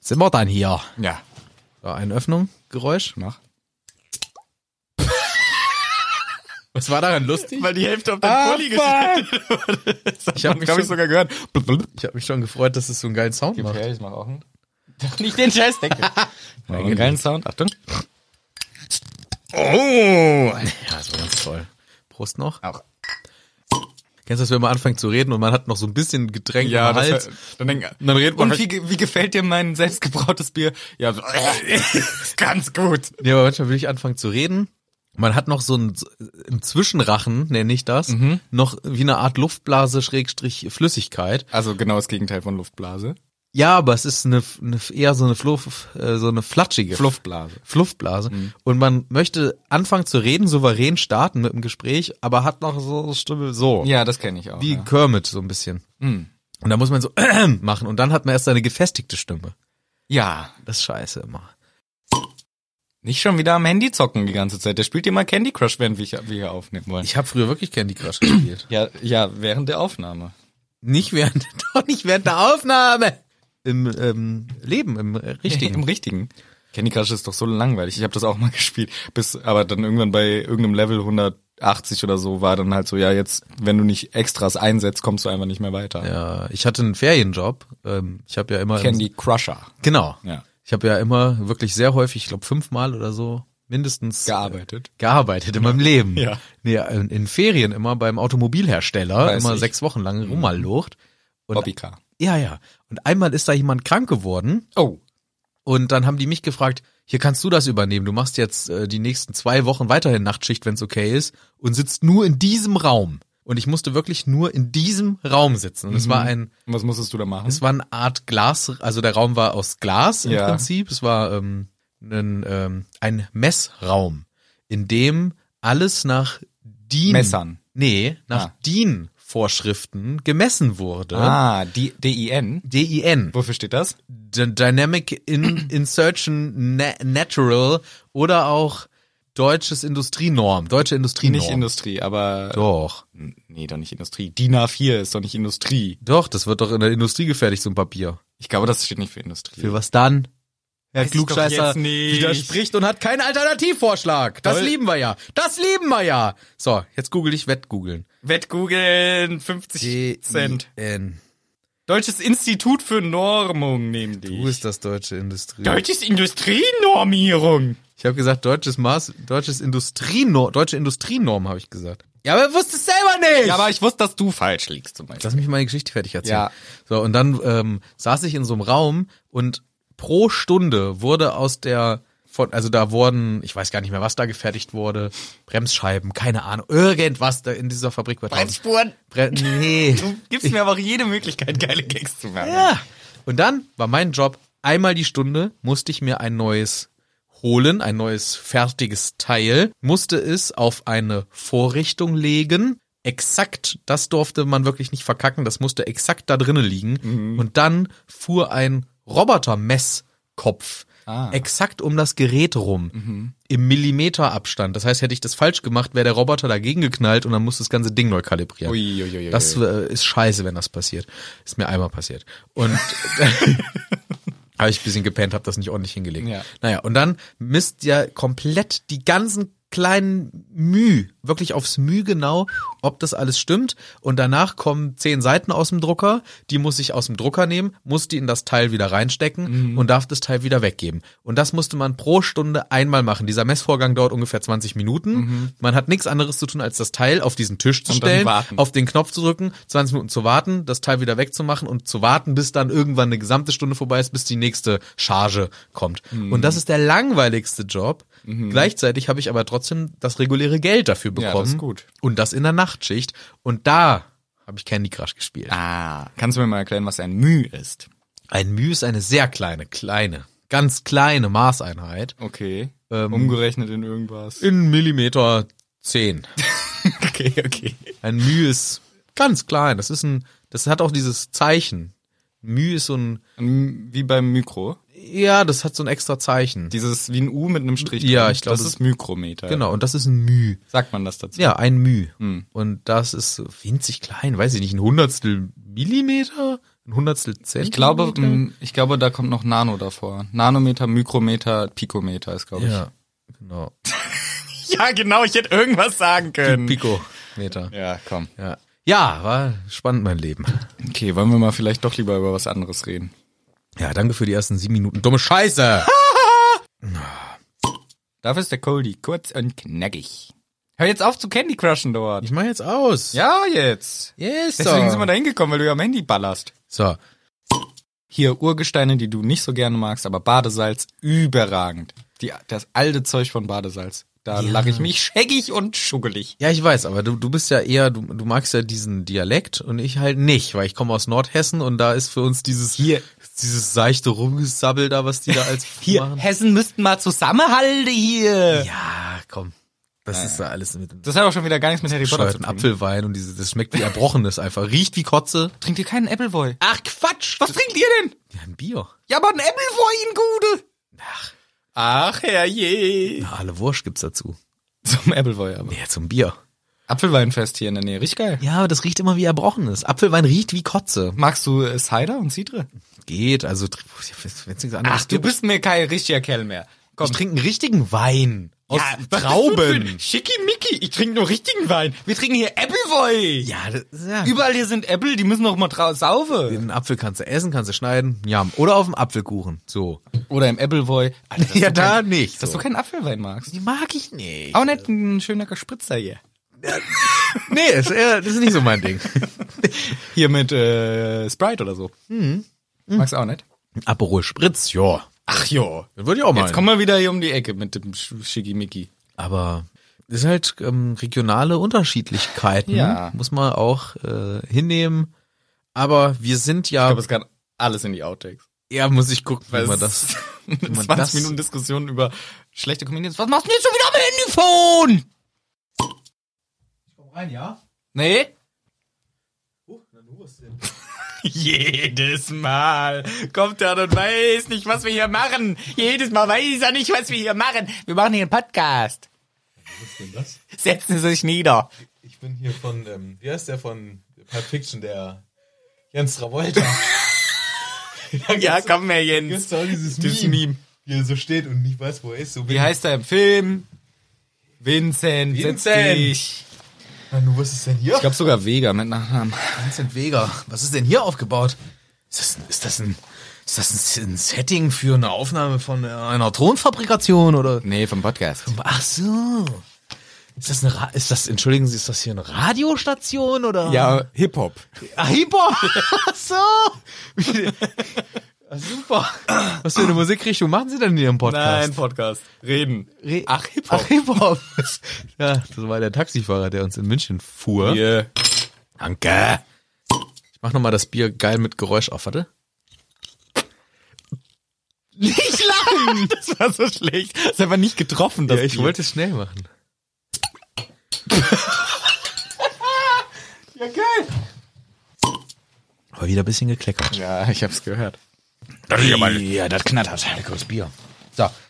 S1: Sind wir dann hier?
S2: Ja,
S1: So, eine Öffnung, Geräusch.
S2: mach.
S1: Was war daran lustig?
S2: Weil die Hälfte auf den
S1: Ah,
S2: Pulli geschüttet wurde. Ich
S1: hab mich
S2: habe mich, glaub ich,
S1: schon-
S2: sogar gehört.
S1: Ich habe mich schon gefreut, dass es so einen geilen Sound macht.
S2: ich mach auch einen. Doch nicht den Scheißdeckel. mach einen geilen Sound. Achtung.
S1: Oh! Ja, das war ganz toll. Prost noch.
S2: Auch.
S1: Kennst du das, wenn man anfängt zu reden und man hat noch so ein bisschen Getränk im Hals?
S2: dann halt- denk,
S1: Und dann redet man-
S2: Halt. Und wie, ge- wie gefällt dir mein selbstgebrautes Bier? Ja, so, ist ganz gut.
S1: Ja, aber manchmal will ich anfangen zu reden. Man hat noch so ein, im Zwischenrachen, nenne ich das, noch wie eine Art Luftblase, Schrägstrich, Flüssigkeit.
S2: Also genau das Gegenteil von Luftblase.
S1: Ja, aber es ist eine, eine eher so eine Fluff, äh, so eine flatschige
S2: Fluffblase.
S1: Fluffblase. Und man möchte anfangen zu reden, souverän starten mit dem Gespräch, aber hat noch so eine Stimme so.
S2: Ja, das kenne ich auch.
S1: Wie
S2: ja.
S1: Kermit so ein bisschen.
S2: hm.
S1: Und da muss man so machen und dann hat man erst seine gefestigte Stimme.
S2: ja,
S1: Das ist scheiße immer.
S2: nicht schon wieder am Handy zocken die ganze Zeit. Der spielt immer Candy Crush, während wir hier- wir hier aufnehmen wollen.
S1: Ich habe früher wirklich Candy Crush gespielt.
S2: Ja, ja, während der Aufnahme.
S1: Nicht während, doch nicht während der Aufnahme. Im ähm, Leben, im äh,
S2: Richtig,
S1: richtigen.
S2: im richtigen. Candy Crush ist doch so langweilig. Ich habe das auch mal gespielt, bis aber dann irgendwann bei irgendeinem Level 180 oder so war dann halt so, ja, jetzt wenn du nicht Extras einsetzt, kommst du einfach nicht mehr weiter.
S1: Ja, ich hatte einen Ferienjob. Ähm, ich habe ja immer
S2: Candy Crusher.
S1: genau.
S2: Ja.
S1: Ich habe ja immer wirklich sehr häufig, ich glaube fünfmal oder so mindestens
S2: Gearbeitet.
S1: äh, gearbeitet in meinem Leben.
S2: Ja.
S1: Nee, in, in Ferien immer beim Automobilhersteller,
S2: Weiß
S1: immer
S2: ich. Mhm.
S1: sechs Wochen lang rummallocht. Und
S2: Bobbycar.
S1: ja, ja. Und einmal ist da jemand krank geworden
S2: Oh.
S1: Und dann haben die mich gefragt, hier kannst du das übernehmen. Du machst jetzt äh, die nächsten zwei Wochen weiterhin Nachtschicht, wenn es okay ist, und sitzt nur in diesem Raum. Und ich musste wirklich nur in diesem Raum sitzen. Und es
S2: Mhm.
S1: war ein,
S2: Und was musstest du da machen?
S1: es war eine Art Glas, also der Raum war aus Glas im
S2: Ja.
S1: Prinzip. Es war ähm, ein, ähm, ein Messraum, in dem alles nach DIN.
S2: Messern.
S1: Nee, nach
S2: Ah.
S1: DIN-Vorschriften gemessen wurde.
S2: Ah, D- DIN.
S1: DIN.
S2: Wofür steht das?
S1: D Dynamic in Insertion Na Natural oder auch deutsches Industrienorm, deutsche Industrienorm.
S2: Nicht Industrie, aber.
S1: Doch.
S2: Nee, doch nicht Industrie. DIN A4 ist doch nicht Industrie.
S1: Doch, das wird doch in der Industrie gefertigt, so ein Papier.
S2: Ich glaube, das steht nicht für Industrie.
S1: Für was dann? Herr
S2: Weiß ich doch
S1: Klugscheißer
S2: jetzt nicht.
S1: widerspricht und hat keinen Alternativvorschlag. Das
S2: Toll.
S1: lieben wir ja. Das lieben wir ja. So, jetzt google ich Wettgoogeln.
S2: Wettgoogeln, 50 Cent.
S1: DIN.
S2: Deutsches Institut für Normung nehmen die.
S1: Wo ist das deutsche Industrie?
S2: Deutsches Industrienormierung.
S1: Ich habe gesagt, deutsches Maß, deutsches Industrienorm, deutsche Industrienorm habe ich gesagt. Ja, aber ihr wusst es selber nicht.
S2: Ja, aber ich wusste, dass du falsch liegst zum Beispiel.
S1: Lass mich meine Geschichte fertig erzählen.
S2: Ja.
S1: So, und dann ähm, saß ich in so einem Raum und pro Stunde wurde aus der von, also da wurden, ich weiß gar nicht mehr, was da gefertigt wurde, Bremsscheiben, keine Ahnung, irgendwas da in dieser Fabrik wird.
S2: Bremsspuren.
S1: Bre nee.
S2: Du gibst mir aber auch jede Möglichkeit, geile Gags zu machen.
S1: Ja. Und dann war mein Job, einmal die Stunde musste ich mir ein neues holen, ein neues fertiges Teil, musste es auf eine Vorrichtung legen. Exakt, das durfte man wirklich nicht verkacken, das musste exakt da drinnen liegen. Und dann fuhr ein Robotermesskopf
S2: Ah.
S1: exakt um das Gerät rum, im Millimeterabstand. Das heißt, hätte ich das falsch gemacht, wäre der Roboter dagegen geknallt und dann musste das ganze Ding neu kalibrieren.
S2: Ui, ui, ui,
S1: Das äh, ist scheiße, wenn das passiert. Ist mir einmal passiert. Und habe ich ein bisschen gepennt, habe das nicht ordentlich hingelegt.
S2: Ja.
S1: Naja, und dann misst ja komplett die ganzen kleinen Müh, wirklich aufs Müh genau, ob das alles stimmt. Und danach kommen zehn Seiten aus dem Drucker, die muss ich aus dem Drucker nehmen, muss die in das Teil wieder
S2: Mhm.
S1: reinstecken und darf das Teil wieder weggeben. Und das musste man pro Stunde einmal machen. Dieser Messvorgang dauert ungefähr 20 Minuten. Man hat nichts anderes zu tun, als das Teil auf diesen Tisch zu
S2: Mhm. Und dann
S1: stellen,
S2: warten.
S1: auf den Knopf zu drücken, 20 Minuten zu warten, das Teil wieder wegzumachen und zu warten, bis dann irgendwann eine gesamte Stunde vorbei ist, bis die nächste Charge kommt.
S2: Mhm.
S1: Und das ist der langweiligste Job. Gleichzeitig habe ich aber trotzdem das reguläre Geld dafür
S2: Ja,
S1: bekommen.
S2: das ist gut.
S1: Und das in der Nachtschicht. Und da habe ich Candy Crush gespielt.
S2: Ah, kannst du mir mal erklären, was ein Müh ist?
S1: Ein Mühe ist eine sehr kleine, kleine, ganz kleine Maßeinheit.
S2: Okay.
S1: Ähm,
S2: Umgerechnet in irgendwas.
S1: In Millimeter 10.
S2: Okay, okay.
S1: Ein Mühe ist ganz klein. Das ist ein, das hat auch dieses Zeichen. Mühe ist so ein
S2: Ähm, Wie beim Mikro.
S1: Ja, das hat so ein extra Zeichen.
S2: Dieses wie ein U mit einem Strich.
S1: Ja,
S2: drin.
S1: ich glaube,
S2: Das
S1: das-
S2: ist Mikrometer.
S1: Genau, und das ist ein Mü.
S2: Sagt man das dazu?
S1: Ja, ein Mü.
S2: Hm.
S1: Und das ist so winzig klein, weiß ich nicht, ein Hundertstel Millimeter? Ein Hundertstel Zentimeter?
S2: Ich glaube, mm, ich glaube, da kommt noch Nano davor. Nanometer, Mikrometer, Pikometer ist, glaube
S1: ja, genau.
S2: ich. Ja, genau, ich hätte irgendwas sagen
S1: Pikometer.
S2: Ja, komm.
S1: Ja. ja, war spannend mein Leben.
S2: Okay, wollen wir mal vielleicht doch lieber über was anderes reden.
S1: Ja, danke für die ersten sieben Minuten. Dumme Scheiße!
S2: Dafür ist der Coldy kurz und knackig. Hör jetzt auf zu Candy Crushen dort.
S1: Ich mach jetzt aus.
S2: Ja, jetzt.
S1: yes,
S2: Deswegen
S1: so.
S2: sind wir da hingekommen, weil du ja am Handy ballerst.
S1: So,
S2: Hier Urgesteine, die du nicht so gerne magst, aber Badesalz überragend. Die, das alte Zeug von Badesalz. Da lache ich mich scheckig und schuggelig.
S1: Ja, ich weiß, aber du, du bist ja eher, du, du magst ja diesen Dialekt und ich halt nicht, weil ich komme aus Nordhessen und da ist für uns dieses
S2: Hier.
S1: dieses seichte Rumgesabbel da, was die da als machen.
S2: Hessen müssten mal zusammenhalten hier.
S1: Ja, komm. Das ist ja alles mit dem
S2: Das hat auch schon wieder gar nichts mit Harry Potter zu
S1: bescheuerten
S2: tun.
S1: Apfelwein und diese, das schmeckt wie Erbrochenes einfach. Riecht wie Kotze.
S2: Trinkt ihr keinen Appleboy?
S1: Ach, Quatsch!
S2: Was trinkt ihr denn?
S1: Ja, ein Bier.
S2: Ja, aber ein Appleboy in Gude. Ach, herrje.
S1: Ja, alle Wurst gibt's dazu.
S2: Zum Appleboy aber.
S1: Ja, zum Bier.
S2: Apfelweinfest hier in der Nähe, richtig geil.
S1: Ja, aber das riecht immer wie Erbrochenes. Apfelwein riecht wie Kotze.
S2: Magst du äh, Cider und Cidre?
S1: Geht, also, tr- wenn's nichts anderes
S2: Ach, du
S1: gibt.
S2: bist mir kein richtiger Kerl mehr. Komm.
S1: Ich trinke einen richtigen Wein. Aus
S2: was bist du für
S1: Trauben.
S2: ein Schickimicki, ich trinke nur richtigen Wein. Wir trinken hier Appleboy.
S1: Ja, das, ja.
S2: Überall hier sind Äpfel, die müssen doch mal draußen saufen.
S1: den Apfel kannst du essen, kannst du schneiden, ja, oder auf dem Apfelkuchen, so.
S2: Oder im Appleboy. Alter, dass du kein-
S1: nicht.
S2: Dass
S1: so.
S2: du keinen Apfelwein magst.
S1: Die mag ich nicht.
S2: Auch nicht ein schöner Gespritzer hier.
S1: nee, ist eher, das ist nicht so mein Ding.
S2: Hier mit äh, Sprite oder so. Hm. Magst du auch nicht?
S1: Ein Aperol Spritz, ja.
S2: Ach jo.
S1: Das würde ich auch mal.
S2: Jetzt kommen wir wieder hier um die Ecke mit dem Sch- Schickimicki.
S1: Aber ist halt ähm, regionale Unterschiedlichkeiten.
S2: Ja.
S1: Muss man auch äh, hinnehmen. Aber wir sind
S2: Ich
S1: ja,
S2: glaube, es kann alles in die Outtakes.
S1: ja, muss ich gucken, wie
S2: Weil
S1: man das.
S2: das
S1: man
S2: 20
S1: das-
S2: Minuten Diskussion über schlechte Comedians. Was machst du denn jetzt schon wieder am Handyphone?
S1: Rein, ja?
S2: Nee?
S1: na, du was denn?
S2: Jedes Mal kommt er und weiß nicht, was wir hier machen. Jedes Mal weiß er nicht, was wir hier machen. Wir machen hier einen Podcast.
S1: Was denn das?
S2: Setzen Sie sich nieder.
S1: Ich bin hier von, ähm, wie heißt der von Pulp Fiction, der Jens Travolta.
S2: Ja, komm her, Jens.
S1: Jetzt auch dieses,
S2: Dieses
S1: Meme,
S2: Meme.
S1: wie er so steht und nicht weiß, wo er ist. So
S2: Wie heißt er im Film? Vincent.
S1: Vincent.
S2: Setz dich.
S1: Na, du, was ist denn hier?
S2: Ich glaube sogar Vega mit Nachnamen.
S1: Vincent Vega. Was ist denn hier aufgebaut? Ist das, ist das ein... Ist das ein, ein Setting für eine Aufnahme von äh, einer Thronfabrikation oder?
S2: Nee, vom Podcast.
S1: Ach so. Ist das eine, Ra ist das, entschuldigen Sie, ist das hier eine Radiostation oder?
S2: Ja, Hip-Hop.
S1: Ah, Hip-Hop. Ach so. Ah, Super. Was für eine Musikrichtung machen Sie denn in Ihrem Podcast?
S2: Podcast. Reden.
S1: Re-
S2: Ach, Hip-Hop.
S1: Ach, Hip-Hop. ja, das war der Taxifahrer, der uns in München fuhr.
S2: Yeah.
S1: Danke. Ich mach nochmal das Bier geil mit Geräusch auf, warte.
S2: Nicht lachen! Das war so schlecht. Das ist einfach nicht getroffen, das Bier.
S1: es schnell machen.
S2: Ja, geil.
S1: Aber wieder ein bisschen gekleckert.
S2: Ja, ich hab's gehört.
S1: Ja, das knattert. Leckeres Bier. So,